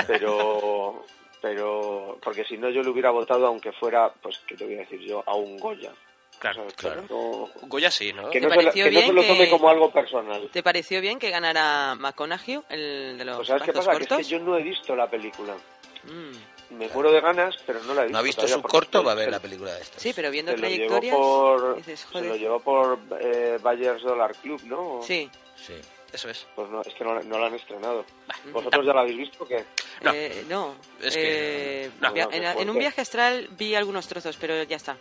[SPEAKER 10] Pero, pero, porque si no yo le hubiera votado, aunque fuera, pues, ¿qué te voy a decir yo? A un Goya.
[SPEAKER 2] Claro,
[SPEAKER 10] O sea, que no-
[SPEAKER 2] Goya sí, ¿no?
[SPEAKER 10] que
[SPEAKER 4] ¿Te
[SPEAKER 10] no se lo-
[SPEAKER 4] pareció
[SPEAKER 10] que no
[SPEAKER 4] bien
[SPEAKER 10] se lo tome
[SPEAKER 4] que-
[SPEAKER 10] como algo personal.
[SPEAKER 4] ¿Te pareció bien que ganara McConaughey, el de los
[SPEAKER 10] Pues ¿sabes qué
[SPEAKER 4] brazos
[SPEAKER 10] pasa? Que
[SPEAKER 4] cortos?
[SPEAKER 10] es que yo no he visto la película.
[SPEAKER 4] Mm.
[SPEAKER 10] Me muero de ganas, pero no la he visto.
[SPEAKER 3] ¿No ha visto
[SPEAKER 10] todavía
[SPEAKER 3] su
[SPEAKER 10] porque
[SPEAKER 3] corto?
[SPEAKER 10] se-
[SPEAKER 3] Va a ver
[SPEAKER 10] se-
[SPEAKER 3] la película de estos.
[SPEAKER 4] Sí, pero viendo
[SPEAKER 10] se lo llevó
[SPEAKER 4] trayectorias,
[SPEAKER 10] por-
[SPEAKER 4] dices,
[SPEAKER 10] Se lo
[SPEAKER 4] joder.
[SPEAKER 10] llevó por eh, Bayers Dollar Club, ¿no?
[SPEAKER 4] Sí.
[SPEAKER 3] Sí.
[SPEAKER 2] Eso es.
[SPEAKER 10] Pues no, es que no, la- no la han estrenado. ¿Vosotros ya la habéis visto o qué?
[SPEAKER 2] No.
[SPEAKER 4] Eh, no.
[SPEAKER 2] Es que-
[SPEAKER 4] Eh,
[SPEAKER 2] no.
[SPEAKER 4] via-
[SPEAKER 10] No,
[SPEAKER 4] en,
[SPEAKER 10] qué
[SPEAKER 4] en un
[SPEAKER 10] fuerte.
[SPEAKER 4] viaje astral vi algunos trozos, pero ya está.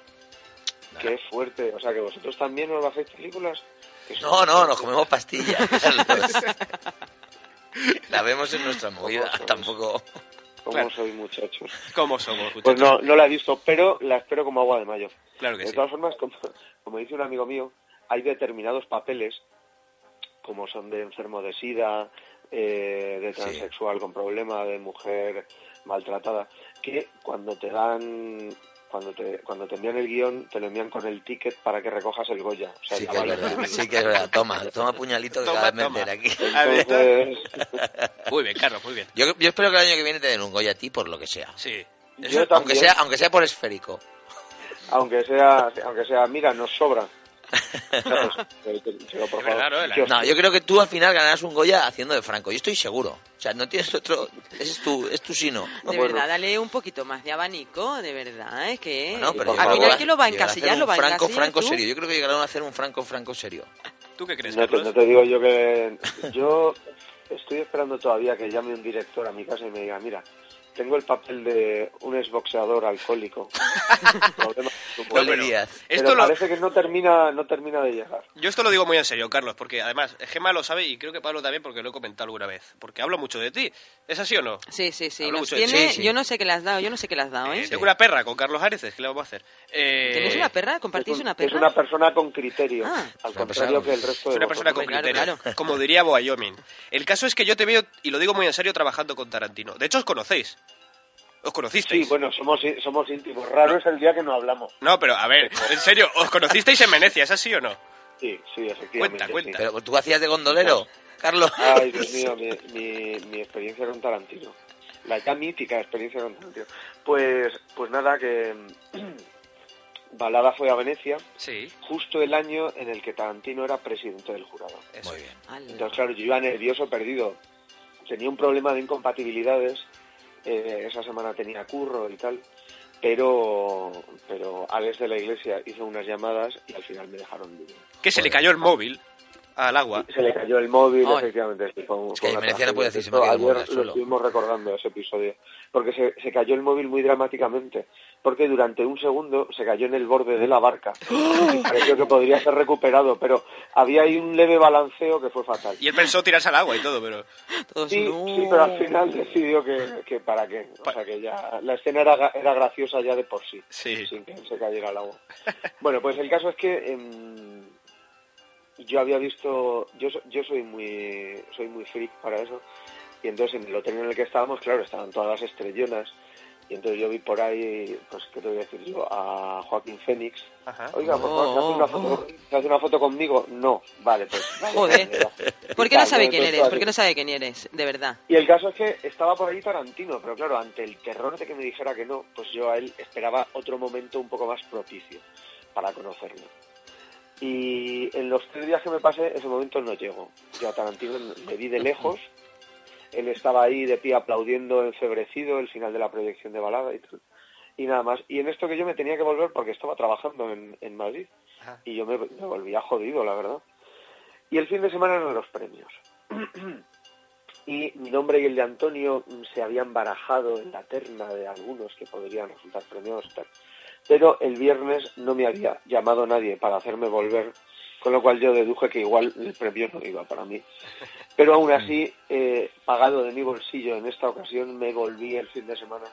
[SPEAKER 10] Qué fuerte. O sea, que vosotros también os hacéis películas. Que son-
[SPEAKER 3] No, no, nos comemos pastillas.
[SPEAKER 10] [laughs]
[SPEAKER 3] Carlos. la vemos en nuestra movida.
[SPEAKER 10] Ojo,
[SPEAKER 3] Tampoco.
[SPEAKER 10] ¿Cómo
[SPEAKER 2] Claro.
[SPEAKER 10] soy, muchachos?
[SPEAKER 2] ¿Cómo somos?
[SPEAKER 10] Pues
[SPEAKER 2] muchachos?
[SPEAKER 10] no, no la he visto, pero la espero como agua de mayo.
[SPEAKER 2] Claro que
[SPEAKER 10] de
[SPEAKER 2] sí.
[SPEAKER 10] todas formas, como, como dice un amigo mío, hay determinados papeles, como son de enfermo de sida, eh, de
[SPEAKER 3] Sí.
[SPEAKER 10] transexual con problema, de mujer maltratada, que cuando te dan... Cuando te, cuando te envían el guión, te lo envían con el ticket para que recojas el Goya. O sea,
[SPEAKER 3] Sí
[SPEAKER 10] ya
[SPEAKER 3] que es [laughs]
[SPEAKER 10] vale.
[SPEAKER 3] verdad. Sí que es verdad. Toma, toma puñalito que
[SPEAKER 2] Toma,
[SPEAKER 3] cada vez
[SPEAKER 2] toma.
[SPEAKER 3] meter aquí.
[SPEAKER 2] A ver.
[SPEAKER 10] Entonces,
[SPEAKER 2] Muy bien, Carlos, muy bien.
[SPEAKER 3] Yo, yo espero que el año que viene te den un Goya a ti por lo que sea.
[SPEAKER 2] Sí.
[SPEAKER 10] yo
[SPEAKER 3] Aunque
[SPEAKER 10] también,
[SPEAKER 3] sea, aunque sea por esférico.
[SPEAKER 10] aunque sea, aunque sea, mira, nos
[SPEAKER 3] [laughs]
[SPEAKER 10] sobra. ¿Sabes? Pero te- te lo por
[SPEAKER 2] Es verdad,
[SPEAKER 10] favor.
[SPEAKER 2] ¿no?
[SPEAKER 10] Yo-
[SPEAKER 3] No, yo creo que tú al final ganarás un Goya haciendo de Franco. Yo estoy seguro. O sea, no tienes otro. Ese es tu, es tu sino.
[SPEAKER 4] De
[SPEAKER 10] Bueno.
[SPEAKER 4] verdad, dale un poquito más de abanico, de verdad. Es que
[SPEAKER 3] No, pero
[SPEAKER 10] por
[SPEAKER 3] yo creo
[SPEAKER 4] al
[SPEAKER 10] favor,
[SPEAKER 4] final
[SPEAKER 3] va-
[SPEAKER 4] que lo va Eh, a
[SPEAKER 3] llegará hacer
[SPEAKER 4] encasillar,
[SPEAKER 3] un
[SPEAKER 4] lo va a
[SPEAKER 3] Franco,
[SPEAKER 4] encasillar
[SPEAKER 3] Franco
[SPEAKER 4] tú.
[SPEAKER 3] serio. Yo creo que llegarán a hacer un Franco, Franco serio.
[SPEAKER 2] ¿Tú qué crees,
[SPEAKER 10] No te, no
[SPEAKER 2] Carlos?
[SPEAKER 10] te digo yo que... [laughs] Yo estoy esperando todavía que llame un director a mi casa y me diga, mira, tengo el papel de un
[SPEAKER 2] [laughs]
[SPEAKER 10] exboxeador alcohólico. Problema-
[SPEAKER 3] No
[SPEAKER 10] pero
[SPEAKER 3] le digas.
[SPEAKER 2] Esto lo,
[SPEAKER 10] parece que no termina, no termina de llegar.
[SPEAKER 2] yo esto lo digo muy en serio, Carlos, porque además Gemma lo sabe y creo que Pablo también porque lo he comentado alguna vez. Porque hablo mucho de ti. ¿Es así o no?
[SPEAKER 4] Sí, sí, sí.
[SPEAKER 2] Hablo
[SPEAKER 4] Nos
[SPEAKER 2] mucho de-
[SPEAKER 4] tiene,
[SPEAKER 3] Sí, sí.
[SPEAKER 4] Yo no sé qué le has dado, yo no sé qué le has dado, ¿eh?
[SPEAKER 2] Eh, Tengo una perra con Carlos Areces, ¿qué le vamos a hacer? Eh,
[SPEAKER 4] ¿Tenéis una perra?
[SPEAKER 10] Es,
[SPEAKER 4] ¿Compartís
[SPEAKER 10] un-
[SPEAKER 4] una
[SPEAKER 10] es
[SPEAKER 4] perra?
[SPEAKER 10] una persona con criterio,
[SPEAKER 4] Ah.
[SPEAKER 10] al
[SPEAKER 3] Es una persona
[SPEAKER 10] contrario
[SPEAKER 3] con-
[SPEAKER 10] que el resto
[SPEAKER 2] Es
[SPEAKER 10] de
[SPEAKER 2] una persona con
[SPEAKER 10] vosotros.
[SPEAKER 4] Claro,
[SPEAKER 2] criterio,
[SPEAKER 4] pues,
[SPEAKER 2] [laughs]
[SPEAKER 4] claro.
[SPEAKER 2] como diría Wyoming. El caso es que yo te veo, y lo digo muy en serio, trabajando con Tarantino. De hecho, os conocéis. Os conocisteis.
[SPEAKER 10] Sí, bueno, somos, í- somos íntimos. Raro es el día que no hablamos.
[SPEAKER 2] No, pero a ver, en serio, os conocisteis en Venecia, ¿es así o no?
[SPEAKER 10] Sí, sí, efectivamente.
[SPEAKER 2] Cuenta, cuenta.
[SPEAKER 10] sí.
[SPEAKER 3] Pero tú hacías de gondolero,
[SPEAKER 10] [laughs]
[SPEAKER 3] Carlos.
[SPEAKER 10] Ay, Dios mío, mi, mi, mi experiencia con Tarantino. La ya mítica experiencia con Tarantino. Pues, pues nada, que, [clears throat] Balada fue a Venecia,
[SPEAKER 2] Sí,
[SPEAKER 10] justo el año en el que Tarantino era presidente del jurado.
[SPEAKER 2] eso.
[SPEAKER 3] Muy bien.
[SPEAKER 10] Entonces, claro, yo iba nervioso, perdido. Tenía un problema de incompatibilidades. eh, esa semana tenía curro y tal. Pero, pero Alex de la Iglesia hizo unas llamadas y al final me dejaron libre.
[SPEAKER 2] Que se le cayó el móvil al agua.
[SPEAKER 10] Se le cayó el móvil,
[SPEAKER 3] Ay.
[SPEAKER 10] efectivamente. sí, fue un-
[SPEAKER 3] Es
[SPEAKER 10] fue
[SPEAKER 3] que
[SPEAKER 10] una
[SPEAKER 3] merecía, no puede decir, se me
[SPEAKER 10] tragedia.
[SPEAKER 3] ha caído el móvil al
[SPEAKER 10] Ayer lo
[SPEAKER 3] suelo.
[SPEAKER 10] estuvimos recordando ese episodio. Porque se, se cayó el móvil muy dramáticamente. Porque durante un segundo se cayó en el borde de
[SPEAKER 3] [gasps]
[SPEAKER 10] la barca. Y pareció que podría ser recuperado, pero había ahí un leve balanceo que fue fatal.
[SPEAKER 2] Y él pensó tirarse al agua y todo, pero...
[SPEAKER 4] Todos,
[SPEAKER 10] Sí,
[SPEAKER 4] no.
[SPEAKER 10] sí, pero al final decidió que, que para qué. O sea, que ya la escena era, ga- era graciosa ya de por sí,
[SPEAKER 2] Sí.
[SPEAKER 10] sin que se cayera al agua. [laughs] Bueno, pues el caso es que em, yo había visto, yo, so- yo soy muy soy muy freak para eso, y entonces en el hotel en el que estábamos, claro, estaban todas las estrellonas, y entonces yo vi por ahí, pues qué te voy a decir yo, a Joaquín Fénix,
[SPEAKER 2] Ajá.
[SPEAKER 10] oiga, por favor, ¿se hace
[SPEAKER 4] Oh.
[SPEAKER 10] una foto, se hace una foto conmigo? No, vale, pues... vale,
[SPEAKER 4] Joder.
[SPEAKER 10] venga.
[SPEAKER 4] ¿Por qué
[SPEAKER 10] Y
[SPEAKER 4] no
[SPEAKER 10] tal,
[SPEAKER 4] sabe
[SPEAKER 10] yo
[SPEAKER 4] quién
[SPEAKER 10] empecé
[SPEAKER 4] eres?
[SPEAKER 10] a-
[SPEAKER 4] ¿Por qué no sabe quién eres? De verdad.
[SPEAKER 10] y el caso es que estaba por ahí Tarantino, pero claro, ante el terror de que me dijera que no, pues yo a él esperaba otro momento un poco más propicio para conocerlo. Y en los tres días que me pasé, ese momento no llegó. Yo a Tarantino le vi de lejos, él estaba ahí de pie aplaudiendo enfebrecido el final de la proyección de balada y tal. Y nada más. Y en esto que yo me tenía que volver porque estaba trabajando en, en Madrid.
[SPEAKER 2] Ajá.
[SPEAKER 10] Y yo me, me volvía jodido, la verdad. Y el fin de semana eran los premios y mi nombre y el de Antonio mm, se habían barajado en la terna de algunos que podrían resultar premiados y tal. Pero el viernes no me había llamado nadie para hacerme volver, con lo cual yo deduje que igual el premio no iba para mí. Pero aún así, eh, pagado de mi bolsillo en esta ocasión, me volví el fin de semana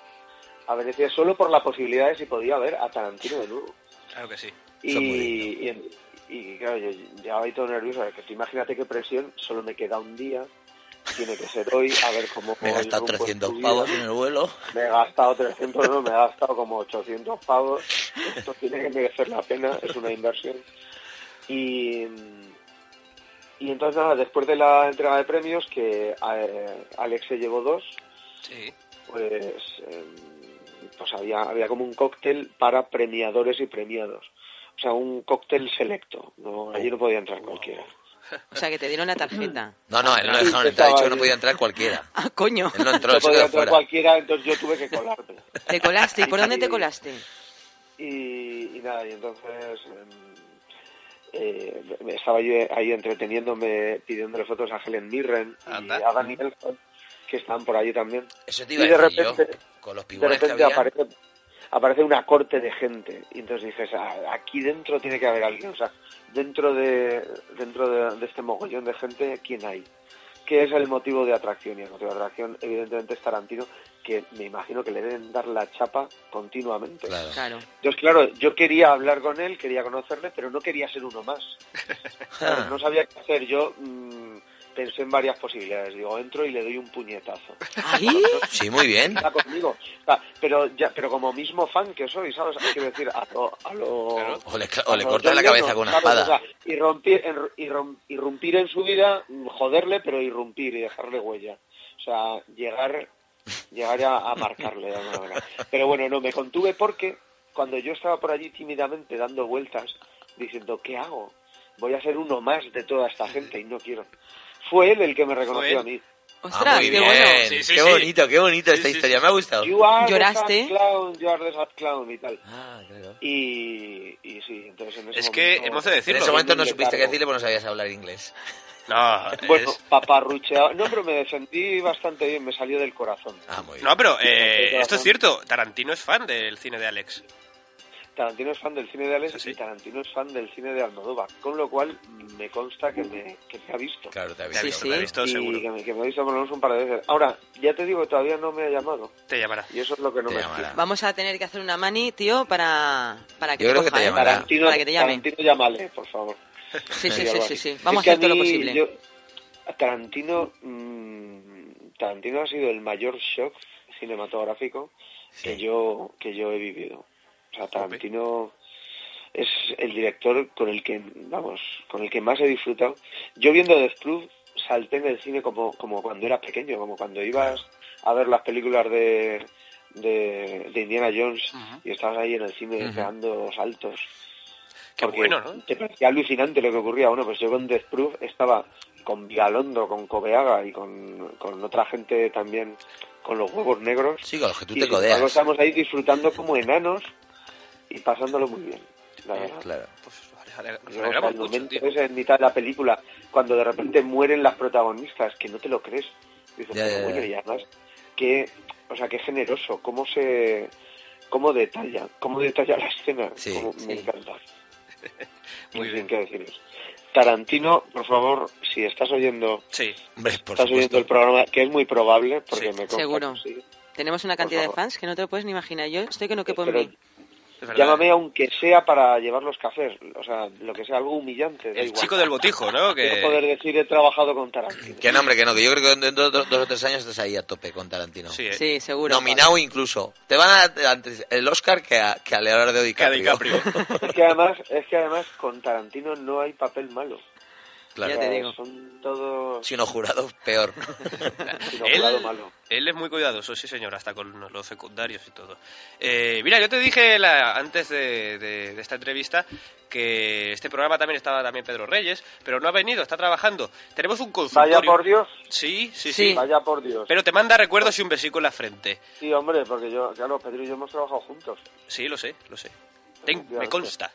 [SPEAKER 10] a Venecia solo por la posibilidad de si podía ver a Tarantino de nuevo.
[SPEAKER 2] Claro que sí.
[SPEAKER 3] Eso es muy
[SPEAKER 10] Y, y, y, claro, yo ya ahí todo nervioso, que tú imagínate qué presión, solo me queda un día, tiene que ser hoy, a ver cómo...
[SPEAKER 3] Me he
[SPEAKER 10] voy
[SPEAKER 3] gastado
[SPEAKER 10] rumbo en
[SPEAKER 3] 300
[SPEAKER 10] tu vida.
[SPEAKER 3] pavos en el vuelo.
[SPEAKER 10] Me he gastado 300, no, me he gastado como 800 pavos, esto tiene que merecer la pena, es una inversión. Y, y entonces nada, después de la entrega de premios, que eh, Alex se llevó dos,
[SPEAKER 2] Sí.
[SPEAKER 10] pues, eh, pues había, había como un cóctel para premiadores y premiados. O sea, un cóctel selecto. ¿no? Allí no podía entrar cualquiera.
[SPEAKER 4] O sea, que te dieron la
[SPEAKER 10] [laughs]
[SPEAKER 4] tarjeta.
[SPEAKER 3] No, no, él no
[SPEAKER 10] Sí,
[SPEAKER 3] dejaron entrar. Ha
[SPEAKER 10] que
[SPEAKER 3] dicho
[SPEAKER 10] estaba
[SPEAKER 3] que no
[SPEAKER 10] bien.
[SPEAKER 3] podía entrar cualquiera.
[SPEAKER 4] Ah, coño.
[SPEAKER 3] Él no entró,
[SPEAKER 10] [laughs] No
[SPEAKER 3] él se quedó
[SPEAKER 10] podía entrar
[SPEAKER 3] fuera.
[SPEAKER 10] cualquiera, entonces yo tuve que colarme.
[SPEAKER 4] Te colaste. ¿Y por dónde te colaste?
[SPEAKER 10] Y, y nada, y entonces em, eh, me- estaba yo ahí entreteniéndome, pidiéndole fotos a Helen Mirren y
[SPEAKER 2] Anda.
[SPEAKER 10] a Daniel, que están por allí también.
[SPEAKER 3] Eso te
[SPEAKER 10] Y
[SPEAKER 3] iba a
[SPEAKER 10] de
[SPEAKER 3] decir yo.
[SPEAKER 10] repente-
[SPEAKER 3] Con los
[SPEAKER 10] de
[SPEAKER 3] pibones que
[SPEAKER 10] repente
[SPEAKER 3] había.
[SPEAKER 10] aparece, aparece una corte de gente y entonces dices "Ah, aquí dentro tiene que haber alguien o sea dentro de dentro de, de este mogollón de gente quién hay qué es el motivo de atracción y el motivo de atracción evidentemente es Tarantino que me imagino que le deben dar la chapa continuamente
[SPEAKER 3] Claro.
[SPEAKER 4] Claro.
[SPEAKER 10] entonces claro yo quería hablar con él quería conocerle pero no quería ser uno más
[SPEAKER 3] Ah.
[SPEAKER 10] Claro, no sabía qué hacer yo mm, pensé en varias posibilidades digo entro y le doy un puñetazo
[SPEAKER 4] ¿Ahí?
[SPEAKER 3] Sí, muy bien.
[SPEAKER 10] está conmigo. O sea, pero ya, pero como mismo fan que soy, ¿sabes? Quiero decir, a lo... A lo
[SPEAKER 3] O le,
[SPEAKER 10] a
[SPEAKER 3] o le
[SPEAKER 10] lo
[SPEAKER 3] cortas la
[SPEAKER 10] John
[SPEAKER 3] cabeza
[SPEAKER 10] Lennon,
[SPEAKER 3] con una
[SPEAKER 10] ¿sabes?
[SPEAKER 3] espada.
[SPEAKER 10] O sea, y rompir, en- irrom- irrumpir en su vida, mm, joderle, pero irrumpir y dejarle huella. O sea, llegar, llegar a, a marcarle de alguna manera. Pero bueno, no, me contuve porque cuando yo estaba por allí tímidamente dando vueltas, diciendo, ¿qué hago? Voy a ser uno más de toda esta gente y no quiero. Fue él el que me reconoció
[SPEAKER 2] él.
[SPEAKER 10] a mí.
[SPEAKER 4] Ostras,
[SPEAKER 3] ah, muy
[SPEAKER 4] qué
[SPEAKER 3] bien.
[SPEAKER 4] bueno.
[SPEAKER 2] Sí, sí,
[SPEAKER 3] qué
[SPEAKER 2] sí.
[SPEAKER 3] bonito, qué bonito esta
[SPEAKER 2] Sí, sí,
[SPEAKER 3] historia.
[SPEAKER 2] sí.
[SPEAKER 3] Me ha gustado.
[SPEAKER 10] You are
[SPEAKER 4] ¿Lloraste?
[SPEAKER 10] the sad clown, you are the sad clown y tal.
[SPEAKER 3] Ah, claro.
[SPEAKER 10] Y, y sí, entonces en ese
[SPEAKER 2] Es que
[SPEAKER 10] momento-
[SPEAKER 2] hemos de
[SPEAKER 3] En
[SPEAKER 2] decirlo.
[SPEAKER 3] ese momento no
[SPEAKER 10] Le
[SPEAKER 3] supiste qué
[SPEAKER 10] cargo.
[SPEAKER 3] decirle porque no sabías hablar inglés.
[SPEAKER 2] No,
[SPEAKER 10] Bueno,
[SPEAKER 2] es-
[SPEAKER 10] paparrucheado. No, pero me defendí bastante bien, me salió del corazón.
[SPEAKER 3] Ah, muy bien.
[SPEAKER 2] no pero eh,
[SPEAKER 10] Sí, sí,
[SPEAKER 2] esto es
[SPEAKER 10] sí.
[SPEAKER 2] cierto. Tarantino es fan del cine de Alex.
[SPEAKER 10] Tarantino es fan del cine de Alex
[SPEAKER 2] Sí, sí.
[SPEAKER 10] y Tarantino es fan del cine de Almodóvar, con lo cual me consta que me, que me ha visto.
[SPEAKER 3] Claro, te ha
[SPEAKER 2] Te ha visto,
[SPEAKER 3] visto.
[SPEAKER 4] sí.
[SPEAKER 2] te ha visto
[SPEAKER 10] y
[SPEAKER 2] seguro.
[SPEAKER 10] que me, que me ha visto por lo menos un par de veces. Ahora, ya te digo que todavía no me ha llamado
[SPEAKER 2] Te llamará.
[SPEAKER 10] y eso es lo que no
[SPEAKER 3] Te
[SPEAKER 10] me
[SPEAKER 3] llamará.
[SPEAKER 10] explica.
[SPEAKER 4] Vamos a tener que hacer una mani, tío, para, para que
[SPEAKER 3] Yo
[SPEAKER 4] te
[SPEAKER 3] creo que te
[SPEAKER 4] coja, ¿eh?
[SPEAKER 3] llamará.
[SPEAKER 10] Tarantino,
[SPEAKER 4] Para que te llame.
[SPEAKER 10] Tarantino, llámale, por favor.
[SPEAKER 4] Sí, sí,
[SPEAKER 10] Y
[SPEAKER 4] sí,
[SPEAKER 10] algo
[SPEAKER 4] sí,
[SPEAKER 10] así.
[SPEAKER 4] sí. Vamos
[SPEAKER 10] Es que
[SPEAKER 4] a hacer todo
[SPEAKER 10] mí,
[SPEAKER 4] lo posible.
[SPEAKER 10] yo- a Tarantino, mm, Tarantino ha sido el mayor shock cinematográfico que yo que yo he vivido. O sea, Tarantino es el director con el que vamos, con el que más he disfrutado. Yo viendo Death Proof salté en el cine como como cuando era pequeño, como cuando ibas a ver las películas de de, de Indiana Jones y estabas ahí en el cine pegando saltos.
[SPEAKER 2] Qué
[SPEAKER 10] Porque
[SPEAKER 2] bueno, ¿no?
[SPEAKER 10] Te parecía alucinante lo que ocurría. Bueno, pues yo con Death Proof estaba con Vigalondo, con Cobeaga y con, con otra gente también con los huevos negros.
[SPEAKER 11] Sí, con los que tú
[SPEAKER 10] Y
[SPEAKER 11] te
[SPEAKER 10] sin embargo,
[SPEAKER 11] codeas.
[SPEAKER 10] Estamos ahí disfrutando como enanos y pasándolo muy bien. La
[SPEAKER 11] Eh,
[SPEAKER 10] verdad.
[SPEAKER 11] claro.
[SPEAKER 2] Ale- Nos
[SPEAKER 10] Yo, hasta
[SPEAKER 2] alegramos
[SPEAKER 10] el
[SPEAKER 2] Pues mucho,
[SPEAKER 10] momento
[SPEAKER 2] tío.
[SPEAKER 10] ese en mitad de la película, cuando de repente mueren las protagonistas, que no te lo crees. Dices,
[SPEAKER 11] Ya,
[SPEAKER 10] pero
[SPEAKER 11] ya,
[SPEAKER 10] bueno,
[SPEAKER 11] ya.
[SPEAKER 10] y además, qué, o sea, qué generoso, cómo se... cómo detalla, cómo detalla la escena.
[SPEAKER 11] Sí,
[SPEAKER 10] cómo- Me
[SPEAKER 11] sí.
[SPEAKER 10] encanta.
[SPEAKER 2] Muy
[SPEAKER 10] Sin
[SPEAKER 2] bien.
[SPEAKER 10] qué deciros. Tarantino, por favor, si estás oyendo,
[SPEAKER 2] Sí.
[SPEAKER 11] Hombre, por
[SPEAKER 10] estás oyendo
[SPEAKER 11] supuesto.
[SPEAKER 10] el programa, que es muy probable, porque
[SPEAKER 2] Sí,
[SPEAKER 10] me consta
[SPEAKER 4] seguro.
[SPEAKER 10] que sí.
[SPEAKER 4] Tenemos una cantidad de
[SPEAKER 10] favor.
[SPEAKER 4] fans que no te lo puedes ni imaginar. Yo estoy que no quepo en
[SPEAKER 10] Pero-
[SPEAKER 4] mí.
[SPEAKER 2] es verdad.
[SPEAKER 10] Llámame aunque sea para llevar los cafés, o sea, lo que sea, algo humillante. da
[SPEAKER 2] El
[SPEAKER 10] igual.
[SPEAKER 2] chico del botijo, ¿no? Que...
[SPEAKER 10] Quiero poder decir he trabajado con Tarantino.
[SPEAKER 11] Que no, hombre, que no, que yo creo que dentro de do- dos o tres años estás ahí a tope con Tarantino.
[SPEAKER 2] Sí, eh.
[SPEAKER 4] Sí, seguro.
[SPEAKER 11] Nominado incluso. Te van a dar antes el Oscar que a, que a Leonardo
[SPEAKER 2] Que a
[SPEAKER 11] DiCaprio.
[SPEAKER 2] DiCaprio.
[SPEAKER 10] Es que además, es que además con Tarantino no hay papel malo.
[SPEAKER 11] Claro.
[SPEAKER 4] Ya te digo.
[SPEAKER 10] Son todos
[SPEAKER 11] Sino jurado, peor.
[SPEAKER 10] inoculado malo.
[SPEAKER 2] él es muy cuidadoso, sí señor, hasta con los secundarios y todo. Eh, mira, yo te dije la- antes de, de- de esta entrevista que este programa también estaba también Pedro Reyes, pero no ha venido, está trabajando. Tenemos un consultorio.
[SPEAKER 10] Vaya por Dios,
[SPEAKER 2] Sí, sí, sí.
[SPEAKER 4] Sí.
[SPEAKER 10] vaya por Dios.
[SPEAKER 2] Pero te manda recuerdos y un besico en la frente.
[SPEAKER 10] Sí, hombre, porque yo, claro, Pedro y yo hemos trabajado juntos.
[SPEAKER 2] Sí, lo sé, lo sé. Ten- me consta,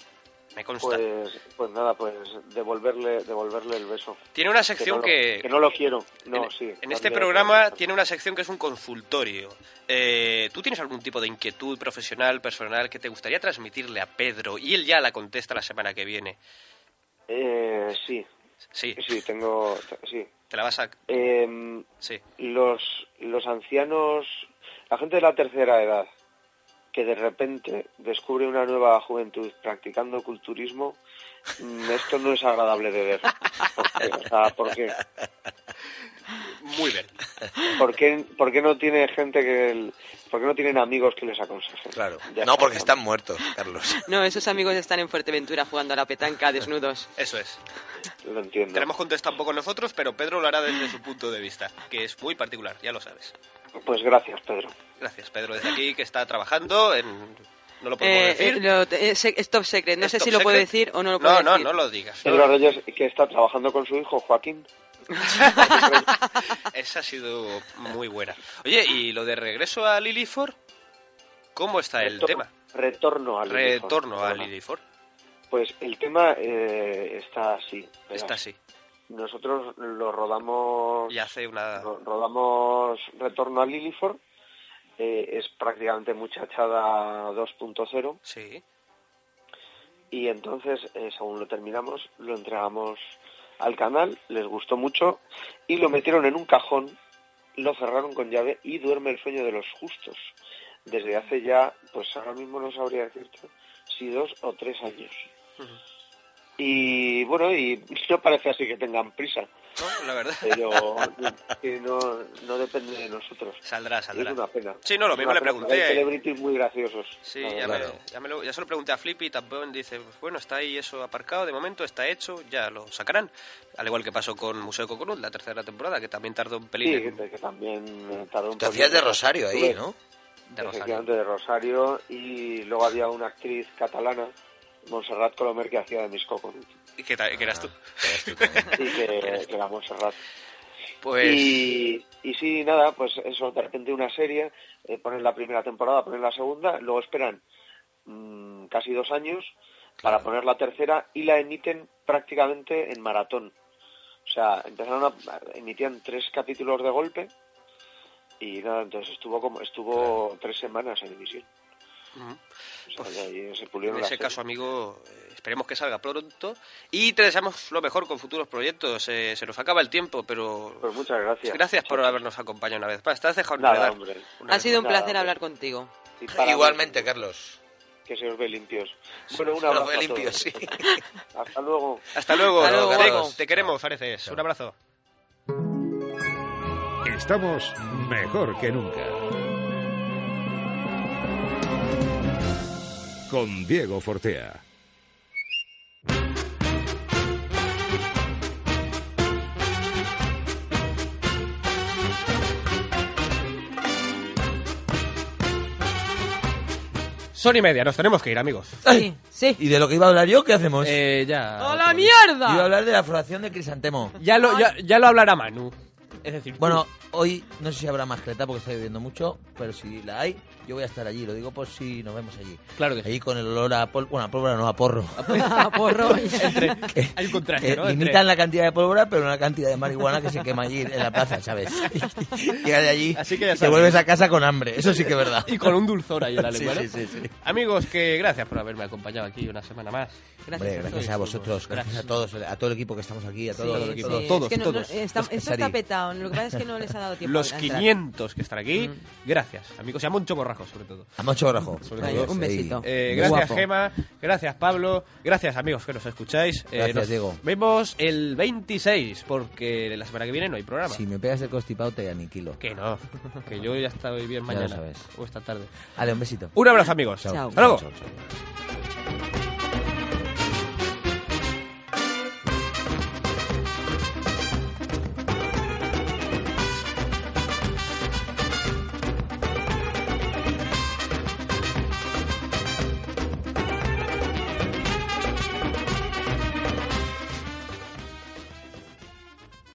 [SPEAKER 2] me consta.
[SPEAKER 10] Pues, pues nada, pues devolverle, devolverle el beso.
[SPEAKER 2] Tiene una sección
[SPEAKER 10] no lo-
[SPEAKER 2] que...
[SPEAKER 10] no lo quiero. No,
[SPEAKER 2] en,
[SPEAKER 10] sí.
[SPEAKER 2] en este
[SPEAKER 10] darle-
[SPEAKER 2] programa tiene una sección que es un consultorio. Eh, ¿Tú tienes algún tipo de inquietud profesional, personal, que te gustaría transmitirle a Pedro y él ya la contesta la semana que viene?
[SPEAKER 10] Eh, sí,
[SPEAKER 2] Sí,
[SPEAKER 10] sí, tengo, sí.
[SPEAKER 2] te la vas a...
[SPEAKER 10] Em,
[SPEAKER 2] Sí,
[SPEAKER 10] los, los ancianos, la gente de la tercera edad, que de repente descubre una nueva juventud practicando culturismo, mm, esto no es agradable de ver. Porque, o sea, ¿por qué?
[SPEAKER 2] muy bien.
[SPEAKER 10] ¿Por qué, por qué no tiene gente que... el- por qué no tienen amigos que les aconsejen?
[SPEAKER 11] Claro.
[SPEAKER 10] Ya
[SPEAKER 11] No,
[SPEAKER 10] está.
[SPEAKER 11] porque están muertos, Carlos.
[SPEAKER 4] No, esos amigos están en Fuerteventura jugando a la petanca desnudos.
[SPEAKER 2] Eso
[SPEAKER 10] [laughs]
[SPEAKER 2] es.
[SPEAKER 10] Lo entiendo.
[SPEAKER 2] Te la hemos contestado un poco nosotros, pero Pedro lo hará desde su punto de vista, que es muy particular, ya lo sabes.
[SPEAKER 10] Pues gracias, Pedro.
[SPEAKER 2] Gracias, Pedro, desde aquí, que está trabajando en... No lo podemos
[SPEAKER 4] Eh,
[SPEAKER 2] decir.
[SPEAKER 4] eh, lo- eh, se- es top secret. No
[SPEAKER 2] ¿Es
[SPEAKER 4] sé
[SPEAKER 2] top
[SPEAKER 4] si lo puedo
[SPEAKER 2] secret?
[SPEAKER 4] decir o no lo puedo
[SPEAKER 2] No,
[SPEAKER 4] decir.
[SPEAKER 2] no, no lo digas.
[SPEAKER 10] Pedro Reyes, que está trabajando con su hijo, Joaquín.
[SPEAKER 2] Esa ha sido muy buena. Oye, y lo de regreso a Liliford, ¿cómo está Ah, el
[SPEAKER 10] Retor-
[SPEAKER 2] tema?
[SPEAKER 10] Retorno a Lilithorn.
[SPEAKER 2] Retorno a
[SPEAKER 10] Perdona.
[SPEAKER 2] Liliford.
[SPEAKER 10] Pues el tema eh, está así. verás.
[SPEAKER 2] Está así.
[SPEAKER 10] Nosotros lo rodamos,
[SPEAKER 2] Y hace una.
[SPEAKER 10] ro- rodamos Retorno a Liliford. eh, es prácticamente muchachada 2.0
[SPEAKER 2] Sí.
[SPEAKER 10] y entonces eh, según lo terminamos lo entregamos al canal, les gustó mucho y lo metieron en un cajón, lo cerraron con llave y duerme el sueño de los justos. Desde hace ya, pues ahora mismo no sabría decirte si dos o tres años.
[SPEAKER 2] Ujú.
[SPEAKER 10] Y bueno, y [laughs] no parece así que tengan prisa,
[SPEAKER 2] No, la
[SPEAKER 10] [laughs]
[SPEAKER 2] verdad.
[SPEAKER 10] pero que no, no depende de nosotros.
[SPEAKER 2] Saldrá,
[SPEAKER 10] Es
[SPEAKER 2] saldrá.
[SPEAKER 10] una pena.
[SPEAKER 2] Sí, no, lo
[SPEAKER 10] Es
[SPEAKER 2] mismo le
[SPEAKER 10] una pena,
[SPEAKER 2] pregunté,
[SPEAKER 10] porque Hay
[SPEAKER 2] eh.
[SPEAKER 10] celebrities muy graciosos.
[SPEAKER 2] Sí,
[SPEAKER 10] la
[SPEAKER 2] ya, me
[SPEAKER 10] verdad.
[SPEAKER 2] lo- ya, me lo- ya se lo pregunté a Flippy, también dice, pues bueno, está ahí eso aparcado, de momento está hecho, ya lo sacarán. Al igual que pasó con Museo Coconut, la tercera temporada, que también tardó un pelín
[SPEAKER 10] Sí,
[SPEAKER 2] en-
[SPEAKER 10] que, que también eh, tardó un
[SPEAKER 11] Te hacías de
[SPEAKER 10] poquito.
[SPEAKER 11] Rosario ahí,
[SPEAKER 10] Tuve-
[SPEAKER 11] ¿no?
[SPEAKER 2] de Rosario.
[SPEAKER 10] Efectivamente, de Rosario. Y luego había una actriz catalana, Montserrat Colomer, que hacía de
[SPEAKER 2] [laughs]
[SPEAKER 10] mis Coconut.
[SPEAKER 2] Y Que, ta- Ah, que eras tú.
[SPEAKER 11] Eras tú también.
[SPEAKER 10] Sí, que, que era Montserrat.
[SPEAKER 2] [laughs] Pues.
[SPEAKER 10] Y, y sí, nada, pues eso, de repente una serie, eh, ponen la primera temporada, ponen la segunda, luego esperan mm, casi dos años para poner la tercera y la emiten prácticamente en maratón. O sea, empezaron a, emitían tres capítulos de golpe y nada, entonces estuvo como estuvo tres semanas en emisión.
[SPEAKER 2] ujú.
[SPEAKER 10] O sea, y ahí se pulieron
[SPEAKER 2] Mm, Pues, En
[SPEAKER 10] las
[SPEAKER 2] ese
[SPEAKER 10] series.
[SPEAKER 2] caso, amigo, eh, esperemos que salga pronto y te deseamos lo mejor con futuros proyectos. Eh, se nos acaba el tiempo, pero
[SPEAKER 10] Pues muchas gracias.
[SPEAKER 2] gracias por habernos acompañado una vez más. Te has dejado
[SPEAKER 10] Nada,
[SPEAKER 2] enredar
[SPEAKER 10] hombre.
[SPEAKER 2] una
[SPEAKER 4] Ha
[SPEAKER 2] vez
[SPEAKER 4] sido un
[SPEAKER 10] Nada,
[SPEAKER 4] placer
[SPEAKER 10] hombre.
[SPEAKER 4] hablar contigo.
[SPEAKER 10] Y para mí,
[SPEAKER 11] Igualmente, Carlos.
[SPEAKER 10] Que se os ve limpios. Bueno, un
[SPEAKER 11] Pero
[SPEAKER 10] abrazo.
[SPEAKER 11] fue
[SPEAKER 10] a
[SPEAKER 11] limpio,
[SPEAKER 10] todos.
[SPEAKER 11] sí.
[SPEAKER 10] [laughs] Hasta luego.
[SPEAKER 2] más. Hasta luego,
[SPEAKER 4] Hasta luego,
[SPEAKER 2] Te-
[SPEAKER 11] Carlos.
[SPEAKER 2] te queremos, Areces. Un abrazo.
[SPEAKER 1] Estamos mejor que nunca. Con Diego Fortea.
[SPEAKER 2] Son y media, nos tenemos que ir, amigos.
[SPEAKER 4] Sí, sí.
[SPEAKER 3] ¿Y de lo que iba a hablar yo, qué hacemos?
[SPEAKER 2] Eh, ya.
[SPEAKER 4] ¡A la mierda! [laughs]
[SPEAKER 3] Yo iba a hablar de la floración de crisantemo.
[SPEAKER 2] Ya lo, ya, ya lo hablará Manu. Es decir, tú.
[SPEAKER 3] Bueno, hoy no sé si habrá mascleta porque está lloviendo mucho, pero si la hay, yo voy a estar allí. Lo digo por si nos vemos allí.
[SPEAKER 2] Claro
[SPEAKER 3] [laughs]
[SPEAKER 2] que sí.
[SPEAKER 3] Allí con el olor a pólvora, bueno, a pólvora no, a porro.
[SPEAKER 4] Porro.
[SPEAKER 2] Entre- hay un
[SPEAKER 3] Que
[SPEAKER 2] contraste, ¿no? Entre-
[SPEAKER 3] limitan la cantidad de pólvora, pero una cantidad de marihuana que se quema allí en la plaza, ¿sabes? Llegas de allí
[SPEAKER 2] Así que ya
[SPEAKER 3] y te
[SPEAKER 2] sabes.
[SPEAKER 3] vuelves a casa con hambre. Eso sí que es verdad.
[SPEAKER 2] [laughs] Y con un dulzor
[SPEAKER 3] [laughs]
[SPEAKER 2] ahí en la lengua,
[SPEAKER 3] Sí,
[SPEAKER 2] ¿no?
[SPEAKER 3] sí, sí, sí.
[SPEAKER 2] Amigos, que gracias por haberme acompañado aquí una semana más.
[SPEAKER 4] Gracias,
[SPEAKER 3] Hombre, gracias a vosotros, gracias a todos, a todo el equipo que estamos aquí, a todo,
[SPEAKER 4] Sí,
[SPEAKER 3] el
[SPEAKER 4] sí,
[SPEAKER 3] equipo.
[SPEAKER 4] es
[SPEAKER 2] todos,
[SPEAKER 4] que no-
[SPEAKER 2] todos.
[SPEAKER 4] no, está-
[SPEAKER 3] Los
[SPEAKER 4] esto
[SPEAKER 3] Casarí.
[SPEAKER 4] está petado. Lo que pasa es que no les ha dado tiempo.
[SPEAKER 2] Los
[SPEAKER 4] a entrar.
[SPEAKER 2] 500 que están aquí,
[SPEAKER 3] Mm.
[SPEAKER 2] gracias. Amigos, y a Moncho Borrajo, sobre todo.
[SPEAKER 3] A Macho Barajo.
[SPEAKER 4] Ahí, un besito.
[SPEAKER 2] Eh,
[SPEAKER 3] Muy
[SPEAKER 2] gracias,
[SPEAKER 3] guapo.
[SPEAKER 2] Gema. Gracias, Pablo. Gracias, amigos que nos escucháis. Eh,
[SPEAKER 3] Gracias,
[SPEAKER 2] nos
[SPEAKER 3] Diego.
[SPEAKER 2] Vemos el 26, porque la semana que viene no hay programa.
[SPEAKER 3] Si me pegas el constipado te aniquilo.
[SPEAKER 2] Que no, que yo ya estoy bien
[SPEAKER 3] Ya lo
[SPEAKER 2] mañana
[SPEAKER 3] sabes.
[SPEAKER 2] o esta tarde.
[SPEAKER 3] Ale, un besito.
[SPEAKER 2] Un abrazo, amigos.
[SPEAKER 4] Chao.
[SPEAKER 2] Hasta luego.
[SPEAKER 3] Chao, chao.